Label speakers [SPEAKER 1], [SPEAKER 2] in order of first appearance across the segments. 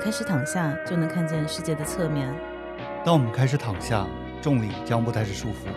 [SPEAKER 1] 开始躺下，就能看见世界的侧面。
[SPEAKER 2] 当我们开始躺下，重力将不再是束缚。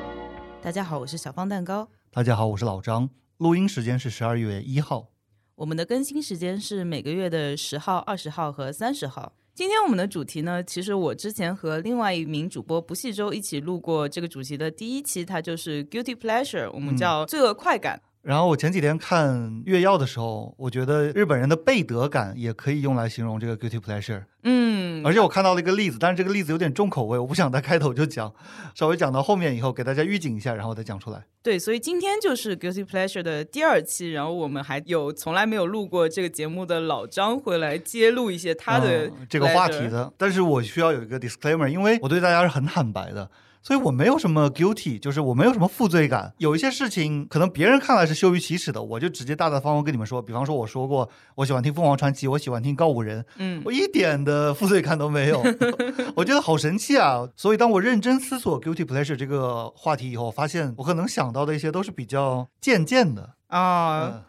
[SPEAKER 1] 大家好，我是小方蛋糕。
[SPEAKER 2] 大家好，我是老张，录音时间是十二月一号。
[SPEAKER 1] 我们的更新时间是每个月的十号、二十号和三十号。今天我们的主题呢，其实我之前和另外一名主播不系周一起录过这个主题的第一期，它就是 guilty pleasure，我们
[SPEAKER 2] 嗯
[SPEAKER 1] 叫罪恶快感。
[SPEAKER 2] 然后我前几天看《越药》的时候，我觉得日本人的背德感也可以用来形容这个 guilty pleasure。
[SPEAKER 1] 嗯，
[SPEAKER 2] 而且我看到了一个例子，但是这个例子有点重口味，我不想在开头就讲，稍微讲到后面以后给大家预警一下，然后再讲出来。
[SPEAKER 1] 对，所以今天就是 guilty pleasure 的第二期，然后我们还有从来没有录过这个节目的老张回来揭露一些他的、
[SPEAKER 2] 嗯这个话题。的。但是我需要有一个 disclaimer，因为我对大家是很坦白的，所以我没有什么 guilty，就是我没有什么负罪感。有一些事情可能别人看来是羞于启齿的，我就直接大大方方跟你们说。比方说，我说过我喜欢听凤凰传奇，我喜欢听告五人，
[SPEAKER 1] 嗯，
[SPEAKER 2] 我一点的负罪感都没有， 我觉得好神奇啊！所以当我认真思索 guilty pleasure 这个话题以后，发现我可能想到的一些都是比较渐渐的。
[SPEAKER 1] 啊
[SPEAKER 2] 嗯，，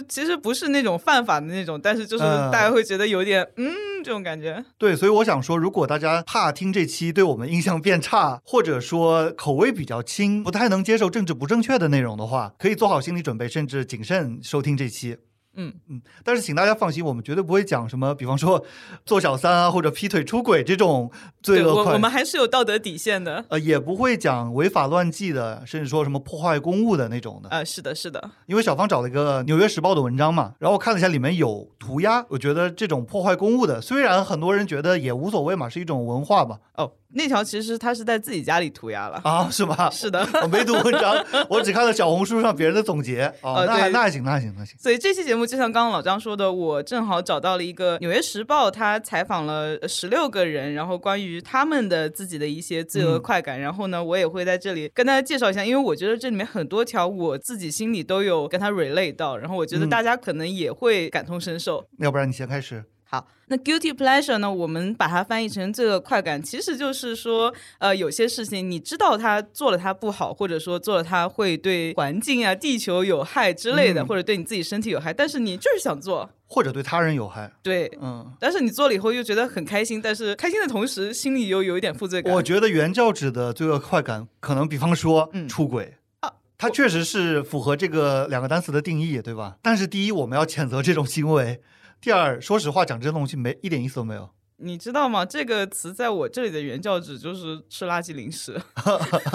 [SPEAKER 1] 就其实不是那种犯法的那种，但是就是
[SPEAKER 2] 嗯
[SPEAKER 1] 大家会觉得有点嗯这种感觉。
[SPEAKER 2] 对，所以我想说，如果大家怕听这期对我们印象变差，或者说口味比较轻，不太能接受政治不正确的内容的话，可以做好心理准备，甚至谨慎收听这期。
[SPEAKER 1] 嗯
[SPEAKER 2] 嗯，但是请大家放心，我们绝对不会讲什么，比方说做小三啊，或者劈腿出轨这种罪
[SPEAKER 1] 对
[SPEAKER 2] 恶
[SPEAKER 1] 我
[SPEAKER 2] 快
[SPEAKER 1] 我们还是有道德底线的。
[SPEAKER 2] 呃，也不会讲违法乱纪的，甚至说什么破坏公物的那种的。
[SPEAKER 1] 啊，是的，是的，
[SPEAKER 2] 因为小芳找了一个《纽约时报》的文章嘛，然后我看了一下，里面有涂鸦。我觉得这种破坏公物的，虽然很多人觉得也无所谓嘛，是一种文化嘛，
[SPEAKER 1] 哦，那条其实他是在自己家里涂鸦了。
[SPEAKER 2] 啊，是吧？
[SPEAKER 1] 是的，
[SPEAKER 2] 我没读文章，我只看了小红书上别人的总结。哦
[SPEAKER 1] 呃，
[SPEAKER 2] 那还
[SPEAKER 1] 对
[SPEAKER 2] 那还行，那还行，那还行。
[SPEAKER 1] 所以这期节目就像刚刚老张说的，我正好找到了一个《纽约时报》，他采访了呃十六个人，然后关于他们的自己的一些罪
[SPEAKER 2] 嗯
[SPEAKER 1] 恶快感。然后呢，我也会在这里跟大家介绍一下，因为我觉得这里面很多条我自己心里都有跟他 relate 到，然后我觉得
[SPEAKER 2] 嗯
[SPEAKER 1] 大家可能也会感同身受。
[SPEAKER 2] 要不然你先开始。
[SPEAKER 1] 好，那 guilty pleasure 呢？我们把它翻译成罪恶快感，其实就是说，呃，有些事情你知道它做了它不好，或者说做了它会对环境啊、地球有害之类的，
[SPEAKER 2] 嗯
[SPEAKER 1] 或者对你自己身体有害，但是你就是想做，
[SPEAKER 2] 或者对他人有害，
[SPEAKER 1] 对。
[SPEAKER 2] 嗯，
[SPEAKER 1] 但是你做了以后又觉得很开心，但是开心的同时心里又有一点负罪感。
[SPEAKER 2] 我觉得原教旨的罪恶快感，可能比方说
[SPEAKER 1] 嗯
[SPEAKER 2] 出轨
[SPEAKER 1] 啊，
[SPEAKER 2] 它确实是符合这个两个单词的定义，对吧？但是第一，我们要谴责这种行为；第二，说实话，讲这东西没一点意思都没有。
[SPEAKER 1] 你知道吗？这个词在我这里的原教旨就是吃垃圾零食，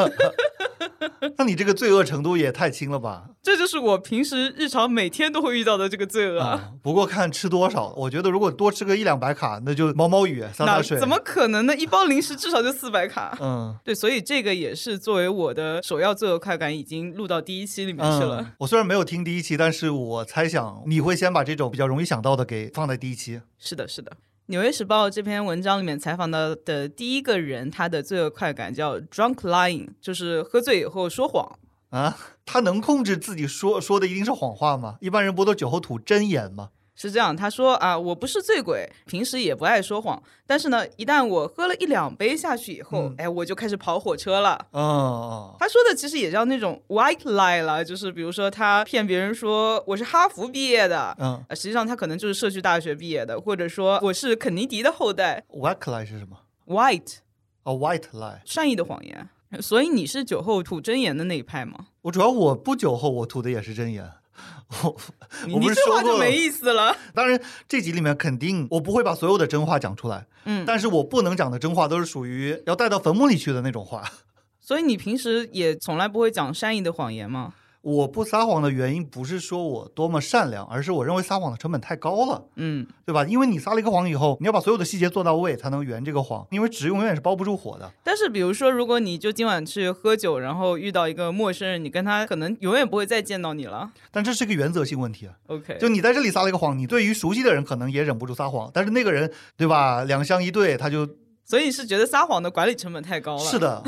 [SPEAKER 2] 那你这个罪恶程度也太轻 了吧？
[SPEAKER 1] 这就是我平时日常每天都会遇到的这个罪恶。
[SPEAKER 2] 啊、不过看吃多少，我觉得如果多吃个一两百卡，那就毛毛雨洒洒
[SPEAKER 1] 那
[SPEAKER 2] 水。
[SPEAKER 1] 怎么？可能呢？一包零食至少就四百卡。
[SPEAKER 2] 嗯。
[SPEAKER 1] 对，所以这个也是作为我的首要罪恶快感，已经录到第一期里面去了。
[SPEAKER 2] 嗯。我虽然没有听第一期，但是我猜想你会先把这种比较容易想到的给放在第一期。
[SPEAKER 1] 是的，是的。《纽约时报》这篇文章里面采访到的第一个人，他的罪恶快感叫 drunk lying，就是喝醉以后说谎。
[SPEAKER 2] 啊，他能控制自己说说的一定是谎话吗？一般人不都酒后吐真言吗？
[SPEAKER 1] 是这样，他说啊，我不是醉鬼，平时也不爱说谎，但是呢，一旦我喝了一两杯下去以后，
[SPEAKER 2] 嗯
[SPEAKER 1] 哎，我就开始跑火车了。
[SPEAKER 2] 嗯嗯，
[SPEAKER 1] 他说的其实也叫那种 white lie 了，就是比如说他骗别人说我是哈佛毕业的，
[SPEAKER 2] 嗯
[SPEAKER 1] 呃，实际上他可能就是社区大学毕业的，或者说我是肯尼迪的后代。
[SPEAKER 2] ，white lie 是什么？
[SPEAKER 1] White
[SPEAKER 2] 啊、w h i t e lie。
[SPEAKER 1] 善意的谎言，所以你是酒后吐真言的那一派吗？
[SPEAKER 2] 我主要我不酒后，我吐的也是真言。我
[SPEAKER 1] 你
[SPEAKER 2] 我
[SPEAKER 1] 你
[SPEAKER 2] 不是
[SPEAKER 1] 这
[SPEAKER 2] 说
[SPEAKER 1] 话
[SPEAKER 2] 过
[SPEAKER 1] 就
[SPEAKER 2] 了
[SPEAKER 1] 没意思了。
[SPEAKER 2] 当然这集里面肯定我不会把所有的真话讲出来，
[SPEAKER 1] 嗯，
[SPEAKER 2] 但是我不能讲的真话都是属于要带到坟墓里去的那种话。
[SPEAKER 1] 所以你平时也从来不会讲善意的谎言吗？
[SPEAKER 2] 我不撒谎的原因不是说我多么善良，而是我认为撒谎的成本太高了。
[SPEAKER 1] 嗯，
[SPEAKER 2] 对吧？因为你撒了一个谎以后，你要把所有的细节做到位，才能圆这个谎。因为纸永远是包不住火的。
[SPEAKER 1] 但是比如说，如果你就今晚去喝酒，然后遇到一个陌生人，你跟他可能永远不会再见到你了。
[SPEAKER 2] 但这是个原则性问题啊！
[SPEAKER 1] OK，
[SPEAKER 2] 就你在这里撒了一个谎，你对于熟悉的人可能也忍不住撒谎，但是那个人，对吧？两相一对，他就
[SPEAKER 1] 所以你是觉得撒谎的管理成本太高了？
[SPEAKER 2] 是，的。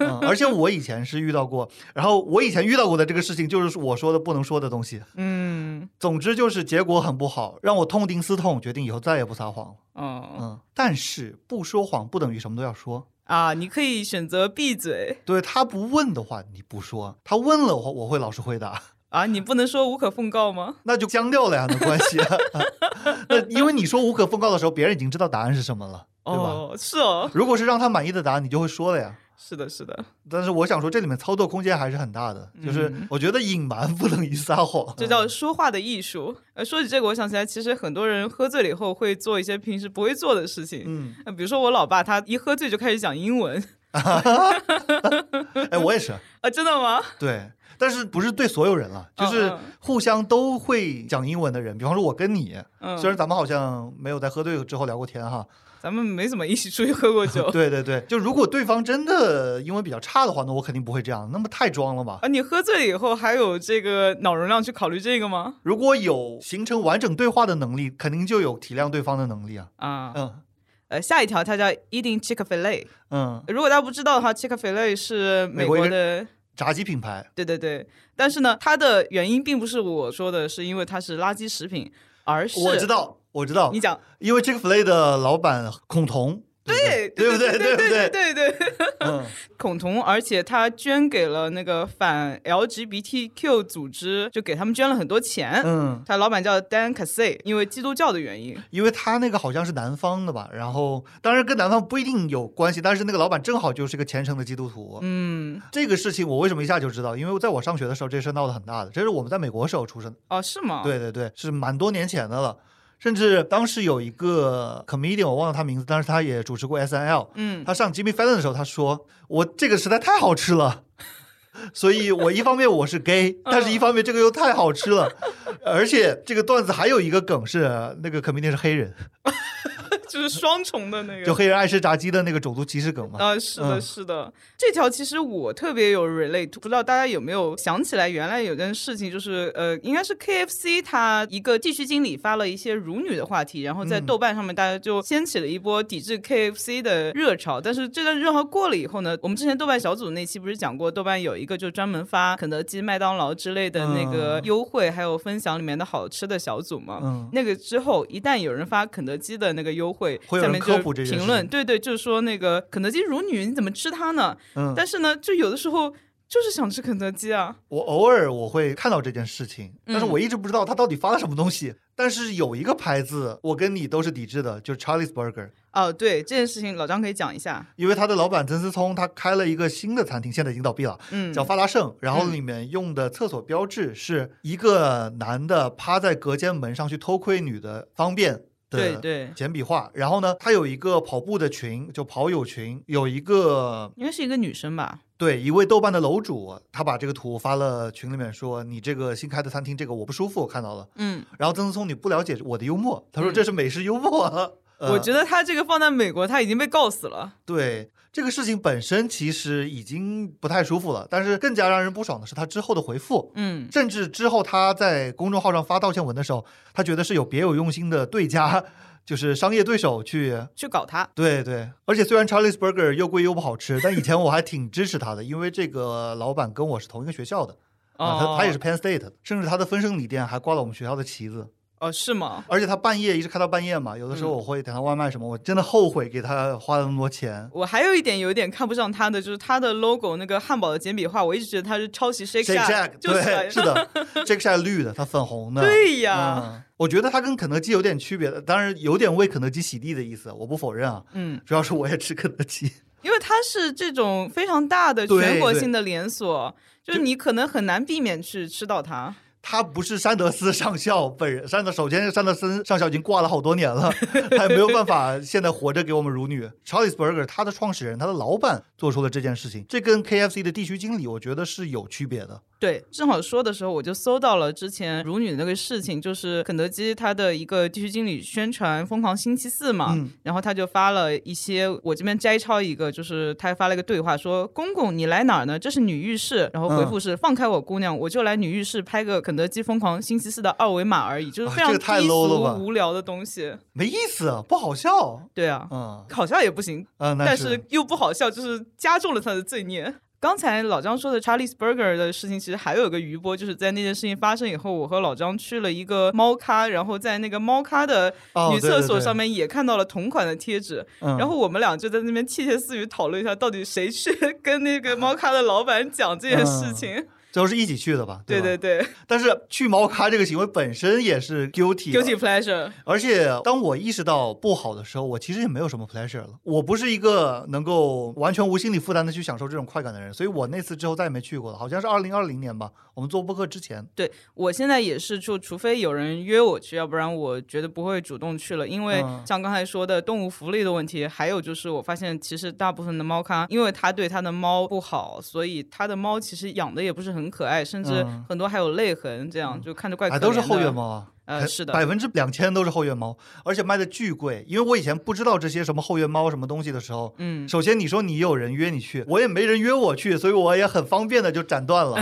[SPEAKER 2] 嗯，而且我以前是遇到过，然后我以前遇到过的这个事情，就是我说的不能说的东西。
[SPEAKER 1] 嗯，
[SPEAKER 2] 总之就是结果很不好，让我痛定思痛，决定以后再也不撒谎了。
[SPEAKER 1] 哦、
[SPEAKER 2] 嗯，但是不说谎不等于什么都要说。
[SPEAKER 1] 啊，你可以选择闭嘴。
[SPEAKER 2] 对他不问的话，你不说；他问了我，我会老实回答。
[SPEAKER 1] 啊，你不能说无可奉告吗？
[SPEAKER 2] 那就僵掉了呀，那关系。 那因为你说无可奉告的时候，别人已经知道答案是什么了，对吧？
[SPEAKER 1] 哦，是哦，
[SPEAKER 2] 如果是让他满意的答案，你就会说了呀。
[SPEAKER 1] 是的，是的，
[SPEAKER 2] 但是我想说，这里面操作空间还是很大的，就是
[SPEAKER 1] 嗯
[SPEAKER 2] 我觉得隐瞒不等于撒谎，
[SPEAKER 1] 这叫说话的艺术。呃，说起这个，我想起来，其实很多人喝醉了以后会做一些平时不会做的事情。
[SPEAKER 2] 嗯，
[SPEAKER 1] 呃比如说我老爸，他一喝醉就开始讲英文
[SPEAKER 2] 哎，我也是，
[SPEAKER 1] 啊，真的吗？
[SPEAKER 2] 对，但是不是对所有人了，就是
[SPEAKER 1] 嗯嗯
[SPEAKER 2] 互相都会讲英文的人，比方说我跟你，
[SPEAKER 1] 嗯，
[SPEAKER 2] 虽然咱们好像没有在喝醉之后聊过天哈，
[SPEAKER 1] 咱们没怎么一起出去喝过酒
[SPEAKER 2] 对对对，就如果对方真的英文比较差的话，那我肯定不会这样，那么太装了吧。
[SPEAKER 1] 啊，你喝醉了以后还有这个脑容量去考虑这个吗？
[SPEAKER 2] 如果有形成完整对话的能力，肯定就有体谅对方的能力啊。
[SPEAKER 1] 啊，
[SPEAKER 2] 嗯
[SPEAKER 1] 呃，下一条它叫 Eating Chick Fil A。
[SPEAKER 2] 嗯，
[SPEAKER 1] 如果大家不知道的话，Chick Fil A 是美
[SPEAKER 2] 美国一
[SPEAKER 1] 国
[SPEAKER 2] 个
[SPEAKER 1] 的，
[SPEAKER 2] 炸鸡品牌，
[SPEAKER 1] 对对对。但是呢，它的原因并不是我说的，是因为它是垃圾食品，而是
[SPEAKER 2] 我知道，我知道
[SPEAKER 1] 你，讲
[SPEAKER 2] 因为 Chick Fil A 的老板孔彤，对
[SPEAKER 1] 对
[SPEAKER 2] 不
[SPEAKER 1] 对
[SPEAKER 2] 对？对不
[SPEAKER 1] 对
[SPEAKER 2] 对？
[SPEAKER 1] 对对对
[SPEAKER 2] 嗯，
[SPEAKER 1] 孔彤，而且他捐给了那个反 LGBTQ 组织，就给他们捐了很多钱。
[SPEAKER 2] 嗯，
[SPEAKER 1] 他老板叫 Dan Casey，因为基督教的原因。
[SPEAKER 2] 因为他那个好像是南方的吧，然后当然跟南方不一定有关系，但是那个老板正好就是个虔诚的基督徒。
[SPEAKER 1] 嗯，
[SPEAKER 2] 这个事情我为什么一下就知道？因为在我上学的时候，这事儿闹得很大的。这是我们在美国时候出生的，
[SPEAKER 1] 哦，是吗？，
[SPEAKER 2] 对对对，是蛮多年前的了。甚至当时有一个 comedian，我忘了他名字，但是他也主持过 S N L。
[SPEAKER 1] 嗯，
[SPEAKER 2] 他上 Jimmy Fallon 的时候，他说：“我这个实在太好吃了。” 所以，我一方面我是 gay，但是一方面这个又太好吃了，而且这个段子还有一个梗是那个 comedian 是黑人，
[SPEAKER 1] 就是双重的那
[SPEAKER 2] 就
[SPEAKER 1] 个。
[SPEAKER 2] 黑人爱吃炸鸡的那个种族歧视梗嘛。
[SPEAKER 1] 啊、是的，
[SPEAKER 2] 嗯
[SPEAKER 1] 是的，这条其实我特别有 relate，不知道大家有没有想起来，原来有件事情，就是呃，应该是 KFC 它一个地区经理发了一些辱女的话题，然后在
[SPEAKER 2] 嗯
[SPEAKER 1] 豆瓣上面大家就掀起了一波抵制 KFC 的热潮。但是这段热潮过了以后呢，我们之前豆瓣小组那期不是讲过，豆瓣有一个就专门发肯德基、麦当劳之类的那个
[SPEAKER 2] 嗯
[SPEAKER 1] 优惠，还有分享里面的好吃的小组嘛。
[SPEAKER 2] 嗯
[SPEAKER 1] 那个之后，一旦有人发肯德基的那个优惠，
[SPEAKER 2] 会有
[SPEAKER 1] 下
[SPEAKER 2] 人
[SPEAKER 1] 面
[SPEAKER 2] 科
[SPEAKER 1] 就
[SPEAKER 2] 普这件
[SPEAKER 1] 评
[SPEAKER 2] 事
[SPEAKER 1] 论，
[SPEAKER 2] 情
[SPEAKER 1] 对对，就是说那个肯德基乳女你怎么吃它呢？
[SPEAKER 2] 嗯，
[SPEAKER 1] 但是呢，就有的时候就是想吃肯德基啊，
[SPEAKER 2] 我偶尔我会看到这件事情，但是我一直不知道他到底发了什么东西。但是有一个牌子，我跟你都是抵制的，就是 Charlie's Burger，
[SPEAKER 1] 哦，对这件事情，老张可以讲一下，
[SPEAKER 2] 因为他的老板曾思聪他开了一个新的餐厅，现在已经倒闭了，
[SPEAKER 1] 嗯
[SPEAKER 2] 叫发达盛。然后里面用的厕所标志是一个男的趴在隔间门上去偷窥女的方便
[SPEAKER 1] 对
[SPEAKER 2] 的
[SPEAKER 1] 对，
[SPEAKER 2] 简笔画。然后呢，他有一个跑步的群，就跑友群，有一个
[SPEAKER 1] 应该是一个女生吧，
[SPEAKER 2] 对，一位豆瓣的楼主，他把这个图发了群里面说：“你这个新开的餐厅，这个我不舒服，我看到了。
[SPEAKER 1] 嗯，”
[SPEAKER 2] 然后曾思聪你不了解我的幽默，他说
[SPEAKER 1] 嗯
[SPEAKER 2] 这是美式幽默啊。呃
[SPEAKER 1] 我觉得他这个放在美国，他已经被告死了，
[SPEAKER 2] 对这个事情本身其实已经不太舒服了，但是更加让人不爽的是他之后的回复，
[SPEAKER 1] 嗯，
[SPEAKER 2] 甚至之后他在公众号上发道歉文的时候，他觉得是有别有用心的对家，就是商业对手去
[SPEAKER 1] 去搞他，
[SPEAKER 2] 对对，而且虽然 Charlie's Burger 又贵又不好吃，但以前我还挺支持他的，因为这个老板跟我是同一个学校的，啊，
[SPEAKER 1] 哦
[SPEAKER 2] 他他也是 Penn State 的，甚至他的分生理店还挂了我们学校的旗子，
[SPEAKER 1] 哦，是吗？
[SPEAKER 2] 而且他半夜一直开到半夜嘛，有的时候
[SPEAKER 1] 嗯
[SPEAKER 2] 我会点他外卖什么，我真的后悔给他花了那么多钱。
[SPEAKER 1] 我还有一点有点看不上他的，就是他的 logo 那个汉堡的简笔画，我一直觉得他是抄袭 Shake
[SPEAKER 2] Shake
[SPEAKER 1] Shack，
[SPEAKER 2] Shack，
[SPEAKER 1] 就是
[SPEAKER 2] 对，是的，Shake Shack 绿的，它粉红 的。
[SPEAKER 1] 对呀，
[SPEAKER 2] 嗯，我觉得它跟肯德基有点区别的，当然有点为肯德基洗地的意思，我不否认啊。
[SPEAKER 1] 嗯，
[SPEAKER 2] 主要是我也吃肯德基，
[SPEAKER 1] 因为它是这种非常大的
[SPEAKER 2] 对
[SPEAKER 1] 全国
[SPEAKER 2] 对
[SPEAKER 1] 性的连锁，就是
[SPEAKER 2] 就
[SPEAKER 1] 你可能很难避免去吃到它。
[SPEAKER 2] 他不是山德斯上校本人，山德首先是山德森上校已经挂了好多年了，他也没有办法现在活着给我们辱女。Charlie's Burger 他的创始人，他的老板做出了这件事情，这跟 KFC 的地区经理我觉得是有区别的。
[SPEAKER 1] 对，正好说的时候，我就搜到了之前乳女的那个事情，就是肯德基它的一个地区经理宣传《疯狂星期四》嘛，
[SPEAKER 2] 嗯
[SPEAKER 1] 然后他就发了一些，我这边摘抄一个，就是他发了一个对话说：“公公，你来哪儿呢？这是女浴室。”然后回
[SPEAKER 2] 嗯
[SPEAKER 1] 复是：“放开我姑娘，我就来女浴室拍个肯德基《疯狂星期四》的二维码而已。”就是
[SPEAKER 2] 啊
[SPEAKER 1] 非常
[SPEAKER 2] 这
[SPEAKER 1] 低
[SPEAKER 2] 个太 low 了吧
[SPEAKER 1] 俗无聊的东西。
[SPEAKER 2] 没意思，啊，不好笑。
[SPEAKER 1] 对啊，
[SPEAKER 2] 嗯
[SPEAKER 1] 好像也不行，
[SPEAKER 2] 嗯，那
[SPEAKER 1] 但是又不好笑，就是加重了他的罪孽。刚才老张说的 Charlie's Burger 的事情，其实还有一个余波，就是在那件事情发生以后，我和老张去了一个猫咖，然后在那个猫咖的
[SPEAKER 2] 哦
[SPEAKER 1] 女
[SPEAKER 2] 对
[SPEAKER 1] 厕
[SPEAKER 2] 对
[SPEAKER 1] 所
[SPEAKER 2] 对
[SPEAKER 1] 上面也看到了同款的贴纸，
[SPEAKER 2] 嗯
[SPEAKER 1] 然后我们俩就在那 边窃窃私语讨论一下，到底谁去跟那个猫咖的老板讲这件事情。
[SPEAKER 2] 就最后是一起去的吧？
[SPEAKER 1] 对
[SPEAKER 2] 嗯对
[SPEAKER 1] 对
[SPEAKER 2] 吧。
[SPEAKER 1] 对
[SPEAKER 2] 但是去猫咖这个行为本身也是 guilty 的
[SPEAKER 1] ，guilty pleasure，
[SPEAKER 2] 而且当我意识到不好的时候，我其实也没有什么 pleasure 了。我不是一个能够完全无心理负担的去享受这种快感的人，所以我那次之后再也没去过了。好像是二零二零年吧，我们做播客之前。
[SPEAKER 1] 对我现在也是，就除非有人约我去，要不然我觉得不会主动去了。因为
[SPEAKER 2] 嗯
[SPEAKER 1] 像刚才说的动物福利的问题，还有就是我发现其实大部分的猫咖，因为它对它的猫不好，所以它的猫其实养的也不是很可爱，甚至
[SPEAKER 2] 嗯
[SPEAKER 1] 很多还有泪痕，这样就看着怪可
[SPEAKER 2] 哎，
[SPEAKER 1] 怜。
[SPEAKER 2] 都是后院。猫啊！
[SPEAKER 1] 呃
[SPEAKER 2] 还
[SPEAKER 1] 是的
[SPEAKER 2] 百分之两千都是后院猫，而且卖的巨贵。因为我以前不知道这些什么后院猫什么东西的时候，
[SPEAKER 1] 嗯，
[SPEAKER 2] 首先你说你有人约你去，我也没人约我去，所以我也很方便的就斩断 了。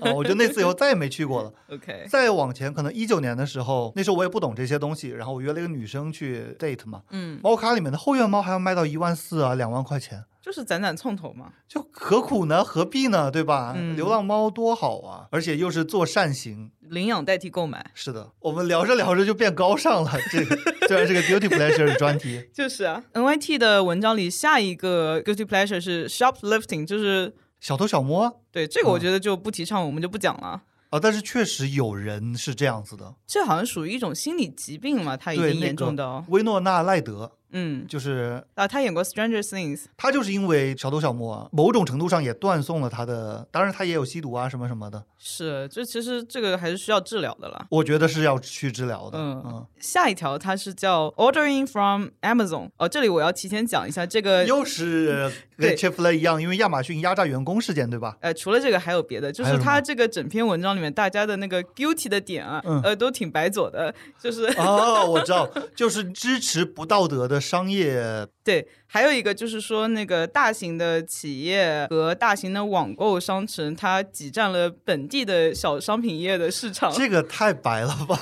[SPEAKER 2] 啊，我就那次以后再也没去过了。
[SPEAKER 1] OK，
[SPEAKER 2] 再往前，可能一九年的时候，那时候我也不懂这些东西，然后我约了一个女生去 date 嘛，
[SPEAKER 1] 嗯，
[SPEAKER 2] 猫咖里面的后院猫还要卖到一万四啊，两万块钱，
[SPEAKER 1] 就是攒攒葱头嘛。
[SPEAKER 2] 就何苦呢？何必呢？对吧？
[SPEAKER 1] 嗯
[SPEAKER 2] 流浪猫多好啊，而且又是做善行。
[SPEAKER 1] 领养代替购买，
[SPEAKER 2] 是的，我们聊着聊着就变高尚了。 这个虽然是个 beauty pleasure 的专题，
[SPEAKER 1] 就是啊。NYT 的文章里下一个 guilty pleasure 是 shoplifting，就是
[SPEAKER 2] 小偷小摸啊
[SPEAKER 1] 对这个我
[SPEAKER 2] 嗯
[SPEAKER 1] 觉得就不提倡，我们就不讲了。
[SPEAKER 2] 啊，但是确实有人是这样子的。
[SPEAKER 1] 这好像属于一种心理疾病嘛，啊他已
[SPEAKER 2] 对，
[SPEAKER 1] 经严重
[SPEAKER 2] 那
[SPEAKER 1] 到
[SPEAKER 2] 个，威诺娜赖德，
[SPEAKER 1] 嗯
[SPEAKER 2] 就是
[SPEAKER 1] 啊，他演过《Stranger Things》，
[SPEAKER 2] 他就是因为小偷小摸啊，某种程度上也断送了他的，当然他也有吸毒啊什么什么的，
[SPEAKER 1] 是，就其实这个还是需要治疗的啦。
[SPEAKER 2] 我觉得是要去治疗的。
[SPEAKER 1] 嗯
[SPEAKER 2] 嗯
[SPEAKER 1] 下一条它是叫 ordering from Amazon，哦，这里我要提前讲一下这个。
[SPEAKER 2] 又是跟
[SPEAKER 1] 对
[SPEAKER 2] Chipotle 一样，因为亚马逊压榨员工事件，对吧？
[SPEAKER 1] 呃，除了这个还有别的，就
[SPEAKER 2] 还有
[SPEAKER 1] 是
[SPEAKER 2] 什么
[SPEAKER 1] 他这个整篇文章里面大家的那个 guilty 的点啊，
[SPEAKER 2] 嗯
[SPEAKER 1] 呃，都挺白左的，就是
[SPEAKER 2] 哦，我知道，就是支持不道德的商业。
[SPEAKER 1] 对，还有一个就是说，那个大型的企业和大型的网购商城，它挤占了本地的小商品业的市场。
[SPEAKER 2] 这个太白了吧？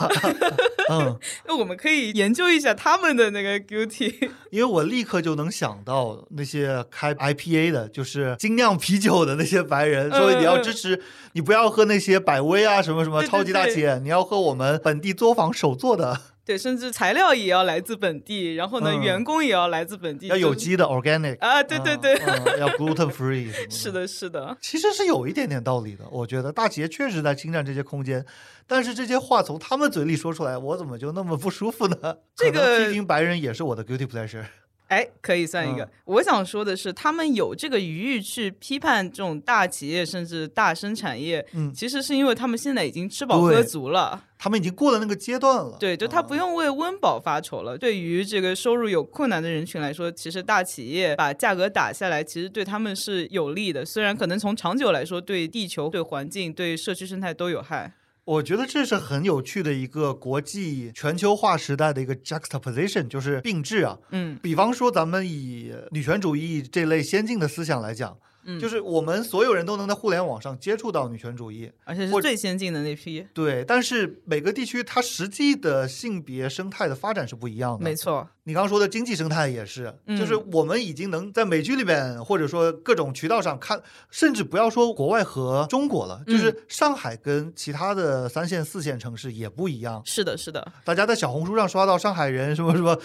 [SPEAKER 2] 嗯，
[SPEAKER 1] 那我们可以研究一下他们的那个 guilty。
[SPEAKER 2] 因为我立刻就能想到那些开 IPA 的，就是精酿啤酒的那些白人，
[SPEAKER 1] 嗯
[SPEAKER 2] 所以你要
[SPEAKER 1] 嗯
[SPEAKER 2] 支持，你不要喝那些百威啊什么什么
[SPEAKER 1] 对对
[SPEAKER 2] 超级大
[SPEAKER 1] 对
[SPEAKER 2] 企业，你要喝我们本地作坊手做的，
[SPEAKER 1] 对，甚至材料也要来自本地，然后呢，
[SPEAKER 2] 嗯
[SPEAKER 1] 员工也要来自本地，
[SPEAKER 2] 要有
[SPEAKER 1] 就是
[SPEAKER 2] 机的 organic
[SPEAKER 1] 啊，对对对，
[SPEAKER 2] 嗯嗯要 gluten free 什么
[SPEAKER 1] 是的，是的，
[SPEAKER 2] 其实是有一点点道理的，我觉得大企业确实在侵占这些空间，但是这些话从他们嘴里说出来，我怎么就那么不舒服呢？
[SPEAKER 1] 这
[SPEAKER 2] 可能
[SPEAKER 1] 个
[SPEAKER 2] 批评白人也是我的 guilty pleasure。
[SPEAKER 1] 哎，可以算一个。
[SPEAKER 2] 嗯
[SPEAKER 1] 我想说的是，他们有这个余裕去批判这种大企业甚至大生产业，
[SPEAKER 2] 嗯
[SPEAKER 1] 其实是因为他们现在已经吃饱喝
[SPEAKER 2] 对
[SPEAKER 1] 足了。
[SPEAKER 2] 他们已经过了那个阶段了，
[SPEAKER 1] 对，就他不
[SPEAKER 2] 嗯、
[SPEAKER 1] 用为温饱发愁了。对于这个收入有困难的人群来说，其实大企业把价格打下来，其实对他们是有利的。虽然可能从长久来说，对地球、对环境、对社区生态都有害。
[SPEAKER 2] 我觉得这是很有趣的一个国际全球化时代的一个 juxtaposition，就是并置啊。
[SPEAKER 1] 嗯
[SPEAKER 2] 比方说，咱们以女权主义这类先进的思想来讲，
[SPEAKER 1] 嗯，
[SPEAKER 2] 就是是我们所有人都能在互联网上接触到女权主义，
[SPEAKER 1] 而且
[SPEAKER 2] 我
[SPEAKER 1] 是最先进的那批。
[SPEAKER 2] 对，但是每个地区它实际的性别生态的发展是不一样的。
[SPEAKER 1] 没，错，
[SPEAKER 2] 你刚刚说的经济生态也是，就是
[SPEAKER 1] 嗯
[SPEAKER 2] 我们已经能在美剧里边，或者说各种渠道上看，甚至不要说国外和中国了，
[SPEAKER 1] 嗯
[SPEAKER 2] 就是上海跟其他的三线、四线城市也不一样。
[SPEAKER 1] 是的，是的。
[SPEAKER 2] 大家在小红书上刷到上海人什么什么，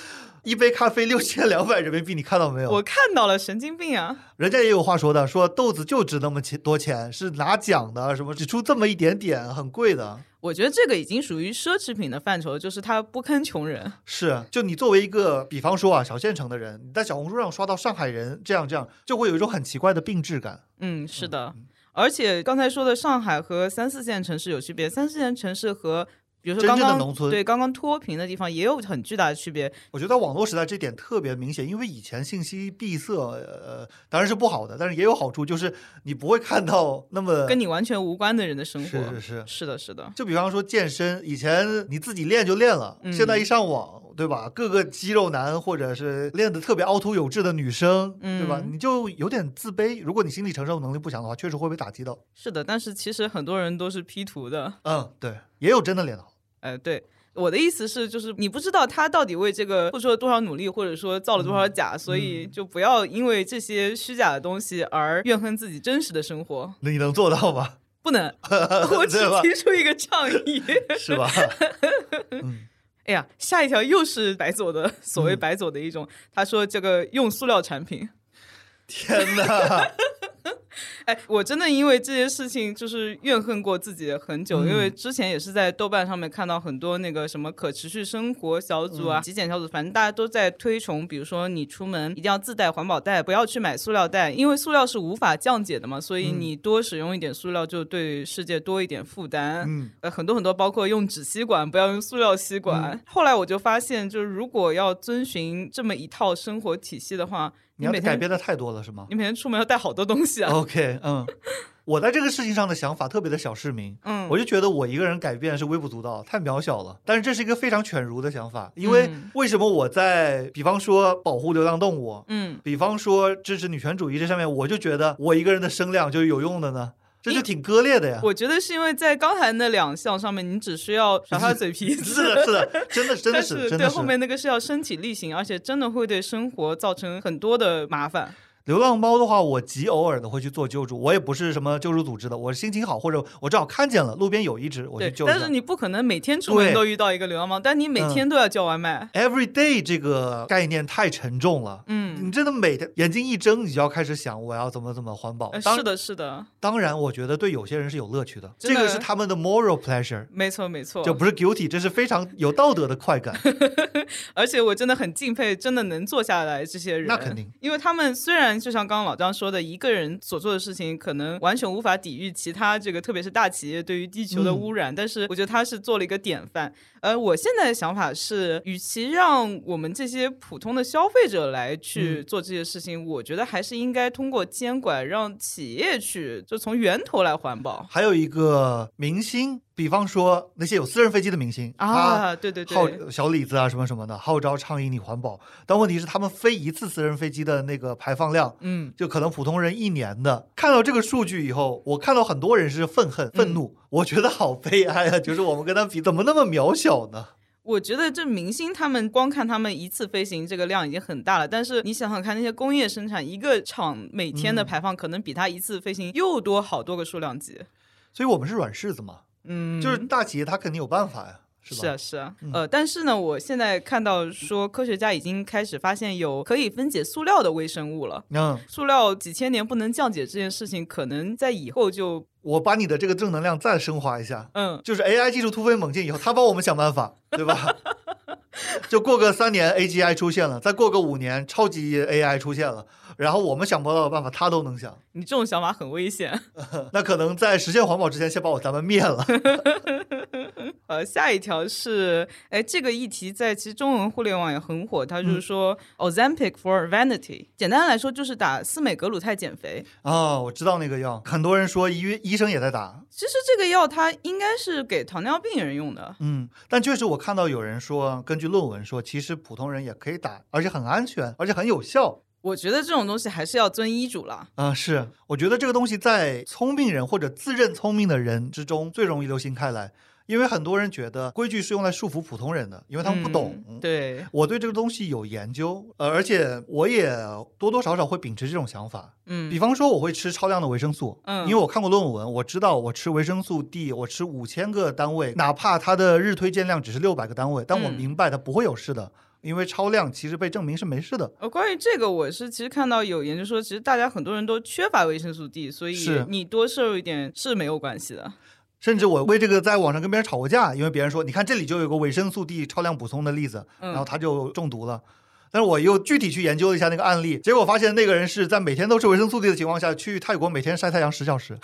[SPEAKER 2] 一杯咖啡六千两百人民币，你看到没
[SPEAKER 1] 我
[SPEAKER 2] 有？
[SPEAKER 1] 看到了，神经病啊！
[SPEAKER 2] 人家也有话说的，说豆子就值那么钱多钱，是拿奖的，什么只出这么一点点，很贵的。
[SPEAKER 1] 我觉得这个已经属于奢侈品的范畴，就是他不坑穷人。
[SPEAKER 2] 是，啊就你作为一个，比方说啊，小县城的人，你在小红书上刷到上海人这样这样，就会有一种很奇怪的病质感。
[SPEAKER 1] 嗯，是的。而且刚才说的上海和三四线城市有区别，三四线城市和比如说
[SPEAKER 2] 真
[SPEAKER 1] 刚
[SPEAKER 2] 正的
[SPEAKER 1] 刚
[SPEAKER 2] 农村
[SPEAKER 1] 对刚刚脱贫的地方也有很巨大的区别。
[SPEAKER 2] 我觉得网络时代这点特别明显，因为以前信息闭塞，呃，当然是不好的，但是也有好处，就是你不会看到那么
[SPEAKER 1] 跟你完全无关的人的生活。
[SPEAKER 2] 是是是。
[SPEAKER 1] 是的，是的，
[SPEAKER 2] 就比方说健身，以前你自己练就练了，
[SPEAKER 1] 嗯
[SPEAKER 2] 现在一上网，对吧？各个肌肉男或者是练得特别凹凸有致的女生，对吧？
[SPEAKER 1] 嗯
[SPEAKER 2] 你就有点自卑。如果你心理承受能力不强的话，确实会被打击到。
[SPEAKER 1] 是的。但是其实很多人都是 P 图的。
[SPEAKER 2] 嗯，对，也有真的练得好。
[SPEAKER 1] 呃，对。我的意思是，就是你不知道他到底为这个付出了多少努力，或者说造了多
[SPEAKER 2] 嗯
[SPEAKER 1] 少假，所以就不要因为这些虚假的东西而怨恨自己真实的生活。
[SPEAKER 2] 你能做到吗？
[SPEAKER 1] 不能， 我只
[SPEAKER 2] 对吧
[SPEAKER 1] 提出一个倡议。
[SPEAKER 2] 是吧？嗯，
[SPEAKER 1] 哎呀，下一条又是白左的所谓白 左的一种，他说这个用塑料产品，
[SPEAKER 2] 天哪！
[SPEAKER 1] 哎，我真的因为这些事情就是怨恨过自己很久，因为之前也是在豆瓣上面看到很多那个什么可持续生活小组啊、极简小组，反正大家都在推崇，比如说你出门一定要自带环保袋，不要去买塑料袋，因为塑料是无法降解的嘛，所以你多使用一点塑料就对世界多一点负担。
[SPEAKER 2] 嗯，
[SPEAKER 1] 呃，很多很多，包括用纸吸管，不要用塑料吸管。
[SPEAKER 2] 嗯
[SPEAKER 1] 后来我就发现，就是如果要遵循这么一套生活体系的话，
[SPEAKER 2] 你
[SPEAKER 1] 你
[SPEAKER 2] 要
[SPEAKER 1] 每天
[SPEAKER 2] 改变的太多了 是吗
[SPEAKER 1] 你每天出门要带好多东西啊。
[SPEAKER 2] ？OK，嗯，我在这个事情上的想法特别的小市民，
[SPEAKER 1] 嗯，
[SPEAKER 2] 我就觉得我一个人改变是微不足道，太渺小了。但是这是一个非常犬儒的想法，因为
[SPEAKER 1] 嗯
[SPEAKER 2] 为什么我在比方说保护流浪动物，
[SPEAKER 1] 嗯，
[SPEAKER 2] 比方说支持女权主义这上面，我就觉得我一个人的声量就是有用的呢？这就挺割裂的呀。
[SPEAKER 1] 我觉得是因为在刚才那两项上面，你只需要耍 耍嘴皮子，
[SPEAKER 2] 是的，是的，真的，真的
[SPEAKER 1] 但
[SPEAKER 2] 是，
[SPEAKER 1] 是对
[SPEAKER 2] 真的
[SPEAKER 1] 后
[SPEAKER 2] 是。
[SPEAKER 1] 面那个是要身体力行，而且真的会对生活造成很多的麻烦。
[SPEAKER 2] 流浪猫的话，我极偶尔的会去做救助，我也不是什么救助组织的，我是心情好或者我正好看见了路边有一只，我去
[SPEAKER 1] 对，
[SPEAKER 2] 救一
[SPEAKER 1] 但
[SPEAKER 2] 下
[SPEAKER 1] 是你不可能每天出门
[SPEAKER 2] 对
[SPEAKER 1] 都遇到一个流浪猫，但你每
[SPEAKER 2] 嗯
[SPEAKER 1] 天都要叫外卖。
[SPEAKER 2] Every day 这个概念太沉重了。
[SPEAKER 1] 嗯，
[SPEAKER 2] 你真的每天眼睛一睁，你就要开始想我要怎么怎么环保。
[SPEAKER 1] 呃
[SPEAKER 2] 当
[SPEAKER 1] 是的，是的，
[SPEAKER 2] 当然，我觉得对有些人是有乐趣的，
[SPEAKER 1] 真
[SPEAKER 2] 这
[SPEAKER 1] 的
[SPEAKER 2] 个是他们的 moral pleasure，
[SPEAKER 1] 没错，没错。
[SPEAKER 2] 就不是 guilty，这是非常有道德的快感。
[SPEAKER 1] 而且我真的很敬佩，真的能做下来这些人。
[SPEAKER 2] 那肯定，
[SPEAKER 1] 因为他们虽然就像刚刚老张说的，一个人所做的事情可能完全无法抵御其他这个，特别是大企业对于地球的
[SPEAKER 2] 嗯
[SPEAKER 1] 污染，但是我觉得他是做了一个典范。呃，我现在的想法是，与其让我们这些普通的消费者来去
[SPEAKER 2] 嗯
[SPEAKER 1] 做这些事情，我觉得还是应该通过监管让企业去，就从源头来环保
[SPEAKER 2] 还有一个明星，比方说那些有私人飞机的明星他
[SPEAKER 1] 啊！对对对，
[SPEAKER 2] 号小李子啊什么什么的，号召倡议你环保，但问题是他们飞一次私人飞机的那个排放量。
[SPEAKER 1] 嗯，
[SPEAKER 2] 就可能普通人一年的看到这个数据以后，我看到很多人是愤恨、
[SPEAKER 1] 嗯
[SPEAKER 2] 愤怒，我觉得好悲哀啊！就是我们跟他比，怎么那么渺小呢？
[SPEAKER 1] 我觉得这明星他们光看他们一次飞行这个量已经很大了，但是你想想看，那些工业生产一个厂每天
[SPEAKER 2] 嗯
[SPEAKER 1] 的排放可能比他一次飞行又多好多个数量级。
[SPEAKER 2] 所以我们是软柿子嘛，
[SPEAKER 1] 嗯，
[SPEAKER 2] 就是大企业它肯定有办法呀，是吧？嗯
[SPEAKER 1] 是啊，是啊，呃，但是呢，我现在看到说科学家已经开始发现有可以分解塑料的微生物了。
[SPEAKER 2] 嗯，
[SPEAKER 1] 塑料几千年不能降解这件事情，可能在以后就
[SPEAKER 2] 我把你的这个正能量再升华一下，
[SPEAKER 1] 嗯，
[SPEAKER 2] 就是 AI 技术突飞猛进以后，它帮我们想办法，对吧？就过个三年，AGI 出现了，再过个五年，超级 AI 出现了，然后我们想不到的办法，它都能想。
[SPEAKER 1] 你这种想法很危险。
[SPEAKER 2] 那可能在实现环保之前，先把我咱们灭了。
[SPEAKER 1] 呃，下一条是，哎，这个议题在其实中文互联网也很火，它
[SPEAKER 2] 嗯
[SPEAKER 1] 就是说、Ozempic for vanity，简单来说就是打司美格鲁肽减肥。
[SPEAKER 2] 啊、我知道那个药，很多人说医医生也在打，
[SPEAKER 1] 其实这个药它应该是给糖尿病人用的，
[SPEAKER 2] 嗯，但确实我看到有人说，根据论文说，其实普通人也可以打，而且很安全，而且很有效。
[SPEAKER 1] 我觉得这种东西还是要遵医嘱啦。
[SPEAKER 2] 啊、是，我觉得这个东西在聪明人或者自认聪明的人之中最容易流行开来，因为很多人觉得规矩是用来束缚普通人的，因为他们不懂。
[SPEAKER 1] 嗯对，
[SPEAKER 2] 我对这个东西有研究，呃，而且我也多多少少会秉持这种想法。比
[SPEAKER 1] 嗯
[SPEAKER 2] 方说，我会吃超量的维生素，
[SPEAKER 1] 嗯
[SPEAKER 2] 因为我看过论文，我知道我吃维生素 D，我吃五千个单位，哪怕它的日推荐量只是六百个单位，但我
[SPEAKER 1] 嗯
[SPEAKER 2] 明白它不会有事的，因为超量其实被证明是没事的。
[SPEAKER 1] 呃，关于这个，我是其实看到有研究说，其实大家很多人都缺乏维生素 D，所以
[SPEAKER 2] 是
[SPEAKER 1] 你多摄入一点是没有关系的。
[SPEAKER 2] 甚至我为这个在网上跟别人吵过架，因为别人说你看这里就有个维生素 D 超量补充的例子，
[SPEAKER 1] 嗯
[SPEAKER 2] 然后他就中毒了。但是我又具体去研究了一下那个案例，结果发现那个人是在每天都吃维生素 D 的情况下，去泰国每天晒太阳十小时，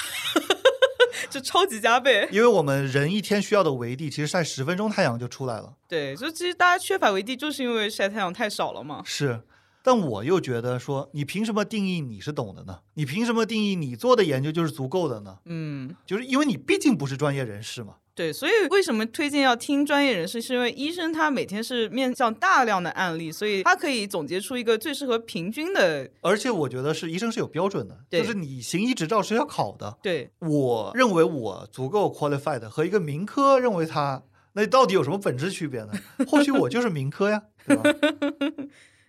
[SPEAKER 1] 就超级加倍。
[SPEAKER 2] 因为我们人一天需要的维 D 其实晒十分钟太阳就出来了。
[SPEAKER 1] 对，就其实大家缺乏维 D，就是因为晒太阳太少了嘛。
[SPEAKER 2] 是，但我又觉得说，你凭什么定义你是懂的呢？你凭什么定义你做的研究就是足够的呢？
[SPEAKER 1] 嗯。
[SPEAKER 2] 就是因为你毕竟不是专业人士嘛。
[SPEAKER 1] 对，所以为什么推荐要听专业人士？是因为医生他每天是面向大量的案例，所以他可以总结出一个最适合平均的。
[SPEAKER 2] 而且我觉得是医生是有标准的，
[SPEAKER 1] 对
[SPEAKER 2] 就是你行医执照是要考的。
[SPEAKER 1] 对，
[SPEAKER 2] 我认为我足够 qualified 和一个民科认为他，那到底有什么本质区别 呢？或许我就是民科呀，对吧？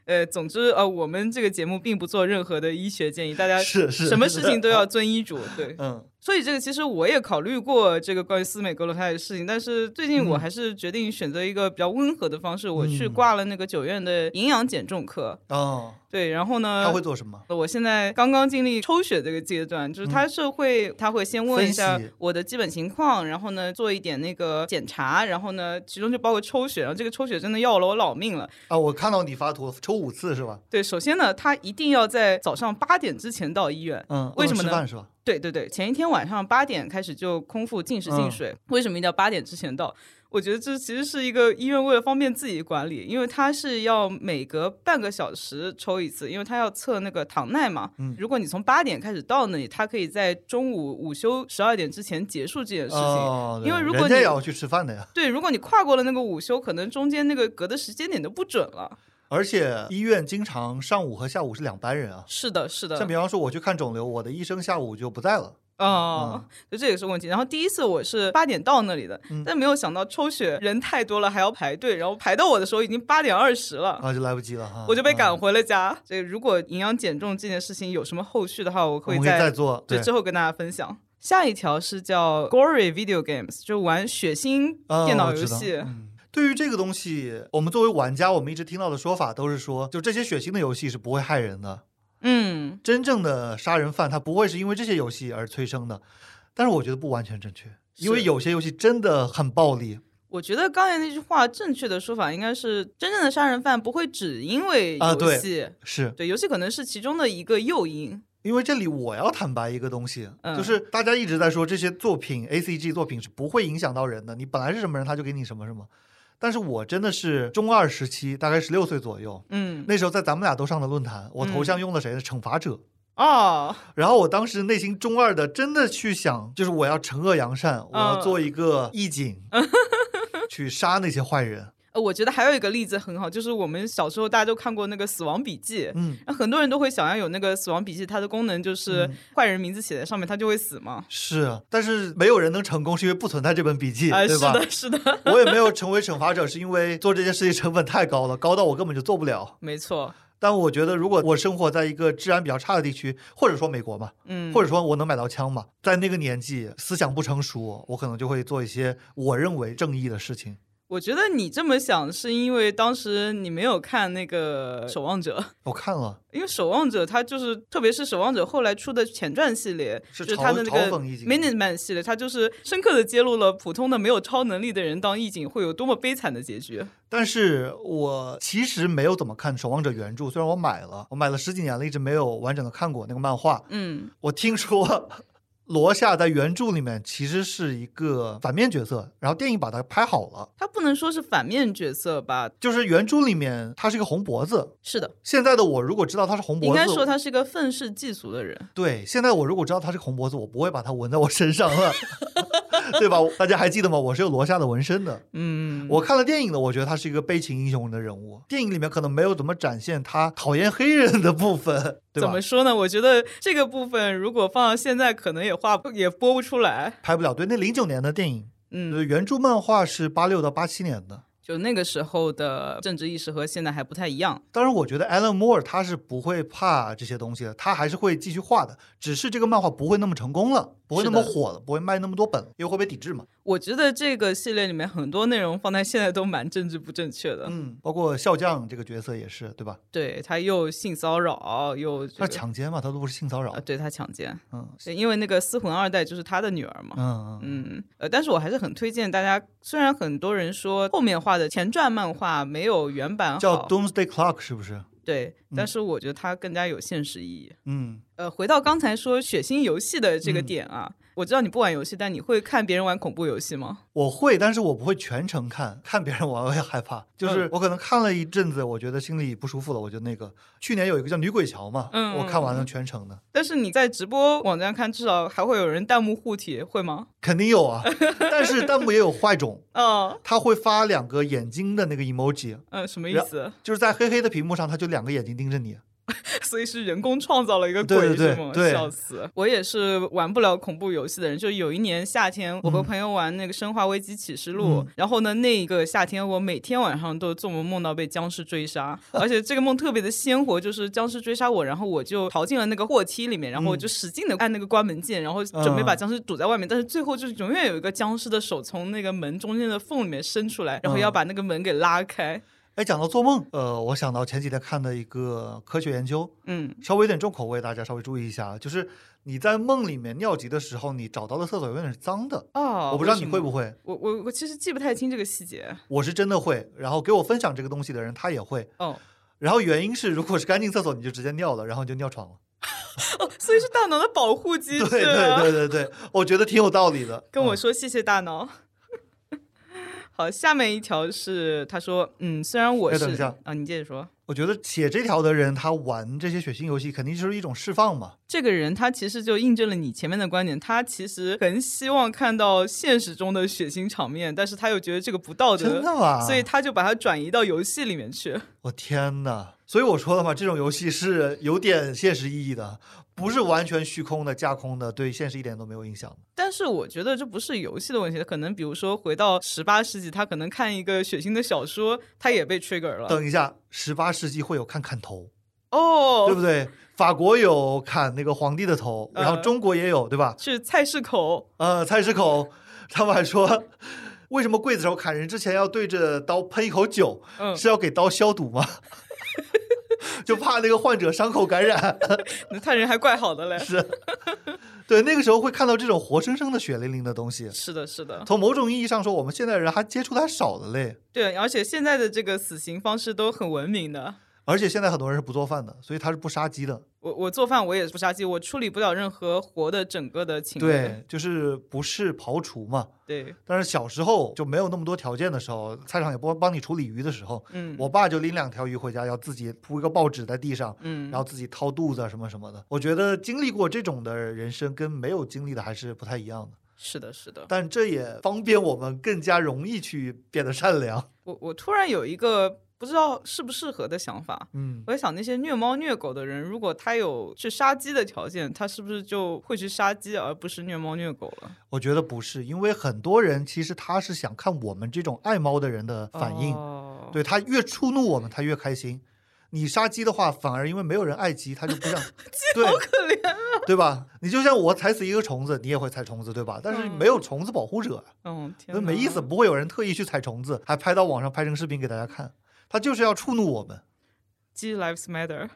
[SPEAKER 1] 呃，总之呃，我们这个节目并不做任何的医学建议，大家
[SPEAKER 2] 是是，啊
[SPEAKER 1] 什么事情都要遵医嘱。对，
[SPEAKER 2] 嗯。
[SPEAKER 1] 所以这个其实我也考虑过这个关于斯美格罗泰的事情，但是最近我还是决定选择一个比较温和的方式，我去
[SPEAKER 2] 嗯
[SPEAKER 1] 挂了那个九院的营养减重课。
[SPEAKER 2] 哦，
[SPEAKER 1] 对，然后呢，
[SPEAKER 2] 他会做什么？
[SPEAKER 1] 我现在刚刚经历抽血这个阶段，就是他是会，他会先问一下
[SPEAKER 2] 嗯分析
[SPEAKER 1] 我的基本情况，然后呢做一点那个检查，然后呢其中就包括抽血，然后这个抽血真的要了我老命了。
[SPEAKER 2] 啊，我看到你发图，抽五次是吧？
[SPEAKER 1] 对，首先呢，他一定要在早上八点之前到医院。
[SPEAKER 2] 嗯，
[SPEAKER 1] 为什么
[SPEAKER 2] 不
[SPEAKER 1] 呢
[SPEAKER 2] 能吃饭是吧？
[SPEAKER 1] 对对对，前一天晚上八点开始就空腹进食
[SPEAKER 2] 嗯
[SPEAKER 1] 进水，为什么一定要八点之前到？我觉得这其实是一个医院为了方便自己管理，因为它是要每隔半个小时抽一次，因为它要测那个糖耐嘛。
[SPEAKER 2] 嗯
[SPEAKER 1] 如果你从八点开始到那里，它可以在中午午休十二点之前结束这件呃事情。
[SPEAKER 2] 哦，对
[SPEAKER 1] 因为如果
[SPEAKER 2] 人家
[SPEAKER 1] 你
[SPEAKER 2] 也要去吃饭的呀，
[SPEAKER 1] 对，如果你跨过了那个午休，可能中间那个隔的时间点都不准了。
[SPEAKER 2] 而且医院经常上午和下午是两班人啊。
[SPEAKER 1] 是的，是的。
[SPEAKER 2] 像比方说，我去看肿瘤，我的医生下午就不在了。嗯
[SPEAKER 1] 哦，就这也是问题。然后第一次我是八点到那里的，但没有想到抽血人太多了，还要排队，然后排到我的时候已经八点二十了。
[SPEAKER 2] 啊，就来不及了哈，
[SPEAKER 1] 我就被赶
[SPEAKER 2] 嗯
[SPEAKER 1] 回了家。这如果营养减重这件事情有什么后续的话，我
[SPEAKER 2] 我
[SPEAKER 1] 会
[SPEAKER 2] 们可以
[SPEAKER 1] 在
[SPEAKER 2] 再做，
[SPEAKER 1] 对
[SPEAKER 2] 对，
[SPEAKER 1] 之后跟大家分享。下一条是叫 Gory Video Games，就玩血腥
[SPEAKER 2] 啊
[SPEAKER 1] 电脑
[SPEAKER 2] 我
[SPEAKER 1] 游
[SPEAKER 2] 知道
[SPEAKER 1] 戏。
[SPEAKER 2] 对于这个东西，我们作为玩家，我们一直听到的说法都是说，就这些血腥的游戏是不会害人的，
[SPEAKER 1] 嗯，
[SPEAKER 2] 真正的杀人犯他不会是因为这些游戏而催生的。但是我觉得不完全正确，因为
[SPEAKER 1] 是
[SPEAKER 2] 有些游戏真的很暴力。
[SPEAKER 1] 我觉得刚才那句话正确的说法应该是，真正的杀人犯不会只因为
[SPEAKER 2] 啊
[SPEAKER 1] 游
[SPEAKER 2] 对
[SPEAKER 1] 戏，
[SPEAKER 2] 是
[SPEAKER 1] 对游戏可能是其中的一个诱因。
[SPEAKER 2] 因为这里我要坦白一个东西，
[SPEAKER 1] 嗯
[SPEAKER 2] 就是大家一直在说这些作品 A C G 作品是不会影响到人的，你本来是什么人，他就给你什么什么。但是我真的是中二时期，大概十六岁左右，
[SPEAKER 1] 嗯，
[SPEAKER 2] 那时候在咱们俩都上的论坛，我头
[SPEAKER 1] 嗯
[SPEAKER 2] 像用了谁的惩罚者，
[SPEAKER 1] 哦，
[SPEAKER 2] 然后我当时内心中二的，真的去想，就是我要惩恶扬
[SPEAKER 1] 嗯
[SPEAKER 2] 善，我要做一个 义警，去杀那些坏人。
[SPEAKER 1] 呃，我觉得还有一个例子很好，就是我们小时候大家都看过那个《死亡笔记》，
[SPEAKER 2] 嗯，
[SPEAKER 1] 那很多人都会想要有那个《死亡笔记》，它的功能就是坏人名字写在上面，他就会死嘛。
[SPEAKER 2] 是，啊但是没有人能成功，是因为不存在这本笔记，
[SPEAKER 1] 啊、
[SPEAKER 2] 对
[SPEAKER 1] 是
[SPEAKER 2] 吧？
[SPEAKER 1] 的，是的，
[SPEAKER 2] 我也没有成为惩罚者，是因为做这件事情成本太高了，高到我根本就做不了。
[SPEAKER 1] 没错，
[SPEAKER 2] 但我觉得，如果我生活在一个治安比较差的地区，或者说美国嘛，
[SPEAKER 1] 嗯，
[SPEAKER 2] 或者说我能买到枪嘛，在那个年纪思想不成熟，我可能就会做一些我认为正义的事情。
[SPEAKER 1] 我觉得你这么想是因为当时你没有看那个《守望者》。
[SPEAKER 2] 我看了
[SPEAKER 1] 因为《守望者》它就是，特别是《守望者》后来出的前传系列，
[SPEAKER 2] 是
[SPEAKER 1] 就是它的那
[SPEAKER 2] 嘲嘲
[SPEAKER 1] 个
[SPEAKER 2] 讽义警
[SPEAKER 1] Minute Man 系列，它就是深刻的揭露了普通的没有超能力的人当义警会有多么悲惨的结局。
[SPEAKER 2] 但是我其实没有怎么看《守望者》原著，虽然我买了，我买了十几年了，一直没有完整的看过那个漫画。
[SPEAKER 1] 嗯，
[SPEAKER 2] 我听说罗夏在原著里面其实是一个反面角色，然后电影把它拍好了。
[SPEAKER 1] 它不能说是反面角色吧？
[SPEAKER 2] 就是原著里面他是一个红脖子，
[SPEAKER 1] 是的，
[SPEAKER 2] 现在的我如果知道他是红脖
[SPEAKER 1] 应
[SPEAKER 2] 子，
[SPEAKER 1] 该说他是一个愤世嫉俗的人。
[SPEAKER 2] 对，现在我如果知道他是个红脖子，我不会把它纹在我身上 了，对吧？大家还记得吗？我是有罗夏的纹身的。
[SPEAKER 1] 嗯，
[SPEAKER 2] 我看了电影的，我觉得他是一个悲情英雄的人物。电影里面可能没有怎么展现他讨厌黑人的部分，对
[SPEAKER 1] 怎
[SPEAKER 2] 吧
[SPEAKER 1] 么？说呢？我觉得这个部分如果放到现在，可能也画不也播不出来。
[SPEAKER 2] 拍不了。对，那零九年的电影，
[SPEAKER 1] 嗯，
[SPEAKER 2] 呃原著漫画是八六到八七年的。
[SPEAKER 1] 就那个时候的政治意识和现在还不太一样。
[SPEAKER 2] 当然，我觉得 Alan Moore 他是不会怕这些东西的，他还是会继续画的，只是这个漫画不会那么成功了，不会那么
[SPEAKER 1] 是的
[SPEAKER 2] 火了，不会卖那么多本了，因为会被抵制嘛。
[SPEAKER 1] 我觉得这个系列里面很多内容放在现在都蛮政治不正确的。
[SPEAKER 2] 嗯，包括笑匠这个角色也是，对吧？
[SPEAKER 1] 对他又性骚扰，又、这
[SPEAKER 2] 他
[SPEAKER 1] 个、
[SPEAKER 2] 是强奸嘛，他都不是性骚扰
[SPEAKER 1] 啊，。对他强奸，
[SPEAKER 2] 嗯
[SPEAKER 1] 对因为那个私魂二代就是他的女儿嘛。
[SPEAKER 2] 嗯嗯，
[SPEAKER 1] 嗯，呃，但是我还是很推荐大家。虽然很多人说后面画的前传漫画没有原嗯版好，
[SPEAKER 2] 叫 Doomsday Clock 是不是？
[SPEAKER 1] 对，
[SPEAKER 2] 嗯
[SPEAKER 1] 但是我觉得它更加有现实意义。
[SPEAKER 2] 嗯，
[SPEAKER 1] 呃，回到刚才说血腥游戏的这个
[SPEAKER 2] 嗯
[SPEAKER 1] 点啊，我知道你不玩游戏，但你会看别人玩恐怖游戏吗？
[SPEAKER 2] 我会，但是我不会全程看，看别人玩我也害怕。就是
[SPEAKER 1] 嗯
[SPEAKER 2] 我可能看了一阵子，我觉得心里不舒服了，我就那个。去年有一个叫《女鬼桥》嘛，
[SPEAKER 1] 嗯
[SPEAKER 2] 我看完了全程的，
[SPEAKER 1] 但是你在直播网站看，至少还会有人弹幕护体，会吗？
[SPEAKER 2] 肯定有 啊。但是弹幕也有坏种，
[SPEAKER 1] 哦，
[SPEAKER 2] 他会发两个眼睛的那个 emoji，
[SPEAKER 1] 嗯、什么意
[SPEAKER 2] 然
[SPEAKER 1] 思？
[SPEAKER 2] 就是在黑黑的屏幕上，他就两个眼睛盯着你。
[SPEAKER 1] 所以是人工创造了一个
[SPEAKER 2] 对
[SPEAKER 1] 鬼
[SPEAKER 2] 对
[SPEAKER 1] 是
[SPEAKER 2] 对
[SPEAKER 1] 吗？
[SPEAKER 2] 对
[SPEAKER 1] 笑死！我也是玩不了恐怖游戏的人，就有一年夏天，我和
[SPEAKER 2] 嗯
[SPEAKER 1] 朋友玩那个《生化危机启示录》然后呢，那一个夏天我每天晚上都做梦，梦到被僵尸追杀，而且这个梦特别的鲜活，就是僵尸追杀我，然后我就逃进了那个货梯里面，然后我就使劲的按那个关门键，然后准备把
[SPEAKER 2] 嗯
[SPEAKER 1] 僵尸堵在外面，但是最后就是永远有一个僵尸的手从那个门中间的缝里面伸出来，然后要
[SPEAKER 2] 嗯
[SPEAKER 1] 把那个门给拉开。
[SPEAKER 2] 哎，讲到做梦，呃，我想到前几天看的一个科学研究，
[SPEAKER 1] 嗯
[SPEAKER 2] 稍微有点重口味，大家稍微注意一下，啊就是你在梦里面尿急的时候，你找到的厕所永远是脏的。
[SPEAKER 1] 哦，
[SPEAKER 2] 我不知道
[SPEAKER 1] 为
[SPEAKER 2] 你
[SPEAKER 1] 什
[SPEAKER 2] 会
[SPEAKER 1] 么
[SPEAKER 2] 不会，
[SPEAKER 1] 我我我其实记不太清这个细节。
[SPEAKER 2] 我是真的会。然后给我分享这个东西的人他也会。
[SPEAKER 1] 哦，
[SPEAKER 2] 然后原因是，如果是干净厕所，你就直接尿了，然后你就尿床了。
[SPEAKER 1] 哦所以是大脑的保护机制、
[SPEAKER 2] 对
[SPEAKER 1] 啊。
[SPEAKER 2] 对对对对，我觉得挺有道理的。
[SPEAKER 1] 跟我
[SPEAKER 2] 嗯
[SPEAKER 1] 说谢谢大脑。好，下面一条是他说，嗯，虽然我
[SPEAKER 2] 哎
[SPEAKER 1] 是
[SPEAKER 2] 等一下
[SPEAKER 1] 啊，你接着说。
[SPEAKER 2] 我觉得写这条的人，他玩这些血腥游戏，肯定就是一种释放嘛。
[SPEAKER 1] 这个人他其实就印证了你前面的观点，他其实很希望看到现实中的血腥场面，但是他又觉得这个不道
[SPEAKER 2] 真
[SPEAKER 1] 德，
[SPEAKER 2] 的啊吗？
[SPEAKER 1] 所以他就把它转移到游戏里面去。
[SPEAKER 2] 我天呐！所以我说了嘛，这种游戏是有点现实意义的，不是完全虚空的、架空的，对现实一点都没有影响的。
[SPEAKER 1] 但是我觉得这不是游戏的问题，可能比如说回到十八世纪，他可能看一个血腥的小说，他也被 trigger 了。
[SPEAKER 2] 等一下，十八世纪会有看砍头，
[SPEAKER 1] 哦，
[SPEAKER 2] 对不对？法国有砍那个皇帝的头，
[SPEAKER 1] 呃
[SPEAKER 2] 然后中国也有，对吧？
[SPEAKER 1] 是菜市口，
[SPEAKER 2] 呃，菜市口他们还说，为什么刽子手砍人之前要对着刀喷一口酒？
[SPEAKER 1] 嗯，
[SPEAKER 2] 是要给刀消毒吗？ 就怕那个患者伤口感染。
[SPEAKER 1] 那他人还怪好的嘞。
[SPEAKER 2] 是，对，那个时候会看到这种活生生的血淋淋的东西。
[SPEAKER 1] 是的，是的，
[SPEAKER 2] 从某种意义上说，我们现在人还接触的还少了嘞。
[SPEAKER 1] 对，而且现在的这个死刑方式都很文明的。
[SPEAKER 2] 而且现在很多人是不做饭的，所以他是不杀鸡的。
[SPEAKER 1] 我我做饭我也不杀鸡，我处理不了任何活的整个的情绪。
[SPEAKER 2] 对，就是不是刨除嘛。
[SPEAKER 1] 对，
[SPEAKER 2] 但是小时候就没有那么多条件的时候，菜场也不帮你处理鱼的时候，
[SPEAKER 1] 嗯，
[SPEAKER 2] 我爸就拎两条鱼回家，要自己铺一个报纸在地上，
[SPEAKER 1] 嗯
[SPEAKER 2] 然后自己掏肚子啊什么什么的。我觉得经历过这种的人生，跟没有经历的还是不太一样的。
[SPEAKER 1] 是的，是的。
[SPEAKER 2] 但这也方便我们更加容易去变得善良。
[SPEAKER 1] 我我突然有一个不知道适不适合的想法，
[SPEAKER 2] 嗯，
[SPEAKER 1] 我在想那些虐猫虐狗的人，如果他有去杀鸡的条件，他是不是就会去杀鸡，而不是虐猫虐狗了？
[SPEAKER 2] 我觉得不是，因为很多人其实他是想看我们这种爱猫的人的反应，
[SPEAKER 1] 哦、
[SPEAKER 2] 对他越触怒我们，他越开心。你杀鸡的话，反而因为没有人爱鸡，他就不想对
[SPEAKER 1] 好可怜。啊
[SPEAKER 2] 对吧？你就像我踩死一个虫子，你也会踩虫子，对吧？但是
[SPEAKER 1] 嗯
[SPEAKER 2] 没有虫子保护者，啊
[SPEAKER 1] 嗯，天
[SPEAKER 2] 那、没意
[SPEAKER 1] 哪
[SPEAKER 2] 思，不会有人特意去踩虫子，还拍到网上拍成视频给大家看。他就是要触怒我们。
[SPEAKER 1] 鸡 lives matter 。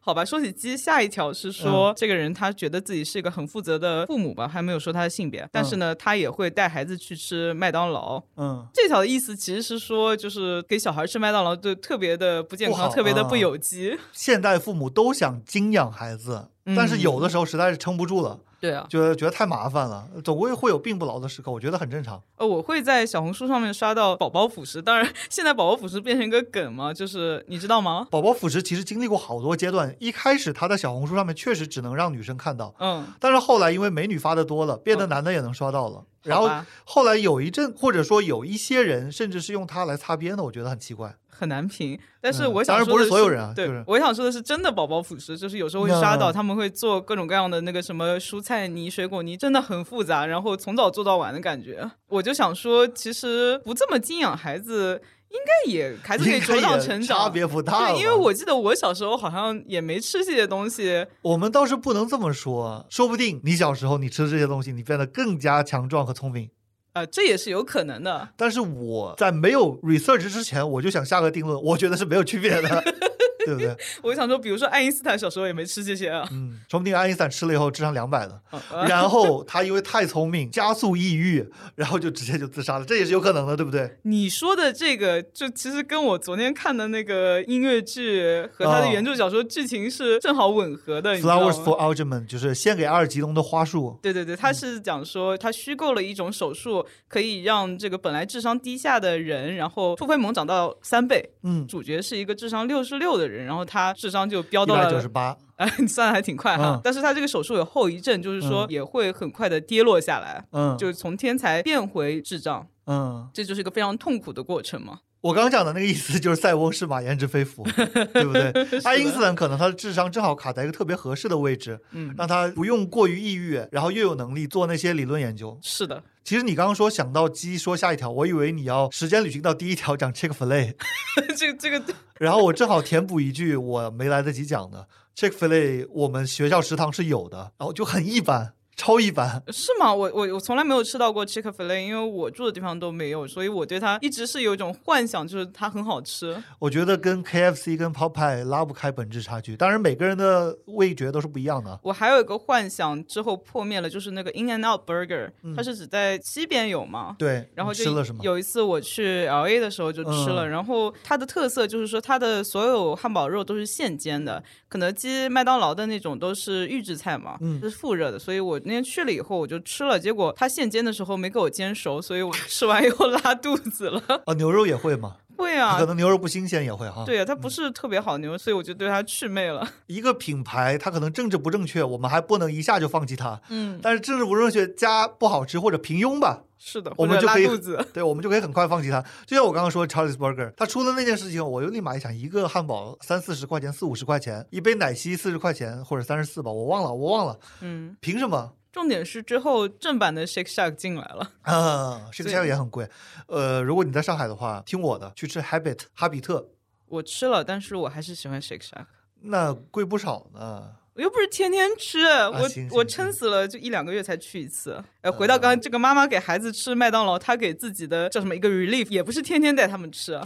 [SPEAKER 1] 好吧，说起鸡，下一条
[SPEAKER 2] 嗯
[SPEAKER 1] 是说、这个人他觉得自己是一个很负责的父母吧，还没有说他的性别，但是呢，他也会带孩子去吃麦当劳。
[SPEAKER 2] 嗯，
[SPEAKER 1] 这条的意思其实是说，就是给小孩吃麦当劳就特别的不健
[SPEAKER 2] 不好
[SPEAKER 1] 康，特别的不
[SPEAKER 2] 啊
[SPEAKER 1] 有机。
[SPEAKER 2] 现代父母都想精养孩子，
[SPEAKER 1] 嗯
[SPEAKER 2] 但是有的时候实在是撑不住了，
[SPEAKER 1] 对啊，
[SPEAKER 2] 觉得觉得太麻烦了，总归会有病不老的时刻，我觉得很正常。
[SPEAKER 1] 呃，我会在小红书上面刷到宝宝辅食，当然现在宝宝辅食变成一个梗嘛，就是你知道吗？
[SPEAKER 2] 宝宝辅食其实经历过好多阶段，一开始他在小红书上面确实只能让女生看到，
[SPEAKER 1] 嗯，
[SPEAKER 2] 但是后来因为美女发的多了，变得男的也能刷到了。然
[SPEAKER 1] 哦好
[SPEAKER 2] 后
[SPEAKER 1] 吧
[SPEAKER 2] 后来有一阵，或者说有一些人，甚至是用它来擦边的，我觉得很奇怪。
[SPEAKER 1] 很难评。但是
[SPEAKER 2] 嗯
[SPEAKER 1] 我想
[SPEAKER 2] 当然
[SPEAKER 1] 说的
[SPEAKER 2] 不是所有人啊
[SPEAKER 1] 对，
[SPEAKER 2] 就是
[SPEAKER 1] 我想说的是，真的宝宝辅食，就是有时候会刷到
[SPEAKER 2] 那
[SPEAKER 1] 他们会做各种各样的那个什么蔬菜泥、水果泥，真的很复杂，然后从早做到晚的感觉。我就想说，其实不这么精养孩子，应该也孩子可以
[SPEAKER 2] 应该
[SPEAKER 1] 茁壮
[SPEAKER 2] 也
[SPEAKER 1] 成
[SPEAKER 2] 差
[SPEAKER 1] 长。
[SPEAKER 2] 别不大了吧。
[SPEAKER 1] 对，因为我记得我小时候好像也没吃这些东西，
[SPEAKER 2] 我们倒是不能这么说，说不定你小时候你吃这些东西，你变得更加强壮和聪明。
[SPEAKER 1] 呃，这也是有可能的。
[SPEAKER 2] 但是我在没有 research 之前，我就想下个定论，我觉得是没有区别的， 对不对？
[SPEAKER 1] 我想说，比如说爱因斯坦小时候也没吃这些 啊。
[SPEAKER 2] 嗯，说不定爱因斯坦吃了以后智商两百的，
[SPEAKER 1] 嗯
[SPEAKER 2] 然后他因为太聪明，加速抑郁，然后就直接就自杀了，这也是有可能的，对不对？
[SPEAKER 1] 你说的这个，就其实跟我昨天看的那个音乐剧和他的
[SPEAKER 2] 哦
[SPEAKER 1] 原著小说剧情是正好吻合哎的，你知道
[SPEAKER 2] Flowers
[SPEAKER 1] 吗？
[SPEAKER 2] for 嗯 Algernon 就是献给阿尔吉农的花束。
[SPEAKER 1] 对对对，他是讲说他虚构了一种手术，可以让这个本来智商低下的人，然后突飞猛涨到三倍。
[SPEAKER 2] 嗯，
[SPEAKER 1] 主角是一个智商六十六的人，然后他智商就飙
[SPEAKER 2] 一
[SPEAKER 1] 到
[SPEAKER 2] 百九十
[SPEAKER 1] 了，
[SPEAKER 2] 八。
[SPEAKER 1] 哎， 你算的还挺快哈。
[SPEAKER 2] 嗯
[SPEAKER 1] 但是他这个手术有后遗症，就是说
[SPEAKER 2] 嗯
[SPEAKER 1] 也会很快的跌落下来，
[SPEAKER 2] 嗯，
[SPEAKER 1] 就是从天才变回智障，
[SPEAKER 2] 嗯，
[SPEAKER 1] 这就是一个非常痛苦的过程嘛。
[SPEAKER 2] 我刚刚讲的那个意思就是塞翁失马焉知 非福，对不对？爱因斯坦可能他的智商正好卡在一个特别合适的位置，
[SPEAKER 1] 嗯，
[SPEAKER 2] 让他不用过于抑郁，然后又有能力做那些理论研究。
[SPEAKER 1] 是的，
[SPEAKER 2] 其实你刚刚说想到鸡说下一条，我以为你要时间旅行到第一条讲 Chick Fil A，
[SPEAKER 1] 这个这个
[SPEAKER 2] 然后我正好填补一句我没来得及讲的 Chick Fil A，我们学校食堂是有的，然后就很一般，超一般。
[SPEAKER 1] 是吗？我我我从来没有吃到过 Chick Fil A，因为我住的地方都没有，所以我对它一直是有一种幻想，就是它很好吃。
[SPEAKER 2] 我觉得跟 KFC 跟 Popeye 拉不开本质差距，当然每个人的味觉都是不一样的。
[SPEAKER 1] 我还有一个幻想之后破灭了，就是那个 In and Out Burger，、它是只在西边有嘛？
[SPEAKER 2] 对，
[SPEAKER 1] 然后
[SPEAKER 2] 你吃
[SPEAKER 1] 就
[SPEAKER 2] 了什么？
[SPEAKER 1] 有一次我去 L A 的时候就吃了，
[SPEAKER 2] 嗯
[SPEAKER 1] 然后它的特色就是说它的所有汉堡肉都是现煎的，肯德基、麦当劳的那种都是预制菜嘛，
[SPEAKER 2] 嗯
[SPEAKER 1] 是复热的。所以我那天去了以后我就吃了，结果它现煎的时候没给我煎熟，所以我 吃完以后拉肚子了。
[SPEAKER 2] 啊，牛肉也会嘛？
[SPEAKER 1] 会
[SPEAKER 2] 可
[SPEAKER 1] 啊，
[SPEAKER 2] 能牛嗯肉不新鲜也会哈。，
[SPEAKER 1] 对啊，它不是特别好牛，所以我就对它祛魅 了。
[SPEAKER 2] 一个品牌它可能政治不正确，我们还不能一下就放弃它。
[SPEAKER 1] 嗯，
[SPEAKER 2] 但是政治不正确加不好吃或者平庸吧，
[SPEAKER 1] 是的，
[SPEAKER 2] 我们
[SPEAKER 1] 或者
[SPEAKER 2] 就
[SPEAKER 1] 拉
[SPEAKER 2] 可以
[SPEAKER 1] 肚子。
[SPEAKER 2] 对，我们就可以很快放弃它。就像我刚刚说 Charles Burger，他出了那件事情，我就立马一想，一个汉堡三四十块钱、四五十块钱，一杯奶昔四十块钱或者三十四吧，我忘了，我忘了，
[SPEAKER 1] 嗯，
[SPEAKER 2] 凭什么？
[SPEAKER 1] 重点是之后正版的 Shake Shack 进来了。
[SPEAKER 2] 啊，这个
[SPEAKER 1] 对
[SPEAKER 2] 价格也很贵。呃，如果你在上海的话，听我的，去吃 Habit 哈比特，
[SPEAKER 1] 我吃了，但是我还是喜欢 Shake Shack。
[SPEAKER 2] 那贵不少呢。
[SPEAKER 1] 我又不是天天吃，我
[SPEAKER 2] 啊行
[SPEAKER 1] 我
[SPEAKER 2] 行嗯
[SPEAKER 1] 撑死了就一两个月才去一次。呃，回到刚刚这个妈妈给孩子吃麦当劳，她给自己的叫什么一个 relief，也不是天天带他们 吃。啊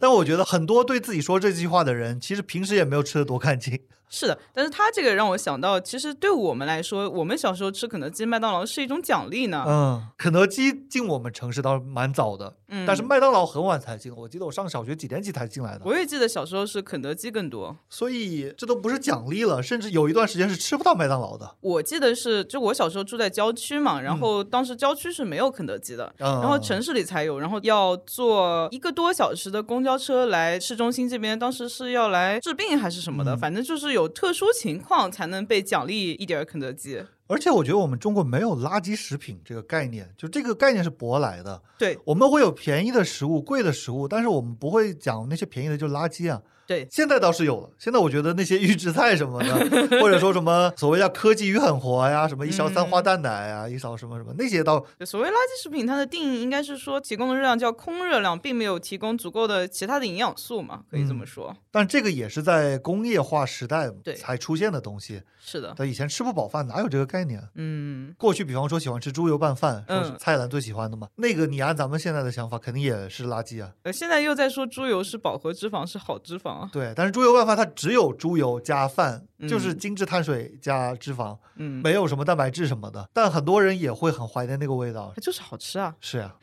[SPEAKER 2] 但我觉得很多对自己说这句话的人，其实平时也没有吃的多干净。
[SPEAKER 1] 是的，但是她这个让我想到，其实对我们来说，我们小时候吃肯德基、麦当劳是一种奖励呢。
[SPEAKER 2] 嗯，肯德基进我们城市倒是蛮早的，
[SPEAKER 1] 嗯，
[SPEAKER 2] 但是麦当劳很晚才进。我记得我上小学几年级才进来的，
[SPEAKER 1] 我也记得小时候是肯德基更多。
[SPEAKER 2] 所以这都不是奖励了，甚至有一段时间是吃不到麦当劳的。
[SPEAKER 1] 我记得是，就我小时候住在郊区嘛，然后当时郊区是没有肯德基的，
[SPEAKER 2] 嗯
[SPEAKER 1] 然后城市里才有，然后要坐一个多小时的公交车来市中心这边，当时是要来治病还是什
[SPEAKER 2] 嗯
[SPEAKER 1] 么的，反正就是有特殊情况才能被奖励一点儿肯德基。
[SPEAKER 2] 而且我觉得我们中国没有垃圾食品这个概念，就这个概念是舶来的。
[SPEAKER 1] 对
[SPEAKER 2] 我们会有便宜的食物、贵的食物，但是我们不会讲那些便宜的就是垃圾啊。
[SPEAKER 1] 对，
[SPEAKER 2] 现在倒是有了，现在我觉得那些预制菜什么的，或者说 什么所谓叫科技与狠活呀，什么一勺三
[SPEAKER 1] 嗯
[SPEAKER 2] 花淡奶啊，一勺什么什么那些倒
[SPEAKER 1] 就所谓垃圾食品，它的定义应该是说提供的热量叫空热量，并没有提供足够的其他的营养素嘛，可以这
[SPEAKER 2] 嗯
[SPEAKER 1] 么说。
[SPEAKER 2] 但这个也是在工业化时代
[SPEAKER 1] 对
[SPEAKER 2] 才出现的东西。
[SPEAKER 1] 是的，
[SPEAKER 2] 但以前吃不饱饭哪有这个概念？啊
[SPEAKER 1] 嗯，
[SPEAKER 2] 过去比方说喜欢吃猪油拌饭，说是
[SPEAKER 1] 嗯
[SPEAKER 2] 蔡澜最喜欢的嘛，那个你按咱们现在的想法，肯定也是垃圾啊。
[SPEAKER 1] 呃，现在又在说猪油是饱和脂肪，是好脂肪啊，
[SPEAKER 2] 对，但是猪油拌饭它只有猪油加饭，就是
[SPEAKER 1] 嗯
[SPEAKER 2] 精致碳水加脂肪，
[SPEAKER 1] 嗯，
[SPEAKER 2] 没有什么蛋白质什么的。但很多人也会很怀念那个味道
[SPEAKER 1] 它。就是好吃啊。
[SPEAKER 2] 是呀、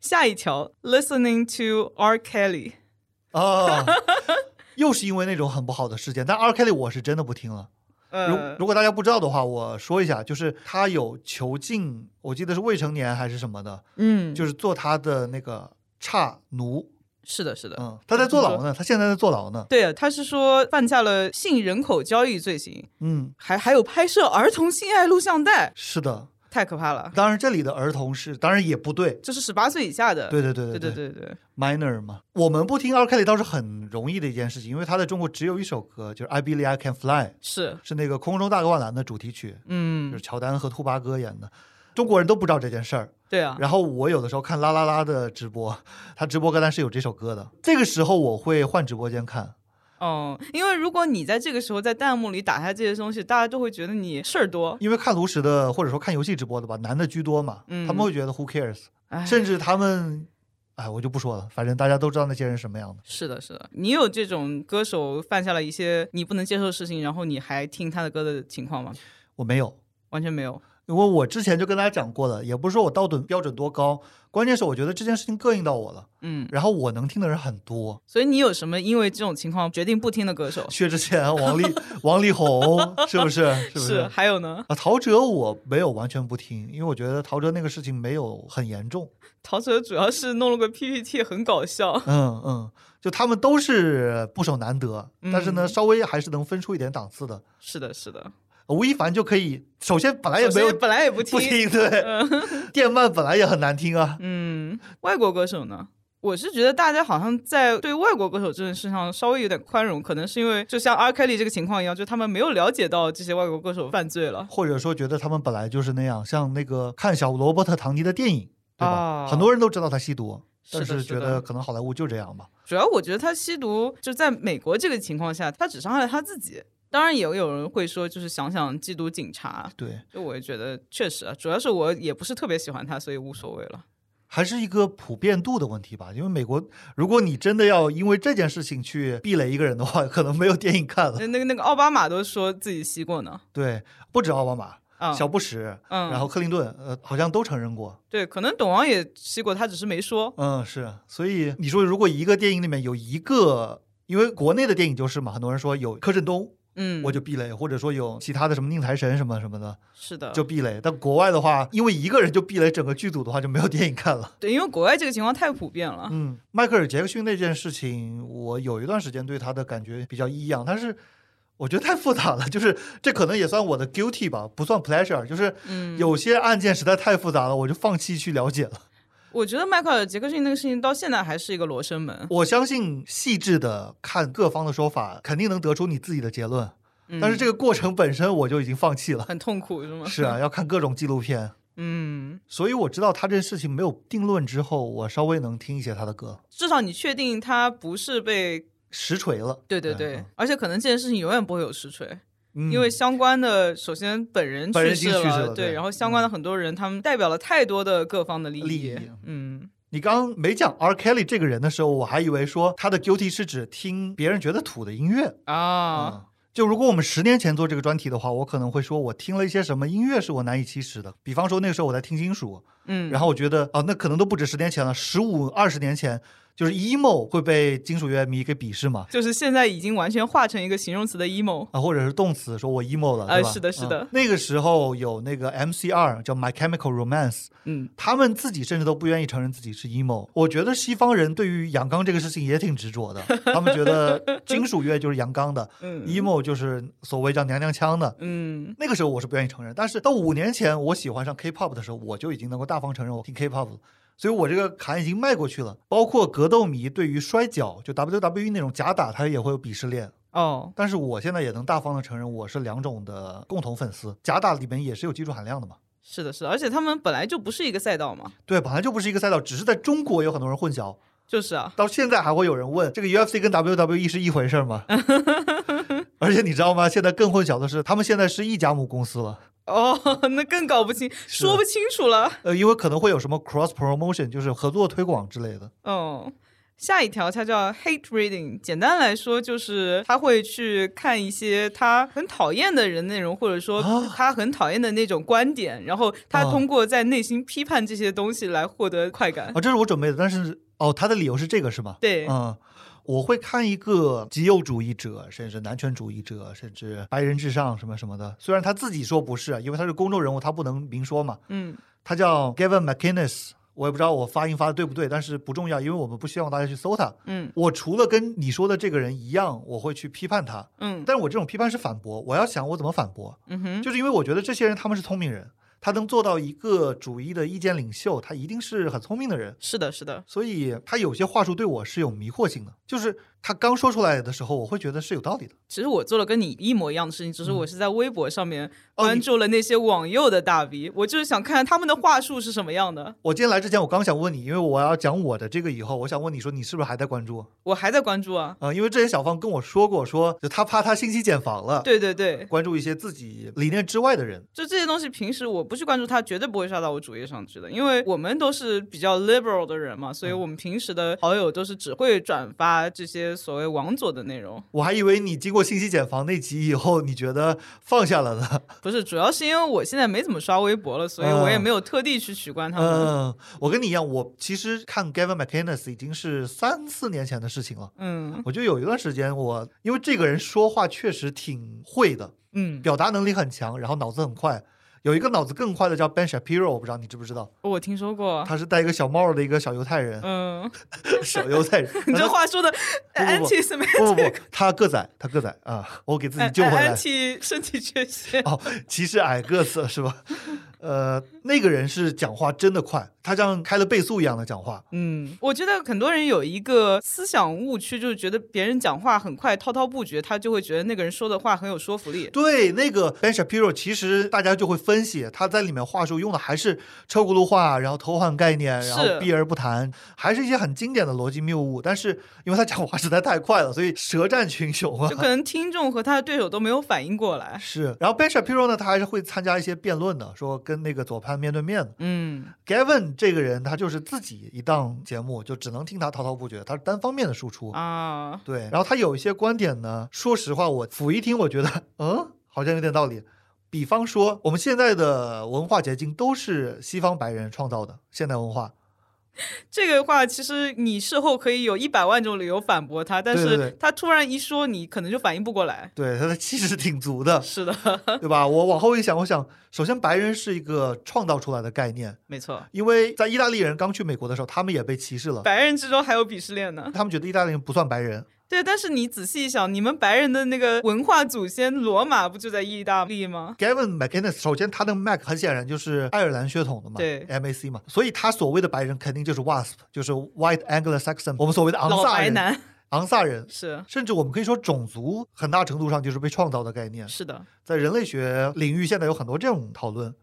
[SPEAKER 1] 下一条，listening to R. Kelly。
[SPEAKER 2] 啊，又是因为那种很不好的事件。但 R Kelly 我是真的不听了。如
[SPEAKER 1] 呃
[SPEAKER 2] 如，果大家不知道的话，我说一下，就是他有囚禁，我记得是未成年还是什么的，
[SPEAKER 1] 嗯，
[SPEAKER 2] 就是做他的那个差奴。
[SPEAKER 1] 是的，是的，
[SPEAKER 2] 嗯，他在坐牢呢，他现在在坐牢呢。
[SPEAKER 1] 对啊，他是说犯下了性人口交易罪行，
[SPEAKER 2] 嗯，
[SPEAKER 1] 还还有拍摄儿童性爱录像带，
[SPEAKER 2] 是的。
[SPEAKER 1] 太可怕了，
[SPEAKER 2] 当然，这里的儿童是，当然也不对。
[SPEAKER 1] 这是十八岁以下的。
[SPEAKER 2] 对对对
[SPEAKER 1] 对
[SPEAKER 2] 对
[SPEAKER 1] 对对，
[SPEAKER 2] minor 嘛，我们不听 R Kelly 倒是很容易的一件事情，因为他在中国只有一首歌，就是《I Believe I Can Fly》，
[SPEAKER 1] 是，
[SPEAKER 2] 是那个《空中大灌篮》的主题曲，就
[SPEAKER 1] 嗯
[SPEAKER 2] 是，乔丹和兔八哥演的。中国人都不知道这件事儿。
[SPEAKER 1] 对啊，
[SPEAKER 2] 然后我有的时候看啦啦啦的直播，他直播歌单是有这首歌的。这个时候我会换直播间看，
[SPEAKER 1] 哦，因为如果你在这个时候在弹幕里打下这些东西，大家都会觉得你事儿多，
[SPEAKER 2] 因为看炉石的或者说看游戏直播的吧，男的居多嘛，
[SPEAKER 1] 嗯
[SPEAKER 2] 他们会觉得 who cares，
[SPEAKER 1] 哎，
[SPEAKER 2] 甚至他们，哎，我就不说了，反正大家都知道那些人什么样的。
[SPEAKER 1] 是的，是的，你有这种歌手犯下了一些你不能接受的事情，然后你还听他的歌的情况吗？
[SPEAKER 2] 我没有，
[SPEAKER 1] 完全没有。
[SPEAKER 2] 因为我之前就跟大家讲过了，也不是说我道德标准多高，关键是我觉得这件事情膈应到我了，
[SPEAKER 1] 嗯，
[SPEAKER 2] 然后我能听的人很多，
[SPEAKER 1] 所以你有什么因为这种情况决定不听的歌手？
[SPEAKER 2] 薛之谦、 王力、王力宏，是不是？是不是？
[SPEAKER 1] 还有呢，
[SPEAKER 2] 啊，陶喆我没有完全不听，因为我觉得陶喆那个事情没有很严重。
[SPEAKER 1] 陶喆主要是弄了个 PPT，很搞笑。
[SPEAKER 2] 嗯嗯，就他们都是不守难得，但是呢，
[SPEAKER 1] 嗯
[SPEAKER 2] 稍微还是能分出一点档次的。
[SPEAKER 1] 是的，是的，
[SPEAKER 2] 吴亦凡就可以，首先本来也
[SPEAKER 1] 首
[SPEAKER 2] 哎没有
[SPEAKER 1] 先本来也不听。嗯
[SPEAKER 2] 不听，对，电鳗本来也很难听啊。
[SPEAKER 1] 嗯，外国歌手呢？我是觉得大家好像在对外国歌手这件事上稍微有点宽容，可能是因为就像 R Kelly 这个情况一样，就他们没有了解到这些外国歌手犯罪了。
[SPEAKER 2] 或者说觉得他们本来就是那样，像那个看小罗伯特·唐尼的电影，对吧？
[SPEAKER 1] 啊
[SPEAKER 2] 很多人都知道他吸毒，
[SPEAKER 1] 是
[SPEAKER 2] 但
[SPEAKER 1] 的
[SPEAKER 2] 是
[SPEAKER 1] 是的
[SPEAKER 2] 觉得可能好莱坞就这样吧。
[SPEAKER 1] 主要我觉得他吸毒就在美国这个情况下，他只伤害了他自己。当然也有人会说，就是想想缉毒警察，
[SPEAKER 2] 对，
[SPEAKER 1] 就我也觉得确实啊，主要是我也不是特别喜欢他，所以无所谓了。
[SPEAKER 2] 还是一个普遍度的问题吧。因为美国，如果你真的要因为这件事情去避雷一个人的话，可能没有电影看了
[SPEAKER 1] 那。那个那个奥巴马都说自己吸过呢，
[SPEAKER 2] 对，不止奥巴马、
[SPEAKER 1] 啊、
[SPEAKER 2] 小布什，
[SPEAKER 1] 嗯，
[SPEAKER 2] 然后克林顿，呃，好像都承认过。
[SPEAKER 1] 对，可能董王也吸过，他只是没说。
[SPEAKER 2] 嗯，是，所以你说，如果一个电影里面有一个，因为国内的电影就是嘛，很多人说有柯震东，
[SPEAKER 1] 嗯，
[SPEAKER 2] 我就避雷，或者说有其他的什么宁财神什么什么的，
[SPEAKER 1] 是的，
[SPEAKER 2] 就避雷。但国外的话，因为一个人就避雷整个剧组的话，就没有电影看了。
[SPEAKER 1] 对，因为国外这个情况太普遍了。
[SPEAKER 2] 嗯，迈克尔·杰克逊那件事情，我有一段时间对他的感觉比较异样，但是 我觉得太复杂了，就是这可能也算我的 guilty 吧，不算 pleasure，就是
[SPEAKER 1] 嗯，
[SPEAKER 2] 有些案件实在太复杂了，我就放弃去了解 了。
[SPEAKER 1] 我觉得迈克尔·杰克逊那个事情到现在还是一个罗生门。
[SPEAKER 2] 我相信细致的看各方的说法，肯定能得出你自己的结论，
[SPEAKER 1] 嗯、
[SPEAKER 2] 但是这个过程本身我就已经放弃 了。
[SPEAKER 1] 很痛苦是吗？
[SPEAKER 2] 是啊，要看各种纪录片。
[SPEAKER 1] 嗯，
[SPEAKER 2] 所以我知道他这件事情没有定论之后，我稍微能听一些他的歌，
[SPEAKER 1] 至少你确定他不是被。
[SPEAKER 2] 实锤了。
[SPEAKER 1] 对对对，而且可能这件事情永远不会有实锤，
[SPEAKER 2] 嗯，
[SPEAKER 1] 因为相关的首先本人
[SPEAKER 2] 本人
[SPEAKER 1] 去
[SPEAKER 2] 已
[SPEAKER 1] 世了，
[SPEAKER 2] 经去世了对嗯
[SPEAKER 1] 对，然后相关的很多人、他们代表了太多的各方的利益，
[SPEAKER 2] 利益
[SPEAKER 1] 嗯，
[SPEAKER 2] 你刚没讲 R. Kelly 这个人的时候，我还以为说他的 guilty 是指听别人觉得土的音乐
[SPEAKER 1] 啊，
[SPEAKER 2] 嗯就如果我们十年前做这个专题的话，我可能会说我听了一些什么音乐是我难以启齿的，比方说那个时候我在听金属，
[SPEAKER 1] 嗯，
[SPEAKER 2] 然
[SPEAKER 1] 后
[SPEAKER 2] 后我觉得啊，那可能都不止十年前了，十五二十年前，就是 emo 会被金属乐迷给鄙视嘛，
[SPEAKER 1] 就是现在已经完全化成一个形容词的 emo，
[SPEAKER 2] 啊，或者是动词说我 emo 了，
[SPEAKER 1] 哎
[SPEAKER 2] 对吧？
[SPEAKER 1] 是的是的
[SPEAKER 2] 嗯那个时候有那个 MCR 叫 My Chemical Romance，
[SPEAKER 1] 嗯，
[SPEAKER 2] 他们自己甚至都不愿意承认自己是 emo。我觉得西方人对于阳刚这个事情也挺执着的，他们觉得金属乐就是阳刚的、
[SPEAKER 1] 嗯
[SPEAKER 2] e m o 就是所谓叫娘娘腔的。
[SPEAKER 1] 嗯，
[SPEAKER 2] 那个时候我是不愿意承认，但是到五年前我喜欢上 K-pop 的时候，我就已经能够大方承认我听 K-pop 了。所以我这个坎已经迈过去了。包括格斗迷对于摔跤，就 WWE 那种假打，他也会有鄙视链。
[SPEAKER 1] 哦，
[SPEAKER 2] 但是我现在也能大方的承认，我是两种的共同粉丝。假打里面也是有技术含量的嘛。
[SPEAKER 1] 是的，是的，而且他们本来就不是一个赛道嘛，
[SPEAKER 2] 对，本来就不是一个赛道，只是在中国有很多人混淆。
[SPEAKER 1] 就是啊，
[SPEAKER 2] 到现在还会有人问这个 UFC 跟 WWE 是一回事儿吗？ 而且你知道吗？现在更混淆的是，他们现在是一家母公司了。
[SPEAKER 1] 哦， 那更搞不清，说不清楚了。
[SPEAKER 2] 呃，因为可能会有什么 cross promotion，就是合作推广之类的。
[SPEAKER 1] 哦，下一条它叫 hate reading，简单来说就是他会去看一些他很讨厌的人内容，或者说
[SPEAKER 2] 啊
[SPEAKER 1] 他很讨厌的那种观点，然后他
[SPEAKER 2] 哦
[SPEAKER 1] 通过在内心批判这些东西来获得快感。
[SPEAKER 2] 啊，这是我准备的，但是哦，他的理由是这个是吧？
[SPEAKER 1] 对，
[SPEAKER 2] 嗯，我会看一个极右主义者，甚至男权主义者，甚至白人至上什么什么的。虽然他自己说不是啊，因为他是公众人物，他不能明说嘛。
[SPEAKER 1] 嗯
[SPEAKER 2] 他叫 Gavin McInnes，我也不知道我发音发的对不对，但是不重要，因为我们不希望大家去搜他。
[SPEAKER 1] 嗯
[SPEAKER 2] 我除了跟你说的这个人一样，我会去批判他，
[SPEAKER 1] 嗯
[SPEAKER 2] 但是我这种批判是反驳，我要想我怎么反驳，
[SPEAKER 1] 嗯哼，
[SPEAKER 2] 就是因为我觉得这些人他们是聪明人，他能做到一个主义的意见领袖，他一定是很聪明的人。
[SPEAKER 1] 是的，是的，
[SPEAKER 2] 所以他有些话术对我是有迷惑性的，就是他刚说出来的时候，我会觉得是有道理的。
[SPEAKER 1] 其实我做了跟你一模一样的事情，只是我是在微博上面
[SPEAKER 2] 嗯哦
[SPEAKER 1] 关
[SPEAKER 2] 你嗯
[SPEAKER 1] 注了那些网右的大 V，、我就是想看看他们的话术是什么样的。
[SPEAKER 2] 我今天来之前，我刚想问你，因为我要讲我的这个以后，我想问你说你是不是还在关注？
[SPEAKER 1] 我还在关注啊，
[SPEAKER 2] 呃，因为之前小芳跟我说过，说就她怕她信息茧房了，
[SPEAKER 1] 对对对，
[SPEAKER 2] 关注一些自己理念之外的人。
[SPEAKER 1] 就这些东西，平时我不去关注它，绝对不会刷到我主页上去的，因为我们都是比较 liberal 的人嘛，
[SPEAKER 2] 嗯
[SPEAKER 1] 所以我们平时的好友都是只会转发这些所谓网左的内容，
[SPEAKER 2] 我还以为你经过信息茧房那集以后，你觉得放下了 呢。
[SPEAKER 1] 不是，主要是因为我现在没怎么刷微博了，所以我也
[SPEAKER 2] 嗯
[SPEAKER 1] 没有特地去取关他们。
[SPEAKER 2] 嗯，我跟你一样，我其实看 Gavin McInnes 已经是三四年前的事情了。
[SPEAKER 1] 嗯
[SPEAKER 2] 我就有一段时间我，因为这个人说话确实挺会的，
[SPEAKER 1] 嗯，
[SPEAKER 2] 表达能力很强，然后脑子很快。有一个脑子更快的叫 Ben Shapiro，我不知道你知不知道，
[SPEAKER 1] 我听说过。
[SPEAKER 2] 他是戴一个小帽的一个小犹太 人，
[SPEAKER 1] 嗯，
[SPEAKER 2] 小犹太人。
[SPEAKER 1] 你
[SPEAKER 2] 然
[SPEAKER 1] 这
[SPEAKER 2] 后
[SPEAKER 1] 话说的
[SPEAKER 2] 不
[SPEAKER 1] anti s e m
[SPEAKER 2] 不不不，他个仔，他个仔啊，我给自
[SPEAKER 1] 哎
[SPEAKER 2] 己救回来
[SPEAKER 1] 安。体 身体缺 陷。
[SPEAKER 2] 哦，歧视矮个子是吧？呃，那个人是讲话真的快，他像开了倍速一样的讲话。
[SPEAKER 1] 嗯，我觉得很多人有一个思想误区，就是觉得别人讲话很快、滔滔不绝，他就会觉得那个人说的话很有说服力。
[SPEAKER 2] 对，那个 Ben Shapiro，其实大家就会分析他在里面话术用的还是车轱辘话，然后偷换概念，然后
[SPEAKER 1] 是
[SPEAKER 2] 避而不谈，还是一些很经典的逻辑谬误。但是因为他讲话实在太快了，所以舌战群雄啊
[SPEAKER 1] 就。可能听众和他的对手都没有反应过来。
[SPEAKER 2] 是，然后 Ben Shapiro 呢，他还是会参加一些辩论的，说跟那个左派面对面的。
[SPEAKER 1] 嗯，
[SPEAKER 2] Gavin 这个人，他就是自己一档节目，就只能听他滔滔不绝，他是单方面的输出。
[SPEAKER 1] 啊，
[SPEAKER 2] 对，然后他有一些观点呢，说实话，我甫一听，我觉得，嗯，好像有点道理。比方说，我们现在的文化结晶都是西方白人创造的现代文化，
[SPEAKER 1] 这个话其实你事后可以有一百万种理由反驳他，但
[SPEAKER 2] 对对
[SPEAKER 1] 是
[SPEAKER 2] 对
[SPEAKER 1] 他突然一说，你可能就反应不过来。
[SPEAKER 2] 对他的气势挺足 的，
[SPEAKER 1] 是的，
[SPEAKER 2] 对吧？我往后一想，我想，首先白人是一个创造出来的概念，
[SPEAKER 1] 没错，
[SPEAKER 2] 因为在意大利人刚去美国的时候，他们也被歧视了，
[SPEAKER 1] 白人之中还有鄙视链呢。
[SPEAKER 2] 他们觉得意大利人不算白人，
[SPEAKER 1] 对，但是你仔细一想，你们白人的那个文化祖先罗马不就在意大利吗？
[SPEAKER 2] Gavin McInnes，首先他的 Mac 很显然就是爱尔兰血统的嘛，
[SPEAKER 1] 对
[SPEAKER 2] ，MAC 嘛，所以他所谓的白人肯定就是 WASP，就是 White Anglo-Saxon，我们所谓的昂
[SPEAKER 1] 老
[SPEAKER 2] 萨
[SPEAKER 1] 白
[SPEAKER 2] 人，
[SPEAKER 1] 男
[SPEAKER 2] 昂萨人，
[SPEAKER 1] 是
[SPEAKER 2] 甚至我们可以说种族很大程度上就是被创造的概念，
[SPEAKER 1] 是的，
[SPEAKER 2] 在人类学领域现在有很多这种讨论。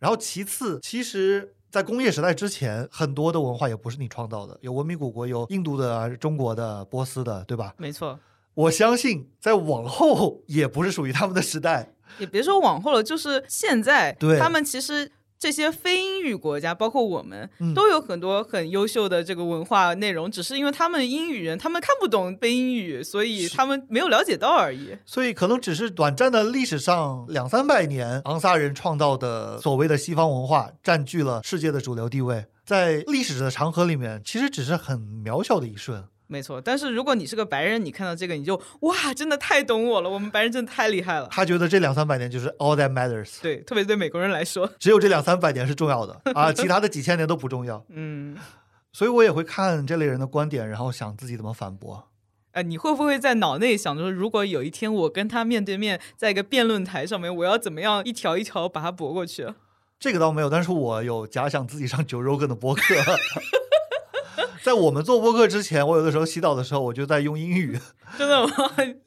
[SPEAKER 2] 然后其次，其实。在工业时代之前，很多的文化也不是你创造的，有文明古国，有印度的、啊中国的、波斯的，对吧？
[SPEAKER 1] 没错。
[SPEAKER 2] 我相信，在往后也不是属于他们的时代，
[SPEAKER 1] 也别说往后了，就是现在，
[SPEAKER 2] 对
[SPEAKER 1] 他们其实。这些非英语国家，包括我们
[SPEAKER 2] 嗯，
[SPEAKER 1] 都有很多很优秀的这个文化内容，只是因为他们英语人，他们看不懂非英语，所以他们没有了解到而已。
[SPEAKER 2] 所以可能只是短暂的历史上两三百年，昂萨人创造的所谓的西方文化占据了世界的主流地位，在历史的长河里面，其实只是很渺小的一瞬。
[SPEAKER 1] 没错，但是如果你是个白人，你看到这个你就哇，真的太懂我了，我们白人真的太厉害了。
[SPEAKER 2] 他觉得这两三百年就是 all that matters，
[SPEAKER 1] 对，特别对美国人来说，
[SPEAKER 2] 只有这两三百年是重要的啊，其他的几千年都不重要。
[SPEAKER 1] 嗯，
[SPEAKER 2] 所以我也会看这类人的观点，然后想自己怎么反驳。
[SPEAKER 1] 呃，你会不会在脑内想着说，如果有一天我跟他面对面，在一个辩论台上面，我要怎么样一条一条把他驳过去？
[SPEAKER 2] 这个倒没有，但是我有假想自己上 Joe Rogan 的播客。在我们做播客之前，我有的时候洗澡的时候，我就在用英语
[SPEAKER 1] 真的吗？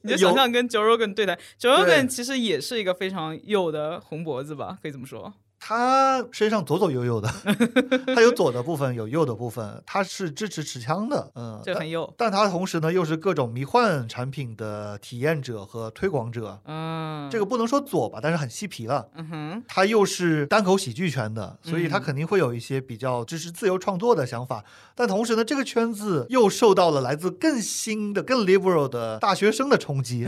[SPEAKER 1] 你就想象跟 Joe Rogan 对待，Joe
[SPEAKER 2] 对
[SPEAKER 1] Rogan 其实也是一个非常右的红脖子吧，可以这么说。
[SPEAKER 2] 他身上左左右右的，他有左的部分，有右的部分，他是支持持枪的，嗯，
[SPEAKER 1] 这
[SPEAKER 2] 但
[SPEAKER 1] 很右。
[SPEAKER 2] 但他同时呢又是各种迷幻产品的体验者和推广者，
[SPEAKER 1] 嗯，
[SPEAKER 2] 这个不能说左吧，但是很嬉皮了。
[SPEAKER 1] 嗯哼，
[SPEAKER 2] 他又是单口喜剧圈的，所以他
[SPEAKER 1] 嗯
[SPEAKER 2] 肯定会有一些比较支持自由创作的想法。但同时呢，这个圈子又受到了来自更新的、更 liberal 的大学生的 冲击，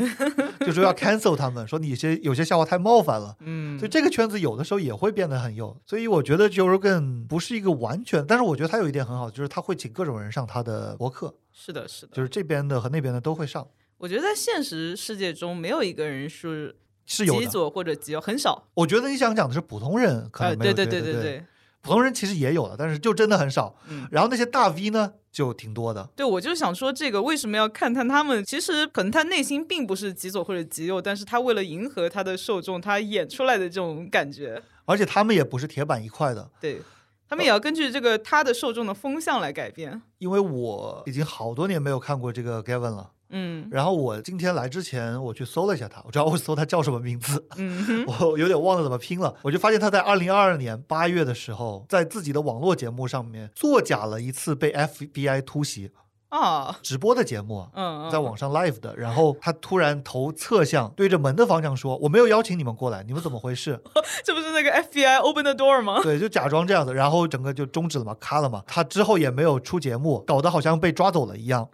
[SPEAKER 2] 就说要 cancel 他们，说你有些有些笑话太冒犯了。
[SPEAKER 1] 嗯
[SPEAKER 2] 所以，这个圈子有的时候也会变得很右，所以我觉得 Joe Rogan 不是一个完全，但是我觉得他有一点很好，就是他会请各种人上他的博客，
[SPEAKER 1] 是的，是的。
[SPEAKER 2] 就是这边的和那边的都会上，
[SPEAKER 1] 我觉得在现实世界中，没有一个人是
[SPEAKER 2] 是有
[SPEAKER 1] 极
[SPEAKER 2] 的。
[SPEAKER 1] 左或者极右，很少。
[SPEAKER 2] 我觉得你想讲的是普通人可
[SPEAKER 1] 呃，
[SPEAKER 2] 能没
[SPEAKER 1] 对
[SPEAKER 2] 有
[SPEAKER 1] 对
[SPEAKER 2] 觉
[SPEAKER 1] 对
[SPEAKER 2] 得对
[SPEAKER 1] 对，
[SPEAKER 2] 普通人其实也有的，但是就真的很少。
[SPEAKER 1] 嗯。
[SPEAKER 2] 然后那些大 V 呢，就挺多的。
[SPEAKER 1] 对，我就想说，这个为什么要看探他们？其实可能他内心并不是极左或者极右，但是他为了迎合他的受众，他演出来的这种感觉，
[SPEAKER 2] 而且他们也不是铁板一块的，
[SPEAKER 1] 对他们也要根据这个他的受众的风向来改变。
[SPEAKER 2] 因为我已经好多年没有看过这个 Gavin 了。
[SPEAKER 1] 嗯
[SPEAKER 2] 然后我今天来之前，我去搜了一下他，我知道我搜他叫什么名字，
[SPEAKER 1] 嗯哼，
[SPEAKER 2] 我有点忘了怎么拼了，我就发现他在二零二二年八月的时候，在自己的网络节目上面作假了一次被 FBI 突袭
[SPEAKER 1] 啊，
[SPEAKER 2] 直播的节目啊，
[SPEAKER 1] 嗯，嗯
[SPEAKER 2] 在网上 live 的，然后他突然头侧向对着门的方向说：“我没有邀请你们过来，你们怎么回事
[SPEAKER 1] 这不是那个 FBI open the door？” 吗？
[SPEAKER 2] 对，就假装这样子，然后整个就终止了嘛，卡了嘛。他之后也没有出节目，搞得好像被抓走了一 样。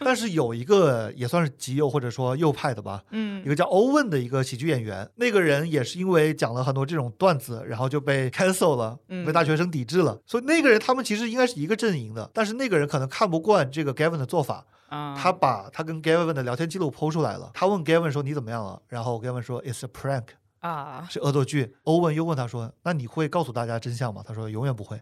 [SPEAKER 2] 但是有一个也算是极右或者说右派的吧，一
[SPEAKER 1] 嗯，
[SPEAKER 2] 个叫欧文的一个喜剧演员，那个人也是因为讲了很多这种段子，然后就被 cancel 了，
[SPEAKER 1] 嗯
[SPEAKER 2] 被大学生抵制了。所以那个人他们其实应该是一个阵营的，但是那个人可能看不惯这个 Gavin 的做法，
[SPEAKER 1] 啊，
[SPEAKER 2] 他把他跟 Gavin 的聊天记录剖出来了。他问 Gavin 说你怎么样了？然后 Gavin 说 It's a prank，
[SPEAKER 1] 啊，
[SPEAKER 2] 是恶作剧。欧文又问他说那你会告诉大家真相吗？他说永远不会。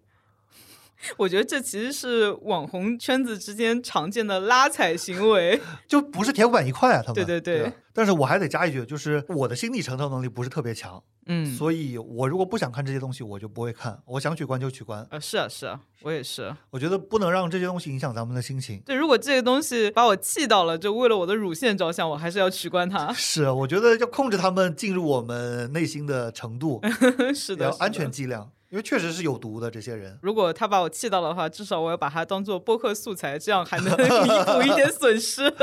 [SPEAKER 1] 我觉得这其实是网红圈子之间常见的拉踩行为。
[SPEAKER 2] 就不是铁骨板一块啊，他们。
[SPEAKER 1] 对对对
[SPEAKER 2] 吧但是我还得加一句，就是我的心理承受能力不是特别强，
[SPEAKER 1] 嗯，
[SPEAKER 2] 所以我如果不想看这些东西，我就不会看。我想取关就取关，
[SPEAKER 1] 呃，是啊是啊，我也是。
[SPEAKER 2] 我觉得不能让这些东西影响咱们的心情。
[SPEAKER 1] 对，如果这个东西把我气到了，就为了我的乳腺着想，我还是要取关它。
[SPEAKER 2] 是，啊我觉得要控制他们进入我们内心的程度，
[SPEAKER 1] 是
[SPEAKER 2] 也
[SPEAKER 1] 的，
[SPEAKER 2] 要
[SPEAKER 1] 是
[SPEAKER 2] 安全
[SPEAKER 1] 的。
[SPEAKER 2] 剂量，因为确实是有毒的这些人。
[SPEAKER 1] 如果他把我气到了的话，至少我要把它当做播客素材，这样还能 弥补一点损失。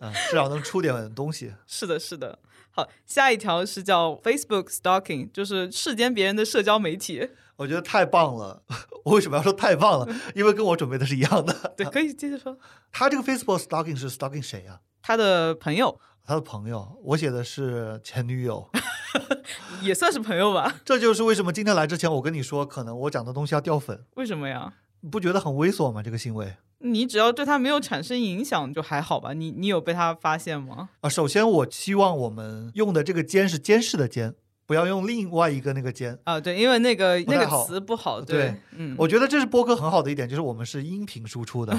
[SPEAKER 2] 嗯，至少能出点东西。
[SPEAKER 1] 是的，是的。好，下一条是叫 Facebook stalking，就是视奸别人的社交媒体。
[SPEAKER 2] 我觉得太棒了！ 我为什么要说太棒了？因为跟我准备的是一样的。
[SPEAKER 1] 对，可以接着说。
[SPEAKER 2] 他这个 Facebook stalking 是 stalking 谁啊？
[SPEAKER 1] 他的朋友
[SPEAKER 2] 他的朋友。我写的是前女友。
[SPEAKER 1] 也算是朋友吧？
[SPEAKER 2] 这就是为什么今天来之前，我跟你说，可能我讲的东西要掉粉，
[SPEAKER 1] 为什么呀？
[SPEAKER 2] 你不觉得很猥琐吗？这个行为
[SPEAKER 1] 你只要对他没有产生影响就还好吧？你你有被他发现吗？
[SPEAKER 2] 啊，首先我希望我们用的这个“监”是监视的“监”，不要用另外一个那个“监
[SPEAKER 1] 啊，对，因为那个
[SPEAKER 2] 不
[SPEAKER 1] 那
[SPEAKER 2] 太
[SPEAKER 1] 个
[SPEAKER 2] 好
[SPEAKER 1] 词不好，
[SPEAKER 2] 对
[SPEAKER 1] 嗯”。，
[SPEAKER 2] 我觉得这是播客很好的一点，就是我们是音频输 出的，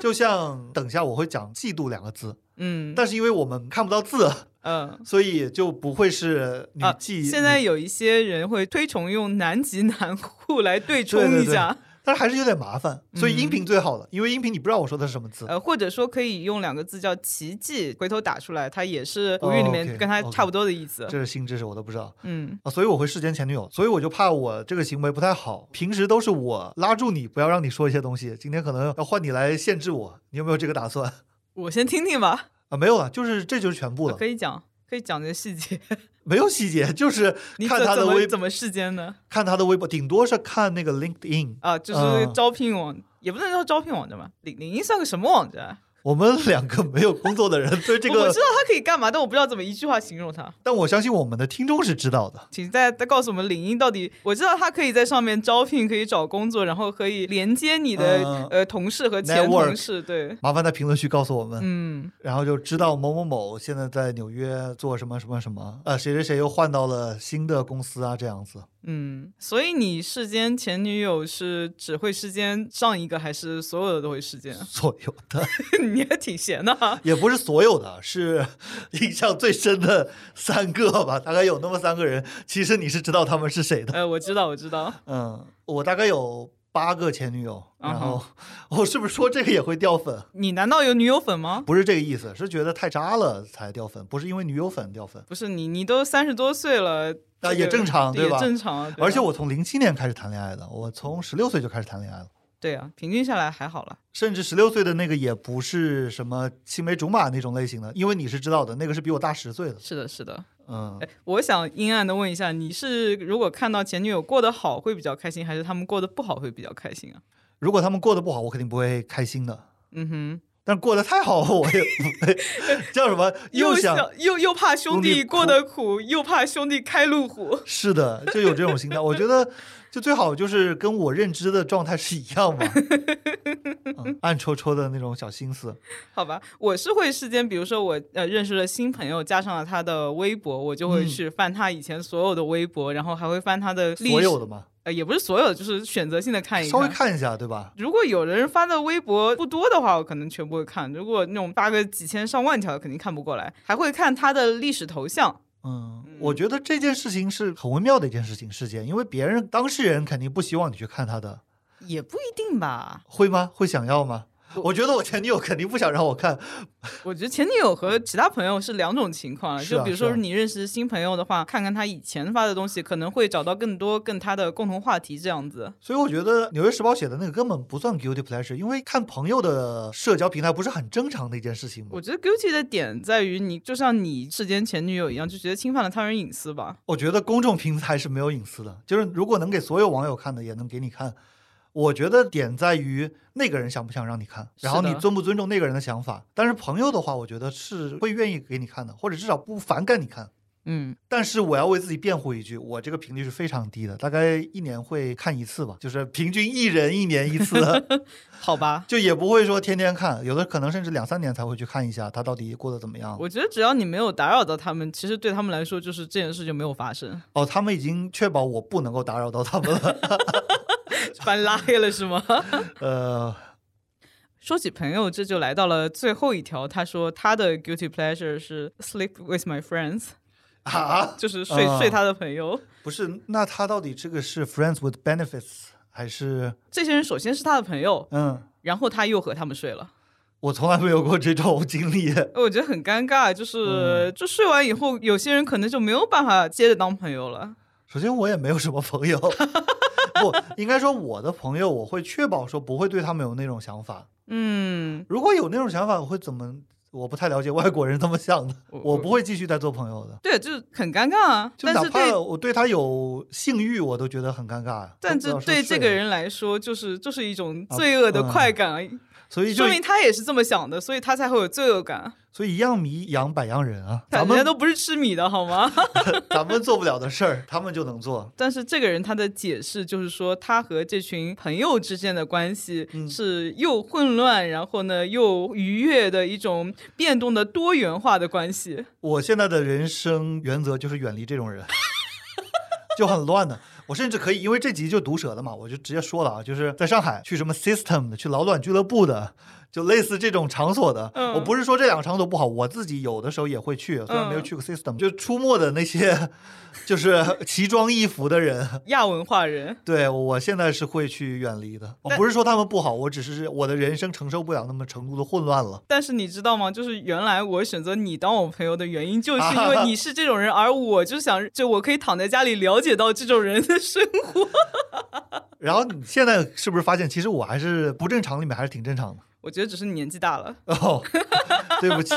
[SPEAKER 2] 就像等一下我会讲“嫉妒”两个字，
[SPEAKER 1] 嗯，
[SPEAKER 2] 但是因为我们看不到字，
[SPEAKER 1] 嗯。
[SPEAKER 2] 所以就不会是女
[SPEAKER 1] 啊，
[SPEAKER 2] 妓。
[SPEAKER 1] 现在有一些人会推崇用南极南户来对
[SPEAKER 2] 对
[SPEAKER 1] 冲
[SPEAKER 2] 对
[SPEAKER 1] 一
[SPEAKER 2] 对
[SPEAKER 1] 下，
[SPEAKER 2] 但是还是有点麻烦，所以
[SPEAKER 1] 嗯
[SPEAKER 2] 音频最好了，因为音频你不知道我说的是什么字。
[SPEAKER 1] 呃，或者说可以用两个字叫奇迹，回头打出来，它也是古语里面
[SPEAKER 2] 哦 OK，
[SPEAKER 1] 跟它
[SPEAKER 2] OK
[SPEAKER 1] 差不多的意思。
[SPEAKER 2] 这是新知识，我都不知道
[SPEAKER 1] 嗯，
[SPEAKER 2] 啊，所以我会视奸前女友，所以我就怕我这个行为不太好。平时都是我拉住你，不要让你说一些东西，今天可能要换你来限制我，你有没有这个打算
[SPEAKER 1] 我先听听吧，
[SPEAKER 2] 啊？没有了，就是这就是全部了
[SPEAKER 1] 啊可，以讲，可以讲这个细 节。
[SPEAKER 2] 没有细节，就是
[SPEAKER 1] 你怎
[SPEAKER 2] 看他
[SPEAKER 1] 怎
[SPEAKER 2] 的
[SPEAKER 1] 么
[SPEAKER 2] 微
[SPEAKER 1] 怎么世间呢？
[SPEAKER 2] 看他的微博，顶多是看那个 LinkedIn。
[SPEAKER 1] 啊，就是
[SPEAKER 2] 嗯
[SPEAKER 1] 招聘网，也不能叫招聘网站吧？领领英算个什么网站啊？
[SPEAKER 2] 我们两个没有工作的人对这
[SPEAKER 1] 我我
[SPEAKER 2] 个
[SPEAKER 1] 知，道它可以干嘛，但我不知道怎么一句话形容它。
[SPEAKER 2] 但我相信我们的听众是知道的。
[SPEAKER 1] 请大家再告诉我们领英到底，我知道它可以在上面招聘，可以找工作，然后可以连接你的、
[SPEAKER 2] 嗯
[SPEAKER 1] 呃同事和前
[SPEAKER 2] Network
[SPEAKER 1] 同事，对，
[SPEAKER 2] 麻烦在评论区告诉我们，
[SPEAKER 1] 嗯，
[SPEAKER 2] 然后就知道某某某现在在纽约做什么什么什么，呃，谁谁谁又换到了新的公司啊，这样子。
[SPEAKER 1] 嗯，所以你世间前女友是只会世间上一个，还是所有的都会世 间？啊
[SPEAKER 2] 所有的
[SPEAKER 1] 你也挺闲的、 啊，
[SPEAKER 2] 也不是所有的，是 印象最深的三个吧，大概有那么三个人，其实你是知道他们是谁的。
[SPEAKER 1] 呃，我知道，我知道，
[SPEAKER 2] 嗯，我大概有八个前女友，
[SPEAKER 1] 嗯哼
[SPEAKER 2] 然后我是不是说这个也会掉粉？
[SPEAKER 1] 你难道有女友粉吗？
[SPEAKER 2] 不是这个意思，是觉得太渣了才掉粉，不是因为女友粉掉粉。
[SPEAKER 1] 不是你，你都三十多岁了，
[SPEAKER 2] 那
[SPEAKER 1] 这
[SPEAKER 2] 也
[SPEAKER 1] 个
[SPEAKER 2] 正常对吧
[SPEAKER 1] 也正常啊，对
[SPEAKER 2] 而且
[SPEAKER 1] 啊
[SPEAKER 2] 我从零七年开始谈恋爱的，我从十六岁就开始谈恋爱了。
[SPEAKER 1] 对啊，平均下来还好了。
[SPEAKER 2] 甚至十六岁的那个也不是什么青梅竹马那种类型的，因为你是知道的，那个是比我大十岁的。
[SPEAKER 1] 是的，是的。
[SPEAKER 2] 嗯，
[SPEAKER 1] 哎，我想阴暗的问一下，你是如果看到前女友过得好会比较开心，还是他们过得不好会比较开心啊？
[SPEAKER 2] 如果他们过得不好，我肯定不会开心的。
[SPEAKER 1] 嗯哼，
[SPEAKER 2] 但是过得太好， 我也 不会叫什么又想。
[SPEAKER 1] 又又怕兄
[SPEAKER 2] 兄
[SPEAKER 1] 弟
[SPEAKER 2] 弟
[SPEAKER 1] 过得苦，又怕兄弟开路虎。
[SPEAKER 2] 是的，就有这种心态。我觉得就最好就是跟我认知的状态是一样嘛，嗯、暗戳戳的那种小心思。
[SPEAKER 1] 好吧，我是会事先，比如说我呃认识了新朋友，加上了他的微博，我就会
[SPEAKER 2] 嗯
[SPEAKER 1] 去翻他以前所有的微博，然后还会翻他的历史
[SPEAKER 2] 所有的嘛，
[SPEAKER 1] 呃，也不是所有，就是选择性的看一
[SPEAKER 2] 稍微看一下，对吧？嗯
[SPEAKER 1] 如果有的人发的微博不多的话，我可能全部会看；如果那种发个几千上万条的，肯定看不过来，还会看他的历史头像。
[SPEAKER 2] 嗯，我觉得这件事情是很微妙的一件事情事件，因为别人当事人肯定不希望你去看他的，
[SPEAKER 1] 也不一定吧，
[SPEAKER 2] 会吗？会想要吗？我觉得我前女友肯定不想让我看，
[SPEAKER 1] 我觉得前女友和其他朋友是两种情况。
[SPEAKER 2] 是啊
[SPEAKER 1] 就比如
[SPEAKER 2] 是
[SPEAKER 1] 说
[SPEAKER 2] 啊
[SPEAKER 1] 你认识新朋友的话，看看他以前发的东西，可能会找到更多跟他的共同话题这样子。
[SPEAKER 2] 所以我觉得《纽约时报》写的那个根本不算 guilty pleasure，因为看朋友的社交平台不是很正常的一件事情吗？
[SPEAKER 1] 我觉得 guilty 的点在于你，就像你世间前女友一样，就觉得侵犯了他人隐私吧。
[SPEAKER 2] 我觉得公众平台是没有隐私的，就是如果能给所有网友看的，也能给你看。我觉得点在于那个人想不想让你看，
[SPEAKER 1] 是的
[SPEAKER 2] 然后你尊不尊重那个人的想法。但是朋友的话，我觉得是会愿意给你看的，或者至少不反感你看。
[SPEAKER 1] 嗯，
[SPEAKER 2] 但是我要为自己辩护一句，我这个频率是非常低的，大概一年会看一次吧，就是平均一人一年 一次，
[SPEAKER 1] 好吧。
[SPEAKER 2] 就也不会说天天看，有的可能甚至两三年才会去看一下他到底过得怎么样。
[SPEAKER 1] 我觉得只要你没有打扰到他们，其实对他们来说就是这件事就没有发生。
[SPEAKER 2] 哦，他们已经确保我不能够打扰到他们了。
[SPEAKER 1] 把你拉黑了是吗？
[SPEAKER 2] 呃，
[SPEAKER 1] 说起朋友，这就来到了最后一条。他说他的 guilty pleasure 是 sleep with my friends，
[SPEAKER 2] 啊，
[SPEAKER 1] 就是睡、
[SPEAKER 2] 啊
[SPEAKER 1] 睡他的朋友。
[SPEAKER 2] 不是，那他到底这个是 friends with benefits 还是
[SPEAKER 1] 这些人首先是他的朋友，
[SPEAKER 2] 嗯？
[SPEAKER 1] 然后他又和他们睡了。
[SPEAKER 2] 我从来没有过这种经历。
[SPEAKER 1] 我觉得很尴尬，
[SPEAKER 2] 嗯
[SPEAKER 1] 就是、就睡完以后，有些人可能就没有办法接着当朋友了。
[SPEAKER 2] 首先，我也没有什么朋友， 不应该说我的朋友，我会确保说不会对他们有那种想法。
[SPEAKER 1] 嗯，
[SPEAKER 2] 如果有那种想法，我会怎么？我不太了解外国人怎么想的，
[SPEAKER 1] 我
[SPEAKER 2] 我不会继续再做朋友的。
[SPEAKER 1] 对，就是很尴尬啊。
[SPEAKER 2] 就
[SPEAKER 1] 但
[SPEAKER 2] 哪
[SPEAKER 1] 是对
[SPEAKER 2] 怕我对他有性欲，我都觉得很尴尬啊。
[SPEAKER 1] 但
[SPEAKER 2] 这
[SPEAKER 1] 这对这个，人来说，就是就是一种
[SPEAKER 2] 啊
[SPEAKER 1] 罪恶的
[SPEAKER 2] 嗯
[SPEAKER 1] 快感而已，
[SPEAKER 2] 所以就
[SPEAKER 1] 说明他也是这么想的，所以他才会有罪恶感。
[SPEAKER 2] 所以一样迷养百样人啊，咱
[SPEAKER 1] 人家
[SPEAKER 2] 们
[SPEAKER 1] 都不是吃米的好吗？
[SPEAKER 2] 咱们做不了的事儿，他们就能做。
[SPEAKER 1] 但是这个人他的解释就是说，他和这群朋友之间的关系是又混乱，然后呢又愉悦的一种变动的多元化的关系。
[SPEAKER 2] 我现在的人生原则就是远离这种人， 就很乱的。我甚至可以因为这集就毒舌了嘛，我就直接说了啊，就是在上海去什么 System 的，去老卵俱乐部的，就类似这种场所的。
[SPEAKER 1] 嗯
[SPEAKER 2] 我不是说这两个场所不好，我自己有的时候也会去，虽然没有
[SPEAKER 1] 嗯
[SPEAKER 2] 去过 System，、就出没的那些 就是奇装异服的人。
[SPEAKER 1] 亚文化人，
[SPEAKER 2] 对，我现在是会去远离的。我
[SPEAKER 1] 但
[SPEAKER 2] 不是说他们不好，我只是我的人生承受不了那么程度的混乱了。
[SPEAKER 1] 但是你知道吗？就是原来我选择你当我朋友的原因，就是因为你是这种人，而我就想，就我可以躺在家里了解到这种人的生活。
[SPEAKER 2] 然后你现在是不是发现，其实我还是不正常里面还是挺正常的？
[SPEAKER 1] 我觉得只是你年纪大了。
[SPEAKER 2] 哦，对不起，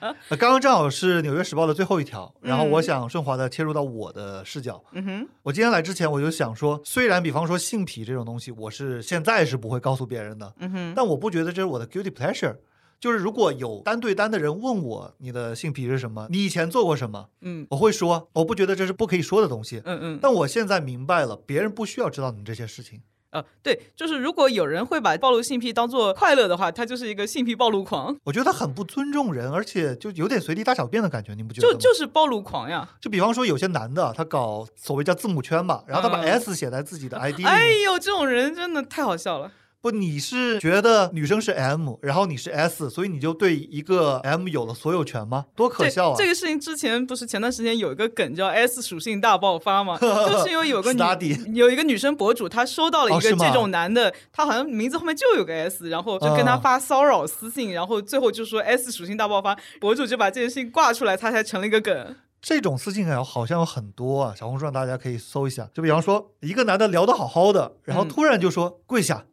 [SPEAKER 2] 呃刚刚正好是《纽约时报》的最后一条，然后我想顺滑的切入到我的视角。
[SPEAKER 1] 嗯哼，
[SPEAKER 2] 我今天来之前我就想说，虽然比方说性癖这种东西，我是现在是不会告诉别人的，
[SPEAKER 1] 嗯哼，
[SPEAKER 2] 但我不觉得这是我的 guilty pleasure。就是如果有单对单的人问我你的性癖是什么，你以前做过什么，
[SPEAKER 1] 嗯
[SPEAKER 2] 我会说，我不觉得这是不可以说的东西。
[SPEAKER 1] 嗯嗯。
[SPEAKER 2] 但我现在明白了，别人不需要知道你这些事情。
[SPEAKER 1] 呃，对，就是如果有人会把暴露性癖当做快乐的话，他就是一个性癖暴露狂，
[SPEAKER 2] 我觉得很不尊重人，而且就有点随地大小便的感觉，你不觉得吗？
[SPEAKER 1] 就就是暴露狂呀！
[SPEAKER 2] 就比方说有些男的，他搞所谓叫字母圈吧，然后他把
[SPEAKER 1] 嗯
[SPEAKER 2] S 写在 自己的 ID 里面。
[SPEAKER 1] 哎呦，这种人真的太好笑了。
[SPEAKER 2] 不，你是觉得女生是 M，然后你是 S，所以你就对一个 M 有了所有权吗？多可笑啊！
[SPEAKER 1] 这！这个事情之前不是前段时间有一个梗叫 “S 属性大爆发” 嘛，就是因为有个
[SPEAKER 2] Study
[SPEAKER 1] 女有一个女生博主，她收到了一
[SPEAKER 2] 哦
[SPEAKER 1] 个
[SPEAKER 2] 是吗
[SPEAKER 1] 这种男的，他好像名字后面就有个 S，然后就跟他
[SPEAKER 2] 嗯
[SPEAKER 1] 发骚扰私信，然后最后就说 “S 属性大爆发”，博主就把这件事情挂出来，他才成了一个梗。
[SPEAKER 2] 这种私信好好像有很多啊，小红书上大家可以搜一下。就比方说，一个男的聊得好好的，然后
[SPEAKER 1] 嗯
[SPEAKER 2] 突然就说、跪 下，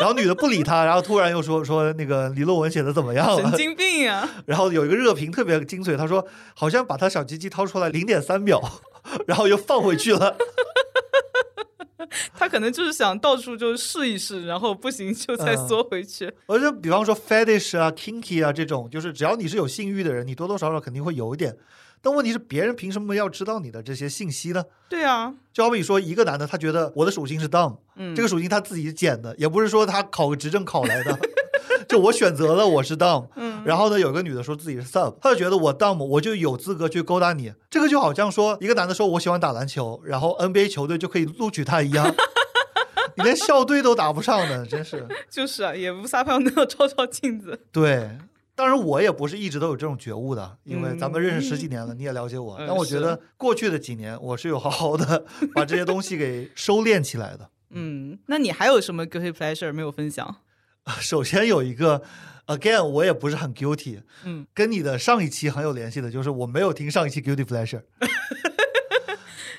[SPEAKER 2] 然后女的不理他，然后突然又说说那个李论文写的怎么样
[SPEAKER 1] 神
[SPEAKER 2] 了？
[SPEAKER 1] 经病呀、
[SPEAKER 2] 然后有一个热评特别精髓，他说好像把他小鸡鸡掏出来零点三秒， 然后又放回去了。
[SPEAKER 1] 他可能就是想到处就试一试，然后不行就再
[SPEAKER 2] 嗯
[SPEAKER 1] 缩回去。
[SPEAKER 2] 而且比方说 fetish 啊、kinky 啊这种，就是只要你是有性欲的人，你多多少少肯定会有一点。但问题是，别人凭什么要知道你的这些信息呢？
[SPEAKER 1] 对啊，
[SPEAKER 2] 就好比说，一个男的他觉得我的属性是 dom，、
[SPEAKER 1] 嗯
[SPEAKER 2] 这个属性他自己捡的，也不是说他考个执政考来的。 就我选择了我是 dom，、
[SPEAKER 1] 嗯
[SPEAKER 2] 然后呢，有个女的说自己是 sub，她就觉得我 dom 我就有资格去勾搭你。这个就好像说一个男的说我喜欢打篮球，然后 NBA 球队就可以录取他 一样，你连校队都打不上呢，真是。
[SPEAKER 1] 就是啊，也无撒泡 尿照照镜子。
[SPEAKER 2] 对，当然我也不是一直都有这种觉悟的，因为咱们
[SPEAKER 1] 嗯
[SPEAKER 2] 认识十几年了，你也了解我。
[SPEAKER 1] 嗯
[SPEAKER 2] 但我觉得过去的几年，我是有好 好的把这些东西给收敛起来的。
[SPEAKER 1] 嗯，那你还有什么 guilty pleasure 没有分享？
[SPEAKER 2] 首先有一个，again，我也不是很 guilty，
[SPEAKER 1] 嗯，
[SPEAKER 2] 跟你的上一期很有联系的，就是我没有听上一期 guilty pleasure，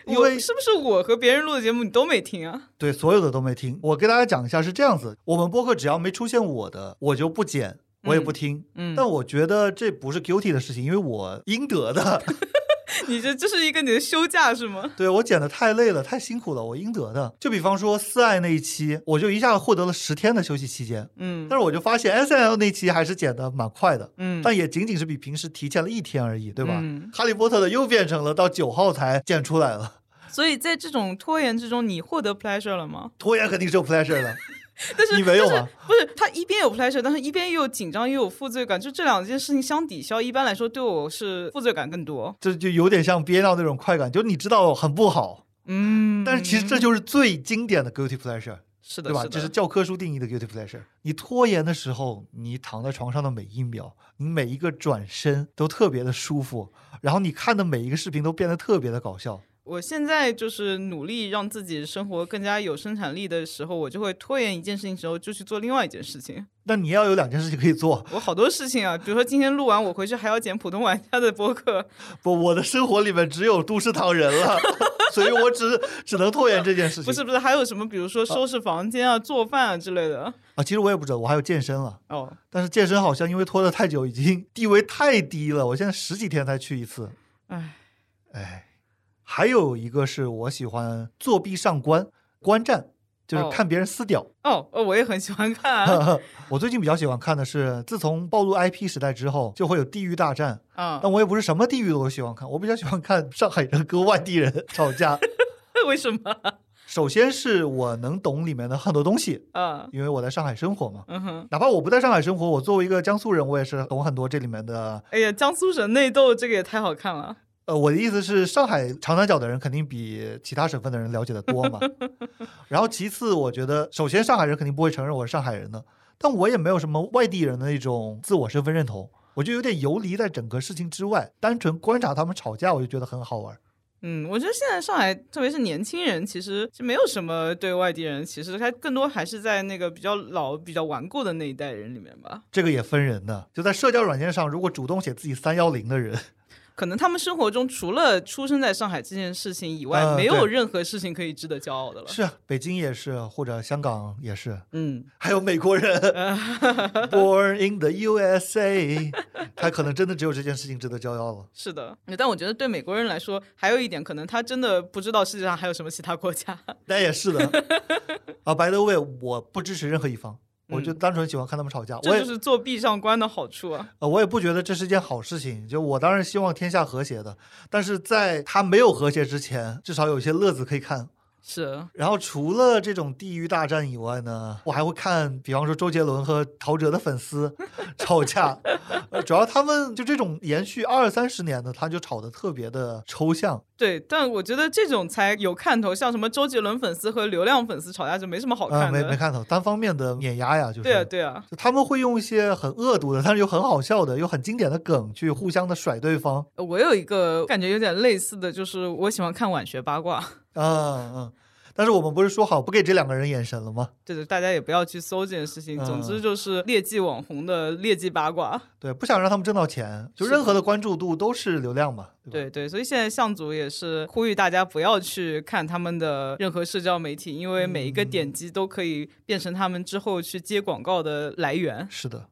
[SPEAKER 2] 因
[SPEAKER 1] 我
[SPEAKER 2] 为
[SPEAKER 1] 是不是我和别人录的节目你都没听啊？
[SPEAKER 2] 对所有的都没听。我给大家讲一下是这样子，我们播客只要没出现我的，我就不剪，我也不听。
[SPEAKER 1] 嗯，
[SPEAKER 2] 但我觉得这不是 guilty 的事情，因为我应得的。
[SPEAKER 1] 你这这是一个你的休假是吗？
[SPEAKER 2] 对我剪的太累了，太辛苦了，我应得的。就比方说四爱那一期，我就一下子获得了十天的休息期间，
[SPEAKER 1] 嗯
[SPEAKER 2] 但是我就发现 S L 那期还是剪的蛮快的，
[SPEAKER 1] 嗯，
[SPEAKER 2] 但也仅仅是比平时提前了一天而已，对吧？
[SPEAKER 1] 嗯
[SPEAKER 2] 哈利波特的又变成了到九号才剪出来了，
[SPEAKER 1] 所以在这种拖延之中，你获得 pleasure 了吗？
[SPEAKER 2] 拖延肯定是有 pleasure 的，
[SPEAKER 1] 但是
[SPEAKER 2] 你没有啊
[SPEAKER 1] 但
[SPEAKER 2] 吗
[SPEAKER 1] 是？不是他一边有 pleasure，但是一边又有紧张又有负罪感，就这两件事情相抵消，一般来说对我是负罪感更多。
[SPEAKER 2] 这就有点像憋尿那种快感，就是你知道很不好，
[SPEAKER 1] 嗯，
[SPEAKER 2] 但是其实这就是最经典的 guilty pleasure，
[SPEAKER 1] 是的，
[SPEAKER 2] 对吧？
[SPEAKER 1] 的
[SPEAKER 2] 这是教科书定义的 guilty pleasure。你拖延的时候，你躺在床上的每一秒，你每一个转身都特别的舒服，然后你看的每一个视频都变得特别的搞笑。
[SPEAKER 1] 我现在就是努力让自己生活更加有生产力的时候，我就会拖延一件事情之后，就去做另外一件事情。
[SPEAKER 2] 那你要有两件事情可以做。
[SPEAKER 1] 我好多事情啊，比如说今天录完，我回去还要剪普通玩家的播客。
[SPEAKER 2] 不，我的生活里面只有都市唐人了， 所以我只只能拖延这件事情。
[SPEAKER 1] 不哦是不是，还有什么，比如说收拾房间啊、做饭啊之类的。
[SPEAKER 2] 啊，其实我也不知道，我还有健身了。
[SPEAKER 1] 哦，
[SPEAKER 2] 但是健身好像因为拖得太久，已经地位太低了。我现在十几天才去一次。
[SPEAKER 1] 唉，
[SPEAKER 2] 哎，还有一个是我喜欢作弊上观观战，就是
[SPEAKER 1] 哦
[SPEAKER 2] 看别人撕屌。
[SPEAKER 1] 哦哦，我也很喜欢 看啊
[SPEAKER 2] 我最近比较喜欢看的是，自从暴露 IP 时代之后，就会有地域大战。
[SPEAKER 1] 啊，
[SPEAKER 2] 但我也不是什么地域的我都喜欢看，我比较喜欢看上海人跟外地人吵 架。
[SPEAKER 1] 为什么
[SPEAKER 2] 首先是我能懂里面的很多东西，
[SPEAKER 1] 啊？
[SPEAKER 2] 因为我在上海生活嘛。
[SPEAKER 1] 嗯哼，
[SPEAKER 2] 哪怕我不在上海生活，我作为一个江苏人，我也是懂很多这里面的
[SPEAKER 1] 哎呀，江苏省内斗这个也太好看了。
[SPEAKER 2] 呃，我的意思是，上海长三角的人肯定比其他省份的人了解的多嘛。然后其次，我觉得首先上海人肯定不会承认我是上海人的，但我也没有什么外地人的一种自我身份认同，我就有点游离在整个事情之外，单纯观察他们吵架，我就觉得很好玩。
[SPEAKER 1] 嗯，我觉得现在上海，特别是年轻人，其实就没有什么对外地人，其实他更多还是在那个比较老、比较顽固的那一代人里面吧。
[SPEAKER 2] 这个也分人的，就在社交软件上，如果主动写自己三幺零的人，
[SPEAKER 1] 可能他们生活中除了出生在上海这件事情以外，
[SPEAKER 2] 呃
[SPEAKER 1] 没有
[SPEAKER 2] 对
[SPEAKER 1] 任何事情可以值得骄傲的了。
[SPEAKER 2] 是啊，北京也是，或者香港也是，
[SPEAKER 1] 嗯，
[SPEAKER 2] 还有美国人，Born in the USA，他可能真的只有这件事情值得骄傲了。
[SPEAKER 1] 是的。但我觉得对美国人来说，还有一点，可能他真的不知道世界上还有什么其他国家。
[SPEAKER 2] 那也是 的。啊，by the way，我不支持任何一方，我就单纯喜欢看他们吵架。我
[SPEAKER 1] 嗯这
[SPEAKER 2] 也、
[SPEAKER 1] 就是作弊上官的好处 啊！
[SPEAKER 2] 呃我也不觉得这是件好事情。就我当然希望天下和谐的，但是在他没有和谐之前，至少有些乐子可以看。
[SPEAKER 1] 是，
[SPEAKER 2] 然后除了这种地域大战以外呢，我还会看，比方说周杰伦和陶喆的 粉丝吵架，呃主要他们就这种延续二三十年的，他就吵得特别的抽象。
[SPEAKER 1] 对，但我觉得这种才有看头。像什么周杰伦粉丝和流量粉丝吵架，就没什么好
[SPEAKER 2] 啊、
[SPEAKER 1] 看的。
[SPEAKER 2] 没没看头，单方面的碾压呀，就是
[SPEAKER 1] 对啊，对啊，
[SPEAKER 2] 就他们会用一些很恶毒的，但是又很好笑的，又很经典的梗去互相的甩对方。
[SPEAKER 1] 我有一个感觉有点类似的，就是我喜欢看晚学八卦。
[SPEAKER 2] 嗯嗯。但是我们不是说好不给这两个人眼神了吗？
[SPEAKER 1] 对的，大家也不要去搜这件事情。总之
[SPEAKER 2] 嗯
[SPEAKER 1] 就是劣迹网红的劣迹八卦。
[SPEAKER 2] 对，不想让他们挣到钱，就是
[SPEAKER 1] 的
[SPEAKER 2] 任何的关注度都是流量嘛，对吧？
[SPEAKER 1] 对对，所以现在向组也是呼吁大家不要去看他们的任何社交媒体，因为每一个
[SPEAKER 2] 嗯
[SPEAKER 1] 点击都可以变成他们之后去接广告的来源。
[SPEAKER 2] 是的。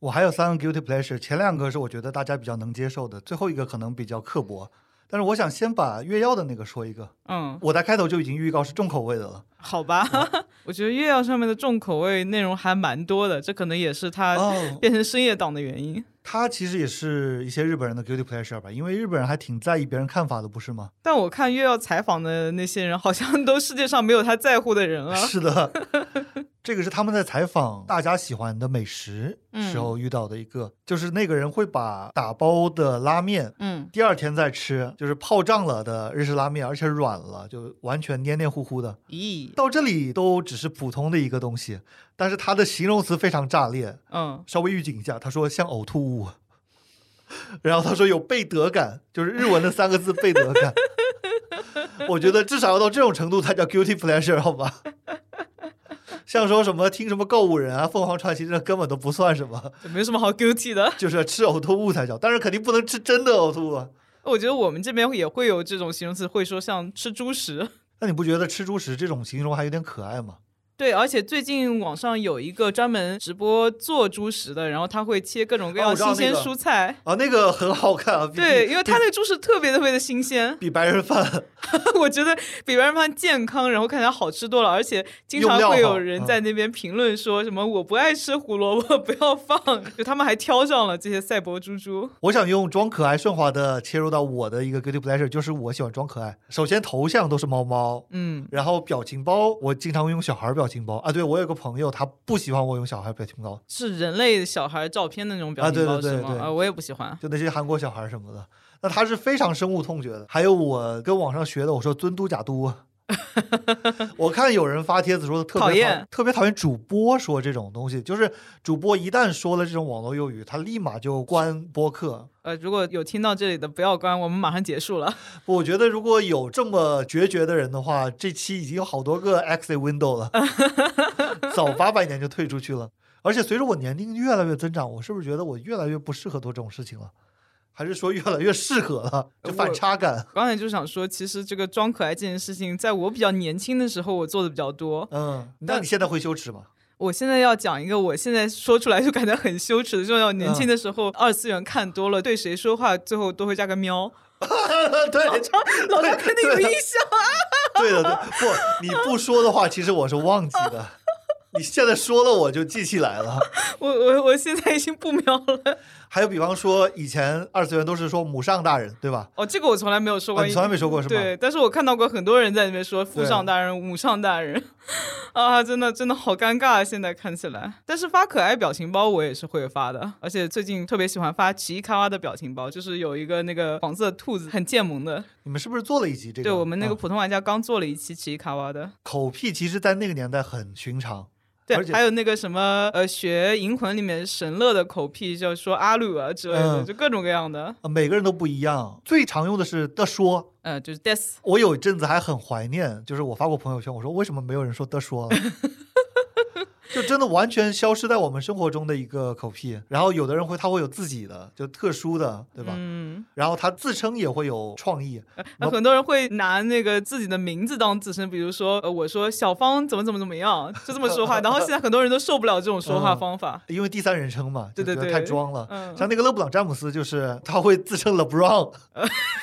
[SPEAKER 2] 我还有三个 guilty pleasure，前两个是我觉得大家比较能接受的，最后一个可能比较刻薄。但是我想先把越药的那个说一个，
[SPEAKER 1] 嗯，
[SPEAKER 2] 我在开头就已经预告是重口味的了。
[SPEAKER 1] 好吧， 我觉得月曜上面的重口味内容还蛮多的，这可能也是它
[SPEAKER 2] 哦，
[SPEAKER 1] 变成深夜档的原因。
[SPEAKER 2] 它其实也是一些日本人的 guilty pleasure 吧，因为日本人还挺在意别人看法的，不是吗？
[SPEAKER 1] 但我看月曜采访的那些人，好像都世界上没有他在乎的人了。
[SPEAKER 2] 是的，这个是他们在采访大家喜欢的美食时候遇到的一个，就是那个人会把打包的拉面。
[SPEAKER 1] 嗯
[SPEAKER 2] 第二天再吃，就是泡胀了的日式拉面，而且软了，就完全黏黏糊糊的。，
[SPEAKER 1] 咦，
[SPEAKER 2] 到这里都只是普通的一个东西，但是它的形容词非常炸裂，
[SPEAKER 1] 嗯，
[SPEAKER 2] 稍微预警一下，他说像呕吐物，啊 然后他说有背德感，就是日文的三个字背德感。 我觉得至少要到这种程度，才叫 guilty pleasure，好吧？ 像说什么听什么告五人啊、凤凰传奇，这根本都不算什么，
[SPEAKER 1] 就没什么好 guilty 的。
[SPEAKER 2] 就是吃呕吐物才叫，但是肯定不能吃真的呕吐物啊。
[SPEAKER 1] 我觉得我们这边也会有这种形容词，会说像吃猪食。
[SPEAKER 2] 那你不觉得吃猪食这种形容还有点可爱吗？
[SPEAKER 1] 对，而且最近网上有一个专门直播做猪食的，然后他会切各种各
[SPEAKER 2] 哦
[SPEAKER 1] 样
[SPEAKER 2] 我知道
[SPEAKER 1] 新鲜
[SPEAKER 2] 那个
[SPEAKER 1] 蔬菜。
[SPEAKER 2] 啊，那个很好看啊，比
[SPEAKER 1] 对，
[SPEAKER 2] 比
[SPEAKER 1] 因为他那个猪食特别特别的新鲜，
[SPEAKER 2] 比白人饭
[SPEAKER 1] 我觉得比白人饭健康，然后看起来好吃多了，而且经常
[SPEAKER 2] 用料
[SPEAKER 1] 会有
[SPEAKER 2] 好
[SPEAKER 1] 人
[SPEAKER 2] 嗯
[SPEAKER 1] 在那边评论说什么“我不爱吃胡萝卜， 不要放”，就他们还挑上了这些赛博猪猪。
[SPEAKER 2] 我想用装可爱顺滑的切入到我的一个 guilty pleasure，就是我喜欢装可爱。首先头像都是猫猫，
[SPEAKER 1] 嗯，
[SPEAKER 2] 然后表情包我经常用小孩表情包啊。对，我有个朋友他不喜欢我用小孩表情包，
[SPEAKER 1] 是人类小孩照片的那种表
[SPEAKER 2] 啊
[SPEAKER 1] 情
[SPEAKER 2] 对
[SPEAKER 1] 包
[SPEAKER 2] 对
[SPEAKER 1] 是
[SPEAKER 2] 对
[SPEAKER 1] 吗？
[SPEAKER 2] 对
[SPEAKER 1] 啊，我也不喜欢。
[SPEAKER 2] 就那些韩国小孩什么的。那他是非常深恶痛绝的。还有我跟网上学的，我说尊嘟假嘟。啊 我看有人发帖子说特别
[SPEAKER 1] 讨厌
[SPEAKER 2] 特别讨厌主播说这种东西，就是主播一旦说了这种网络用语，他立马就关播客。
[SPEAKER 1] 呃，如果有听到这里的，不要关，我们马上结束了。
[SPEAKER 2] 我觉得如果有这么决绝的人的话，这期已经有好多个 exit window 了，早八百年就退出去了。而且随着我年龄越来越增长，我是不是觉得我越来越不适合做这种事情了？还是说越来越适合了？就反差感。
[SPEAKER 1] 刚才就想说，其实这个装可爱这件事情，在我比较年轻的时候，我做的比较多。
[SPEAKER 2] 嗯，那你现在会羞耻吗？
[SPEAKER 1] 我现在要讲一个，我现在说出来就感觉很羞耻的，就是我
[SPEAKER 2] 嗯
[SPEAKER 1] 年轻的时候、二次元看多了，对谁说话最后都会加个喵，
[SPEAKER 2] 对，
[SPEAKER 1] 老张肯定有印 象。
[SPEAKER 2] 对的，对，不，你不说的话，其实我是忘记的。你现在说了，我就记起来了。
[SPEAKER 1] 啊我 我我现在已经不喵了。
[SPEAKER 2] 还有，比方说以前二次元都是说母上大人，对吧？
[SPEAKER 1] 哦，这个我从来没有说过，
[SPEAKER 2] 啊你从来没说过是吧
[SPEAKER 1] 对，但是我看到过很多人在那边说父
[SPEAKER 2] 对
[SPEAKER 1] 上大人、母上大人， 啊，真的真的好尴尬啊！现在看起来，但是发可爱表情包我也是会发的，而且最近特别喜欢发奇异卡哇的表情包，就是有一个那个黄色兔子，很贱萌的。
[SPEAKER 2] 你们是不是做了一集这个？
[SPEAKER 1] 对我们那个
[SPEAKER 2] 嗯
[SPEAKER 1] 普通玩家刚做了一期奇异卡哇的，
[SPEAKER 2] 口癖，其实，在那个年代很寻常。而
[SPEAKER 1] 对，
[SPEAKER 2] 且
[SPEAKER 1] 还有那个什么呃，学《银魂》里面神乐的口癖，就说阿鲁啊之类的，
[SPEAKER 2] 嗯
[SPEAKER 1] 就各种各样的，
[SPEAKER 2] 呃每个人都不一样，最常用的是的说。
[SPEAKER 1] 呃，就是 death。
[SPEAKER 2] 我有一阵子还很怀念，就是我发过朋友圈，我说为什么没有人说的 说了，就真的完全消失在我们生活中的一个口癖。然后有的人会他会有自己的，就特殊的，对吧？
[SPEAKER 1] 嗯，
[SPEAKER 2] 然后他自称也会有创意，
[SPEAKER 1] 那
[SPEAKER 2] 我
[SPEAKER 1] 很多人会拿那个自己的名字当自称，比如说，呃，我说小芳怎么怎么怎么样，就这么 说话。然后现在很多人都受不了这种
[SPEAKER 2] 哦
[SPEAKER 1] 说话方法。
[SPEAKER 2] 因为第三人称嘛，就
[SPEAKER 1] 对对
[SPEAKER 2] 觉得
[SPEAKER 1] 对
[SPEAKER 2] 太装了。
[SPEAKER 1] 嗯
[SPEAKER 2] 像那个勒布朗詹姆斯，就是他会自称 LeBron，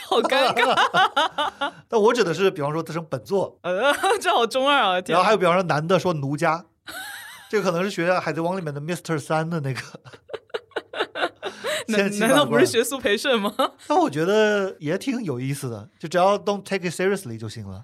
[SPEAKER 1] 好尴 尬，
[SPEAKER 2] 但我指的是，比方说自称本座，
[SPEAKER 1] 呃，这好中二啊！天。
[SPEAKER 2] 然后还有比方说男的说奴家，这个可能是学《海贼王》里面的 Mister 三的那个
[SPEAKER 1] 难
[SPEAKER 2] 千奇
[SPEAKER 1] 难道
[SPEAKER 2] 百
[SPEAKER 1] 不是
[SPEAKER 2] 怪？
[SPEAKER 1] 学苏培盛吗？
[SPEAKER 2] 但我觉得也挺有意思的，就只要 don't take it seriously 就行了，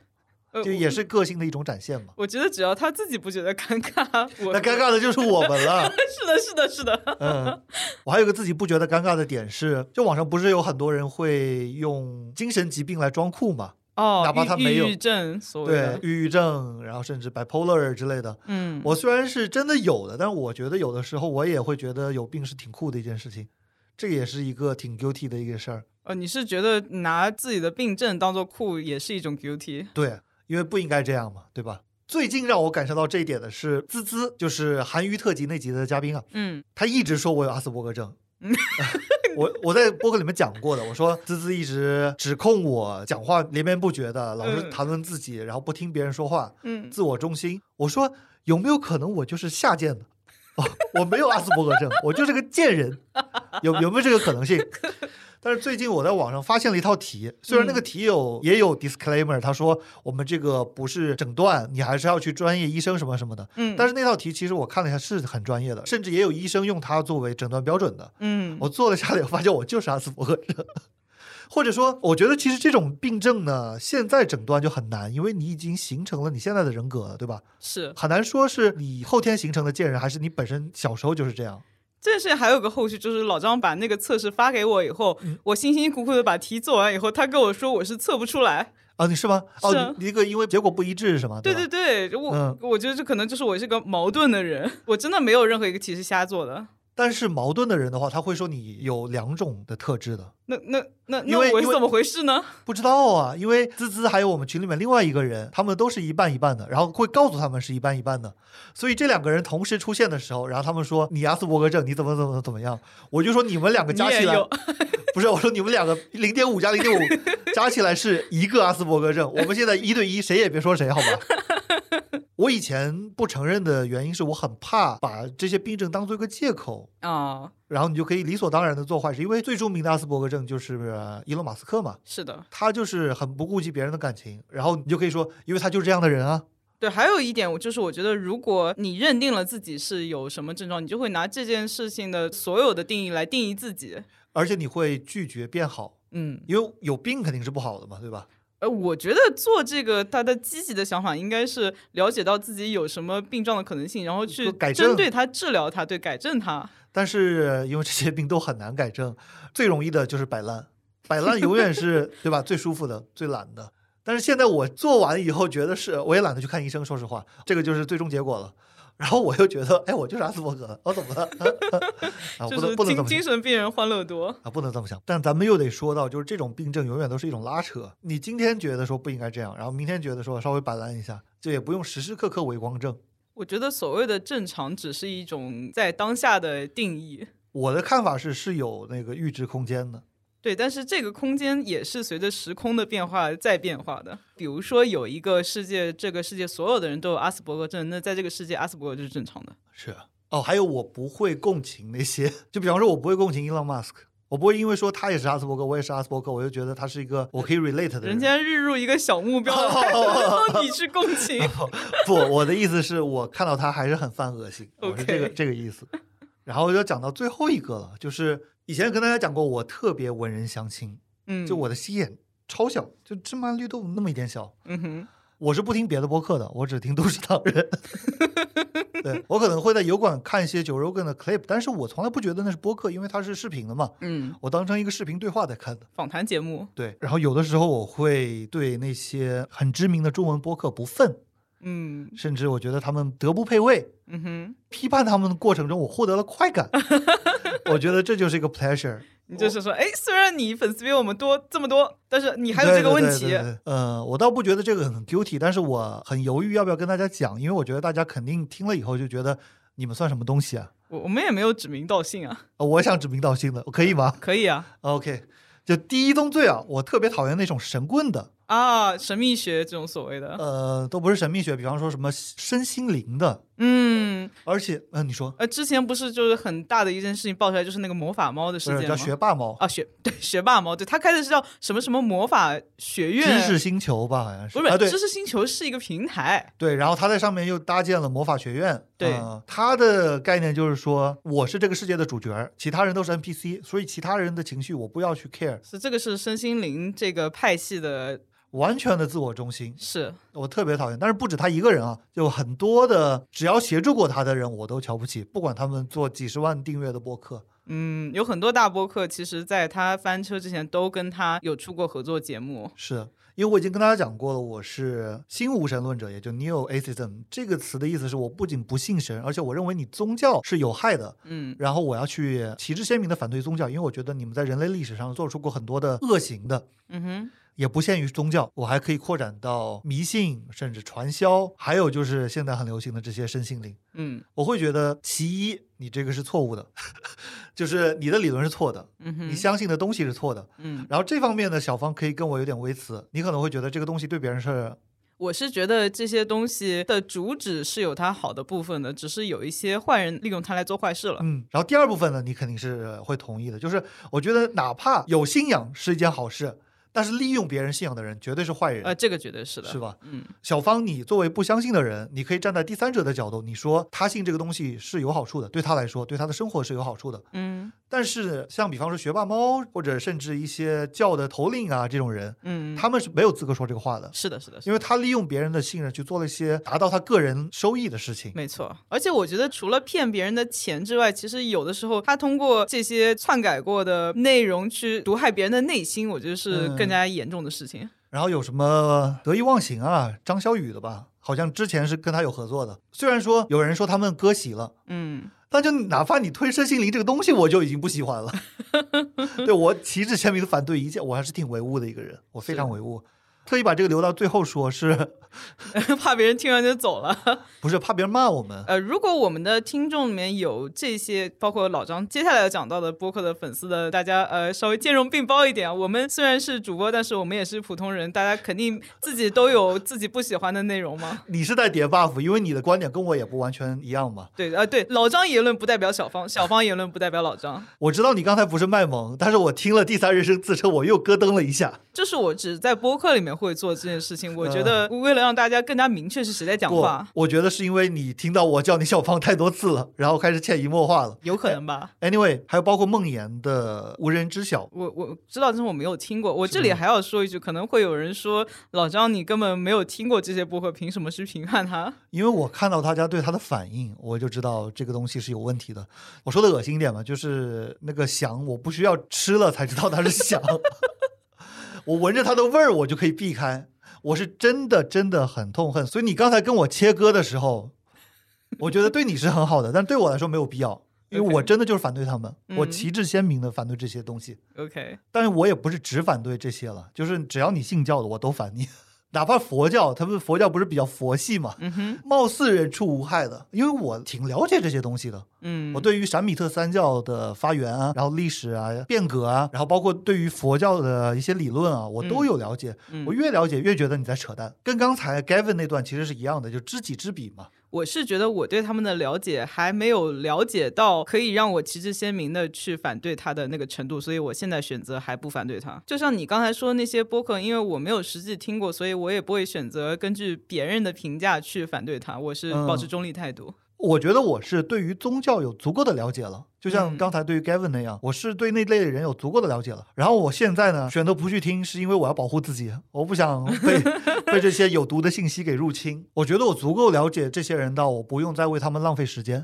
[SPEAKER 1] 呃
[SPEAKER 2] 就也是个性的一种展现嘛。
[SPEAKER 1] 我觉得只要他自己不觉得尴尬，我
[SPEAKER 2] 那尴尬的就是我们 了。
[SPEAKER 1] 是的，是的，是 的，
[SPEAKER 2] 嗯，我还有个自己不觉得尴尬的点是，就网上不是有很多人会用精神疾病来装酷嘛？
[SPEAKER 1] 哦，
[SPEAKER 2] 哪怕
[SPEAKER 1] 抑
[SPEAKER 2] 他没有
[SPEAKER 1] 抑郁症，所谓
[SPEAKER 2] 对
[SPEAKER 1] 的，，
[SPEAKER 2] 抑郁症，然后甚至 bipolar 之类的。
[SPEAKER 1] 嗯，
[SPEAKER 2] 我虽然是真的有的，但是我觉得有的时候我也会觉得有病是挺酷的一件事情，这也是一个挺 guilty 的一个事儿。
[SPEAKER 1] 呃，你是觉得拿自己的病症当做酷也是一种 guilty？
[SPEAKER 2] 对，因为不应该这样嘛，对吧？最近让我感受到这一点的是滋滋，就是韩娱特辑那集的嘉宾啊，
[SPEAKER 1] 嗯，
[SPEAKER 2] 他一直说我有阿斯伯 格症
[SPEAKER 1] 嗯。
[SPEAKER 2] 我我在播客里面讲过的，我说滋滋一直指控我讲话连绵不绝的，老是
[SPEAKER 1] 嗯
[SPEAKER 2] 谈论自己，然后不听别人说话，
[SPEAKER 1] 嗯，
[SPEAKER 2] 自我中心。我说有没有可能我就是下贱的？哦我没有阿斯伯格症，我就是个贱人，有有没有这个可能性？但是最近我在网上发现了一套题，虽然那个题有、也有 disclaimer，他说我们这个不是诊断，你还是要去专业医生什么什么的。
[SPEAKER 1] 嗯
[SPEAKER 2] 但是那套题其实我看了一下是很专业的，甚至也有医生用它作为诊断标准的。
[SPEAKER 1] 嗯，
[SPEAKER 2] 我做了下来，我发现我就是阿斯伯格症， 或者说，我觉得其实这种病症呢，现在诊断就很难，因为你已经形成了你现在的人格了，对吧？
[SPEAKER 1] 是
[SPEAKER 2] 很难说是你后天形成的贱人，还是你本身小时候就是这样。
[SPEAKER 1] 这件事情还有个后续，就是老张把那个测试发给我以后，
[SPEAKER 2] 嗯
[SPEAKER 1] 我辛辛苦苦的把题做完以后，他跟我说我是测不出来。
[SPEAKER 2] 啊，你是吗？哦，
[SPEAKER 1] 是啊
[SPEAKER 2] 你你那个因为结果不一致是吗？
[SPEAKER 1] 对
[SPEAKER 2] 吧
[SPEAKER 1] 对对，我、
[SPEAKER 2] 嗯
[SPEAKER 1] 我觉得这可能就是我是个矛盾的 人，我真的没有任何一个题是瞎做的。
[SPEAKER 2] 但是矛盾的人的话，他会说你有两种的特质的，
[SPEAKER 1] 那那那
[SPEAKER 2] 因为
[SPEAKER 1] 那我
[SPEAKER 2] 因
[SPEAKER 1] 是
[SPEAKER 2] 为
[SPEAKER 1] 怎么回事呢？
[SPEAKER 2] 不知道啊，因为滋滋还有我们群里面另外一个人，他们都是一半一半的，然后会告诉他们是一半一半的，所以这两个人同时出现的时候，然后他们说你阿斯伯格症，你怎么怎么怎么样，我就说你们两个
[SPEAKER 1] 你
[SPEAKER 2] 加
[SPEAKER 1] 也
[SPEAKER 2] 起来
[SPEAKER 1] 有，
[SPEAKER 2] 不是，我说你们两个零点五加 零点五加起来是一个阿斯伯格症，我们现在一对一，谁也别说谁，好吧？ 我以前不承认的原因是我很怕把这些病症当做一个借口，
[SPEAKER 1] 哦，
[SPEAKER 2] 然后你就可以理所当然的做坏事，因为最著名的阿斯伯格症就是呃伊隆马斯克嘛。
[SPEAKER 1] 是的。
[SPEAKER 2] 他就是很不顾及别人的感情，然后你就可以说，因为他就是这样的人啊。
[SPEAKER 1] 对，还有一点，我就是我觉得，如果你认定了自己是有什么症状，你就会拿这件事情的所有的定义来定义自己。
[SPEAKER 2] 而且你会拒绝变好，
[SPEAKER 1] 嗯，
[SPEAKER 2] 因为有病肯定是不好的嘛，对吧？
[SPEAKER 1] 呃，我觉得做这个他的积极的想法应该是了解到自己有什么病状的可能性，然后去
[SPEAKER 2] 说改
[SPEAKER 1] 针
[SPEAKER 2] 正
[SPEAKER 1] 对它治疗它，对，改正它。
[SPEAKER 2] 但是因为这些病都很难改正，最容易的就是摆烂。摆烂永远是对吧？最舒服的，最懒的。但是现在我做完以后，觉得是我也懒得去看医生，说实话，这个就是最终结果了。 然后我又觉得，哎，我就是阿斯伯格，我怎么了？ 啊，不
[SPEAKER 1] 就是
[SPEAKER 2] 能不能这
[SPEAKER 1] 精
[SPEAKER 2] 么
[SPEAKER 1] 精
[SPEAKER 2] 想
[SPEAKER 1] 神病人欢乐多。
[SPEAKER 2] 啊，不能这么想。但咱们又得说到，就是这种病症永远都是一种拉扯。你今天觉得说不应该这样，然后明天觉得说稍微摆烂一下，就也不用时时刻刻为光正。
[SPEAKER 1] 我觉得所谓的正常，只是一种在当下的定义。
[SPEAKER 2] 我的看法是是有那个阈值空间的。
[SPEAKER 1] 对，但是这个空间也是随着时空的变化在变化的。比如说，有一个世界，这个世界所有的人都有阿斯伯格症，那在这个世界，阿斯伯格就是啊正常的。
[SPEAKER 2] 是哦，还有我不会共情那些，就比方说我不会共情 Elon Musk，我不会因为说他也是阿斯伯格，我也是阿斯伯格，我就觉得他是一个我可以 relate 的
[SPEAKER 1] 人家日入一个小目 标， 你去共情。
[SPEAKER 2] 不，我的意思是我看到他还是很犯恶心，我是这个
[SPEAKER 1] OK
[SPEAKER 2] 这个意思。然后就讲到最后一个了，就是以前跟大家讲过，我特别文人相亲，
[SPEAKER 1] 嗯，
[SPEAKER 2] 就，我的心眼超小，就芝麻绿豆那么一点小。
[SPEAKER 1] 嗯哼，
[SPEAKER 2] 我是不听别的播客的，我只听都市党人。 对我可能会在油管看一些九 Rogan 的 clip，但是我从来不觉得那是播客，因为它是视频的嘛，
[SPEAKER 1] 嗯，
[SPEAKER 2] 我当成一个视频对话在看的。
[SPEAKER 1] 访谈节目，
[SPEAKER 2] 对，然后有的时候我会对那些很知名的中文播客不忿，
[SPEAKER 1] 嗯
[SPEAKER 2] 甚至我觉得他们德不配位，
[SPEAKER 1] 嗯哼，
[SPEAKER 2] 批判他们的过程中，我获得了快感。 我觉得这就是一个 pleasure。
[SPEAKER 1] 你就是说，哎，虽然你粉丝比我们多这么多，但是你还有
[SPEAKER 2] 对
[SPEAKER 1] 这个
[SPEAKER 2] 对
[SPEAKER 1] 问
[SPEAKER 2] 对
[SPEAKER 1] 题
[SPEAKER 2] 对。对呃，我倒不觉得这个很 guilty，但是我很犹豫要不要跟大家讲，因为我觉得大家肯定听了以后就觉得你们算什么东西啊？
[SPEAKER 1] 我我们也没有指名道姓啊，
[SPEAKER 2] 呃我想指名道姓的，可以吗
[SPEAKER 1] 可以啊
[SPEAKER 2] ？OK，就第一宗罪啊，我特别讨厌那种神棍的，
[SPEAKER 1] 啊，神秘学这种所谓的，
[SPEAKER 2] 呃，都不是神秘学，比方说什么身心灵的，
[SPEAKER 1] 嗯，
[SPEAKER 2] 而且，呃，你说，
[SPEAKER 1] 呃，之前不是就是很大的一件事情爆出来，就是那个魔法猫的事
[SPEAKER 2] 不是
[SPEAKER 1] 件
[SPEAKER 2] 叫
[SPEAKER 1] 吗？
[SPEAKER 2] 学霸猫，
[SPEAKER 1] 啊，学 对学霸猫，对他开的是叫什么什么魔法学
[SPEAKER 2] 知
[SPEAKER 1] 院，
[SPEAKER 2] 识星球吧，好像是，
[SPEAKER 1] 不是、
[SPEAKER 2] 啊，对
[SPEAKER 1] 知识星球是一个平台，
[SPEAKER 2] 对，然后他在上面又搭建了魔法学院，
[SPEAKER 1] 对
[SPEAKER 2] 呃他的概念就是说，我是这个世界的主角，其他人都是 NPC，所以其他人的情绪我不要去 care，
[SPEAKER 1] 是这个是身心灵这个派系的，
[SPEAKER 2] 完全的自我中心，
[SPEAKER 1] 是
[SPEAKER 2] 我特别讨厌。但是不止他一个人啊，就很多的只要协助过他的人，我都瞧不起，不管他们做几十万订阅的播客，
[SPEAKER 1] 嗯，有很多大播客，其实在他翻车之前都跟他有出过合作节目，
[SPEAKER 2] 是因为我已经跟大家讲过了，我是新无神论者，也就 Neo Atheism 这个词的意思是我不仅不信神，而且我认为你宗教是有害的，
[SPEAKER 1] 嗯
[SPEAKER 2] 然后我要去旗帜鲜明的反对宗教，因为我觉得你们在人类历史上做出过很多的恶行的，
[SPEAKER 1] 嗯哼，
[SPEAKER 2] 也不限于宗教，我还可以扩展到迷信，甚至传销，还有就是现在很流行的这些身心灵。
[SPEAKER 1] 嗯
[SPEAKER 2] 我会觉得，其一，你这个是错误的， 就是你的理论是错的，
[SPEAKER 1] 嗯
[SPEAKER 2] 你
[SPEAKER 1] 哼，
[SPEAKER 2] 相信的东西是错的。
[SPEAKER 1] 嗯，
[SPEAKER 2] 然后这方面呢，小芳可以跟我有点微词，你可能会觉得这个东西对别人是
[SPEAKER 1] 我是觉得这些东西的主旨是有它好的部分的，只是有一些坏人利用它来做坏事了，
[SPEAKER 2] 嗯，然后第二部分呢，你肯定是会同意的，就是我觉得哪怕有信仰是一件好事，但是利用别人信仰的人绝对是坏人，
[SPEAKER 1] 呃，这个绝对是的，
[SPEAKER 2] 是吧？
[SPEAKER 1] 嗯
[SPEAKER 2] 小芳，你作为不相信的人，你可以站在第三者的角度，你说他信这个东西是有好处的，对他来说，对他的生活是有好处的。
[SPEAKER 1] 嗯
[SPEAKER 2] 但是像比方说学霸猫，或者甚至一些教的头领啊这种人，
[SPEAKER 1] 嗯，
[SPEAKER 2] 他们是没有资格说这个话的，
[SPEAKER 1] 是的，是的，是的
[SPEAKER 2] 因为他利用别人的信任去做了一些达到他个人收益的事情。
[SPEAKER 1] 没错，而且我觉得除了骗别人的钱之外，其实有的时候他通过这些篡改过的内容去毒害别人的内心，我觉得是
[SPEAKER 2] 嗯
[SPEAKER 1] 更加严重的事情。
[SPEAKER 2] 然后有什么得意忘形啊，张小雨的吧，好像之前是跟他有合作的。虽然说有人说他们割席了，
[SPEAKER 1] 嗯，
[SPEAKER 2] 但就哪怕你推身心灵这个东西，我就已经不 喜欢了。对我旗帜鲜明的反对一切，我还是挺唯物的一个人，我非常唯物。特意把这个留到最后说是，
[SPEAKER 1] 怕别人听完就走了。
[SPEAKER 2] 不是怕别人骂我们？
[SPEAKER 1] 呃，如果我们的听众里面有这些，包括老张接下来要讲到的播客的粉丝的，大家呃稍微兼容并包一点啊。我们虽然是主播，但是我们也是普通人，大家肯定自己都有自己不喜欢的内容嘛。
[SPEAKER 2] 你是在叠 buff，因为你的观点跟我也不完全一样嘛。
[SPEAKER 1] 对，呃，对，老张言论不代表小芳，小芳言论不代表老张。
[SPEAKER 2] 我知道你刚才不是卖萌，但是我听了第三人称自称，我又咯噔了一下。
[SPEAKER 1] 就是我只在播客里面会做这件事情，我觉得为了让大家更加明确是谁在讲
[SPEAKER 2] 不
[SPEAKER 1] 话，，
[SPEAKER 2] 我觉得是因为你听到我叫你小胖太多次了，然后开始潜移默化了。
[SPEAKER 1] 有可能吧。
[SPEAKER 2] Anyway，还有包括梦魇的无人知晓，
[SPEAKER 1] 我我知道，但是我没有听过。我这里还要说一句，可能会有人说老张你根本没有听过这些播客，凭什么去评判他？
[SPEAKER 2] 因为我看到大家对他的反应，我就知道这个东西是有问题的。我说的恶心一点嘛，就是那个翔，我不需要吃了才知道它是翔。 我闻着它的味儿，我就可以避开。我是真的真的很痛恨，所以你刚才跟我切割的时候，我觉得对你是很好的，但对我来说没有必要，因为我
[SPEAKER 1] OK
[SPEAKER 2] 真的就是反对他们，我
[SPEAKER 1] 嗯
[SPEAKER 2] 旗帜鲜明的反对这些东西。
[SPEAKER 1] OK，
[SPEAKER 2] 但是我也不是只反对这些了，就是只要你信教的，我都反你。 哪怕佛教，他们佛教不是比较佛系嘛，
[SPEAKER 1] 嗯哼，
[SPEAKER 2] 貌似人畜无害的，因为我挺了解这些东西的。
[SPEAKER 1] 嗯，
[SPEAKER 2] 我对于闪米特三教的发源啊，然后历史啊、变革啊，然后包括对于佛教的一些理论啊，我都有了解。
[SPEAKER 1] 嗯
[SPEAKER 2] 我越了解越觉得你在扯淡，跟刚才 Gavin 那段其实是一样的，就知己知彼嘛。
[SPEAKER 1] 我是觉得我对他们的了解还没有了解到可以让我旗帜鲜明的去反对他的那个程度，所以我现在选择还不反对他。就像你刚才说的那些播客，因为我没有实际听过，所以我也不会选择根据别人的评价去反对他，我是保持
[SPEAKER 2] 嗯
[SPEAKER 1] 中立态度。
[SPEAKER 2] 我觉得我是对于宗教有足够的了解了，就像
[SPEAKER 1] 嗯
[SPEAKER 2] 刚才对于 Gavin 那样，我是对那类的人有足够的了解了。然后我现在呢，选择不去听，是因为我要保护自己，我不想被被这些有毒的信息给入侵。我觉得我足够了解这些人到我不用再为他们浪费时间。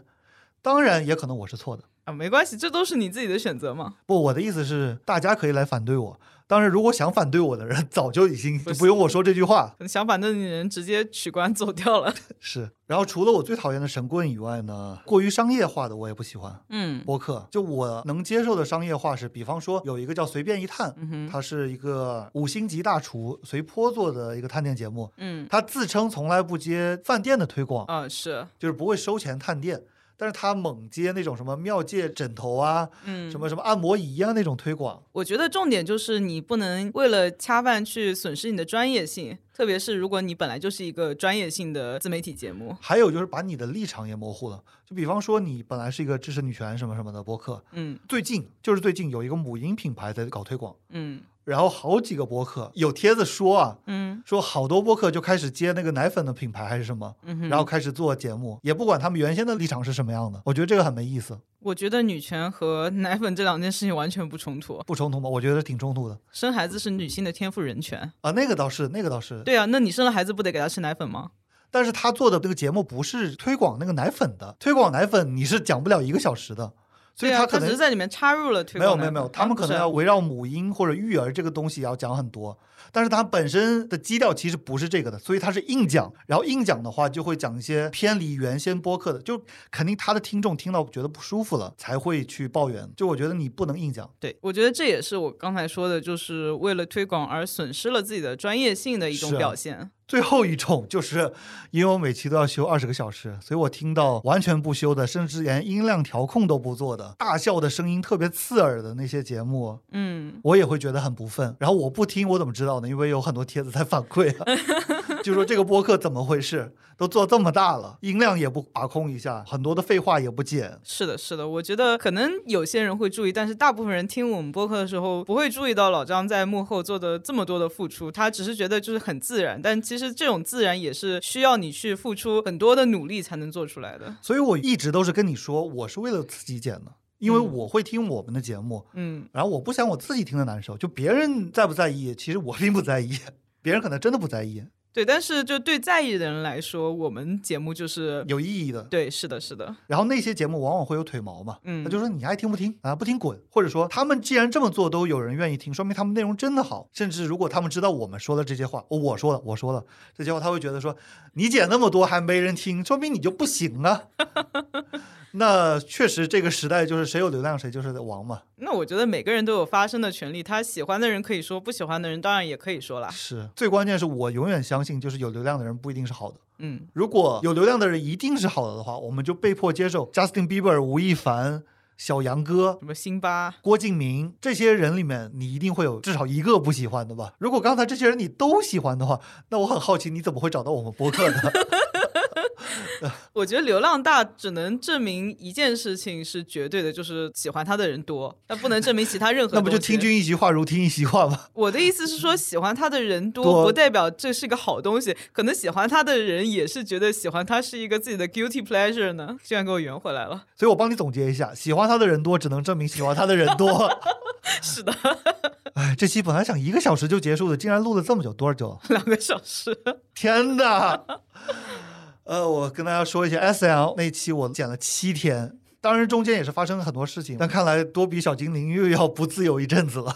[SPEAKER 2] 当然，也可能我是错的。
[SPEAKER 1] 啊，没关系，这都是你自己的选择嘛。
[SPEAKER 2] 不，我的意思是，大家可以来反对我。当然，如果想反对我的人， 早就已经就不用我说这句话。
[SPEAKER 1] 可能想反对你的人直接取 关走掉了。
[SPEAKER 2] 是。然后，除了我最讨厌的神棍以外呢，过于商业化的我也不喜欢。
[SPEAKER 1] 嗯
[SPEAKER 2] 播客就我能接受的商业化是，比方说有一个叫《随便一探》，
[SPEAKER 1] 嗯哼
[SPEAKER 2] 它是一个五星级大厨随坡做的一个探店节目，
[SPEAKER 1] 嗯
[SPEAKER 2] 他自称从来不接饭店的推广，
[SPEAKER 1] 啊是
[SPEAKER 2] 哦就是不会收钱探店。但是他猛接那种什么庙界枕头啊，
[SPEAKER 1] 嗯
[SPEAKER 2] 什么什么按摩仪啊那种推广，
[SPEAKER 1] 我觉得重点就是你不能为了恰饭去损失你的专业性，特别是如果你本来就是一个专业性的自媒体节目。
[SPEAKER 2] 还有就是把你的立场也模糊了。就比方说，你本来是一个支持女权什么什么的播客，
[SPEAKER 1] 嗯
[SPEAKER 2] 最近就是最近有一个母婴品牌在搞推广，
[SPEAKER 1] 嗯
[SPEAKER 2] 然后好几个播客有帖子说啊，
[SPEAKER 1] 嗯
[SPEAKER 2] 说好多播客就开始接那个奶粉的品牌还是什么，
[SPEAKER 1] 嗯哼。
[SPEAKER 2] 然后开始做节目，也不管他们原先的立场是什么样的，我觉得这个很没意思，
[SPEAKER 1] 我觉得女权和奶粉这两件事情完全不冲突，
[SPEAKER 2] 不冲突吗？我觉得挺冲突的
[SPEAKER 1] 生孩子是女性的天赋人权。
[SPEAKER 2] 啊，那个倒是，那个倒是，
[SPEAKER 1] 对啊，那你生了孩子不得给她吃奶粉吗？
[SPEAKER 2] 但是他做的这个节目不是推广那个奶粉的，推广奶粉你是讲不了一个小时的，所以
[SPEAKER 1] 对啊，
[SPEAKER 2] 他可
[SPEAKER 1] 她只
[SPEAKER 2] 能
[SPEAKER 1] 是在里面插入了推
[SPEAKER 2] 没有
[SPEAKER 1] 广
[SPEAKER 2] 没
[SPEAKER 1] 奶粉。
[SPEAKER 2] 有没有，他们
[SPEAKER 1] 啊
[SPEAKER 2] 可能要围绕母婴或者育儿这个东西要讲很多，但是它本身的基调其实不是这个的，所以它是硬讲，然后硬讲的话就会讲一些偏离原先播客的，就肯定他的听众听到觉得不舒服了才会去抱怨。就我觉得你不能硬讲，
[SPEAKER 1] 对，我觉得这也是我刚才说的，就是为了推广而损失了自己的专业性的一种
[SPEAKER 2] 是啊
[SPEAKER 1] 表现。
[SPEAKER 2] 最后一种就是， 因为我每期都要修二十个小时，所以我听到完全不修的，甚至连音量调控都不做的，大笑的声音特别刺耳的那些节目，
[SPEAKER 1] 嗯，
[SPEAKER 2] 我也会觉得很不忿。然后我不听，我怎么知道呢？因为有很多帖子在反馈、啊，就说这个播客怎么回事，都做这么大了，音量也不把控一下，很多的废话也不剪。
[SPEAKER 1] 是的，是的，我觉得可能有些人会注意，但是大部分人听我们播客的时候不会注意到老张在幕后做的这么多的付出，他只是觉得就是很自然，但其实这种自然也是需要你去付出很多的努力才能做出来的。
[SPEAKER 2] 所以我一直都是跟你说，我是为了自己剪的，因为
[SPEAKER 1] 嗯
[SPEAKER 2] 我会听我们的节目，
[SPEAKER 1] 嗯，
[SPEAKER 2] 然后我不想我自己听的难受，就别人在不在意，其实我并不在意，别人可能真的不在意，
[SPEAKER 1] 对，但是就对在意的人来说，我们节目就是
[SPEAKER 2] 有意义的。
[SPEAKER 1] 对，是的，是的，
[SPEAKER 2] 然后那些节目往往会有腿毛嘛，
[SPEAKER 1] 嗯
[SPEAKER 2] 他就说你爱听不听啊，不听滚，或者说他们既然这么做都有人愿意听，说明他们内容真的好。甚至如果他们知道我们说了这些话，哦我说了，我说了这些话，他会觉得说你剪那么多还没人听，说明你就不行啊。 那确实这个时代就是谁有流量谁就是王嘛，
[SPEAKER 1] 那我觉得每个人都有发声的权利，他喜欢的人可以说，不喜欢的人当然也可以说啦。
[SPEAKER 2] 是最关键是我永远相信，就是有流量的人不一定是好的。
[SPEAKER 1] 嗯，
[SPEAKER 2] 如果有流量的人一定是好的的话，我们就被迫接受 Justin Bieber、吴亦凡、小杨哥、
[SPEAKER 1] 什么辛巴，
[SPEAKER 2] 郭敬明这些人里面，你一定会有至少一个不喜欢的吧？如果刚才这些人你都喜欢的话，那我很好奇你怎么会找到我们 播客呢？
[SPEAKER 1] 我觉得流浪大只能证明一件事情是绝对的，就是喜欢他的人多，但不能证明其他任何。
[SPEAKER 2] 那不就听？君一席话，如听一席话吗？
[SPEAKER 1] 我的意思是说，喜欢他的人
[SPEAKER 2] 多
[SPEAKER 1] 多，不代表这是个好东西。可能喜欢他的人也是觉得喜欢他是一个自己的 guilty pleasure 呢。居然给我圆回来了，
[SPEAKER 2] 所以我帮你总结一下，喜欢他的人多，只能证明喜欢他的人多。
[SPEAKER 1] 是的，
[SPEAKER 2] 哎，这期本来想一个小时就结束的，竟然录了这么久，多少久？啊
[SPEAKER 1] 两个小时。
[SPEAKER 2] 天呐！呃，我跟大家说一下，S L 那期我剪了七天，当然中间也是发生了很多事情，但看来多比小精灵又要不自由一阵子了。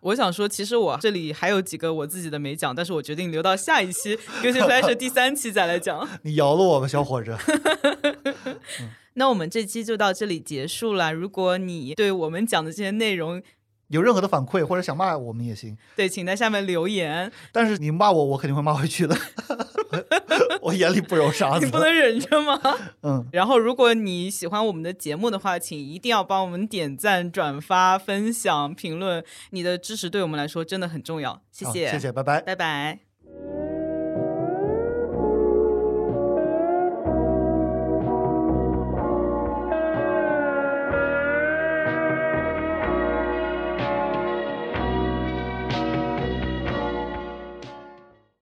[SPEAKER 1] 我想说，其实我这里还有几个我自己的没讲，但是我决定留到下一期 Guilty Pleasure 第三期再来讲。
[SPEAKER 2] 你饶了我吧，小伙子。
[SPEAKER 1] 那我们这期就到这里结束了。如果你对我们讲的这些内容，
[SPEAKER 2] 有任何的反馈或者想骂我们也行，
[SPEAKER 1] 对，请在下面留言，
[SPEAKER 2] 但是你骂我，我肯定会骂回去的。 我眼里不揉沙
[SPEAKER 1] 啊你
[SPEAKER 2] 子
[SPEAKER 1] 不。能忍着吗？
[SPEAKER 2] 嗯，
[SPEAKER 1] 然后，如果你喜欢我们的节目的话，请一定要帮我们点赞、转发、分享、评论，你的支持对我们来说真的很重要。谢
[SPEAKER 2] 好
[SPEAKER 1] 啊谢，
[SPEAKER 2] 谢谢，拜拜。
[SPEAKER 1] 拜拜。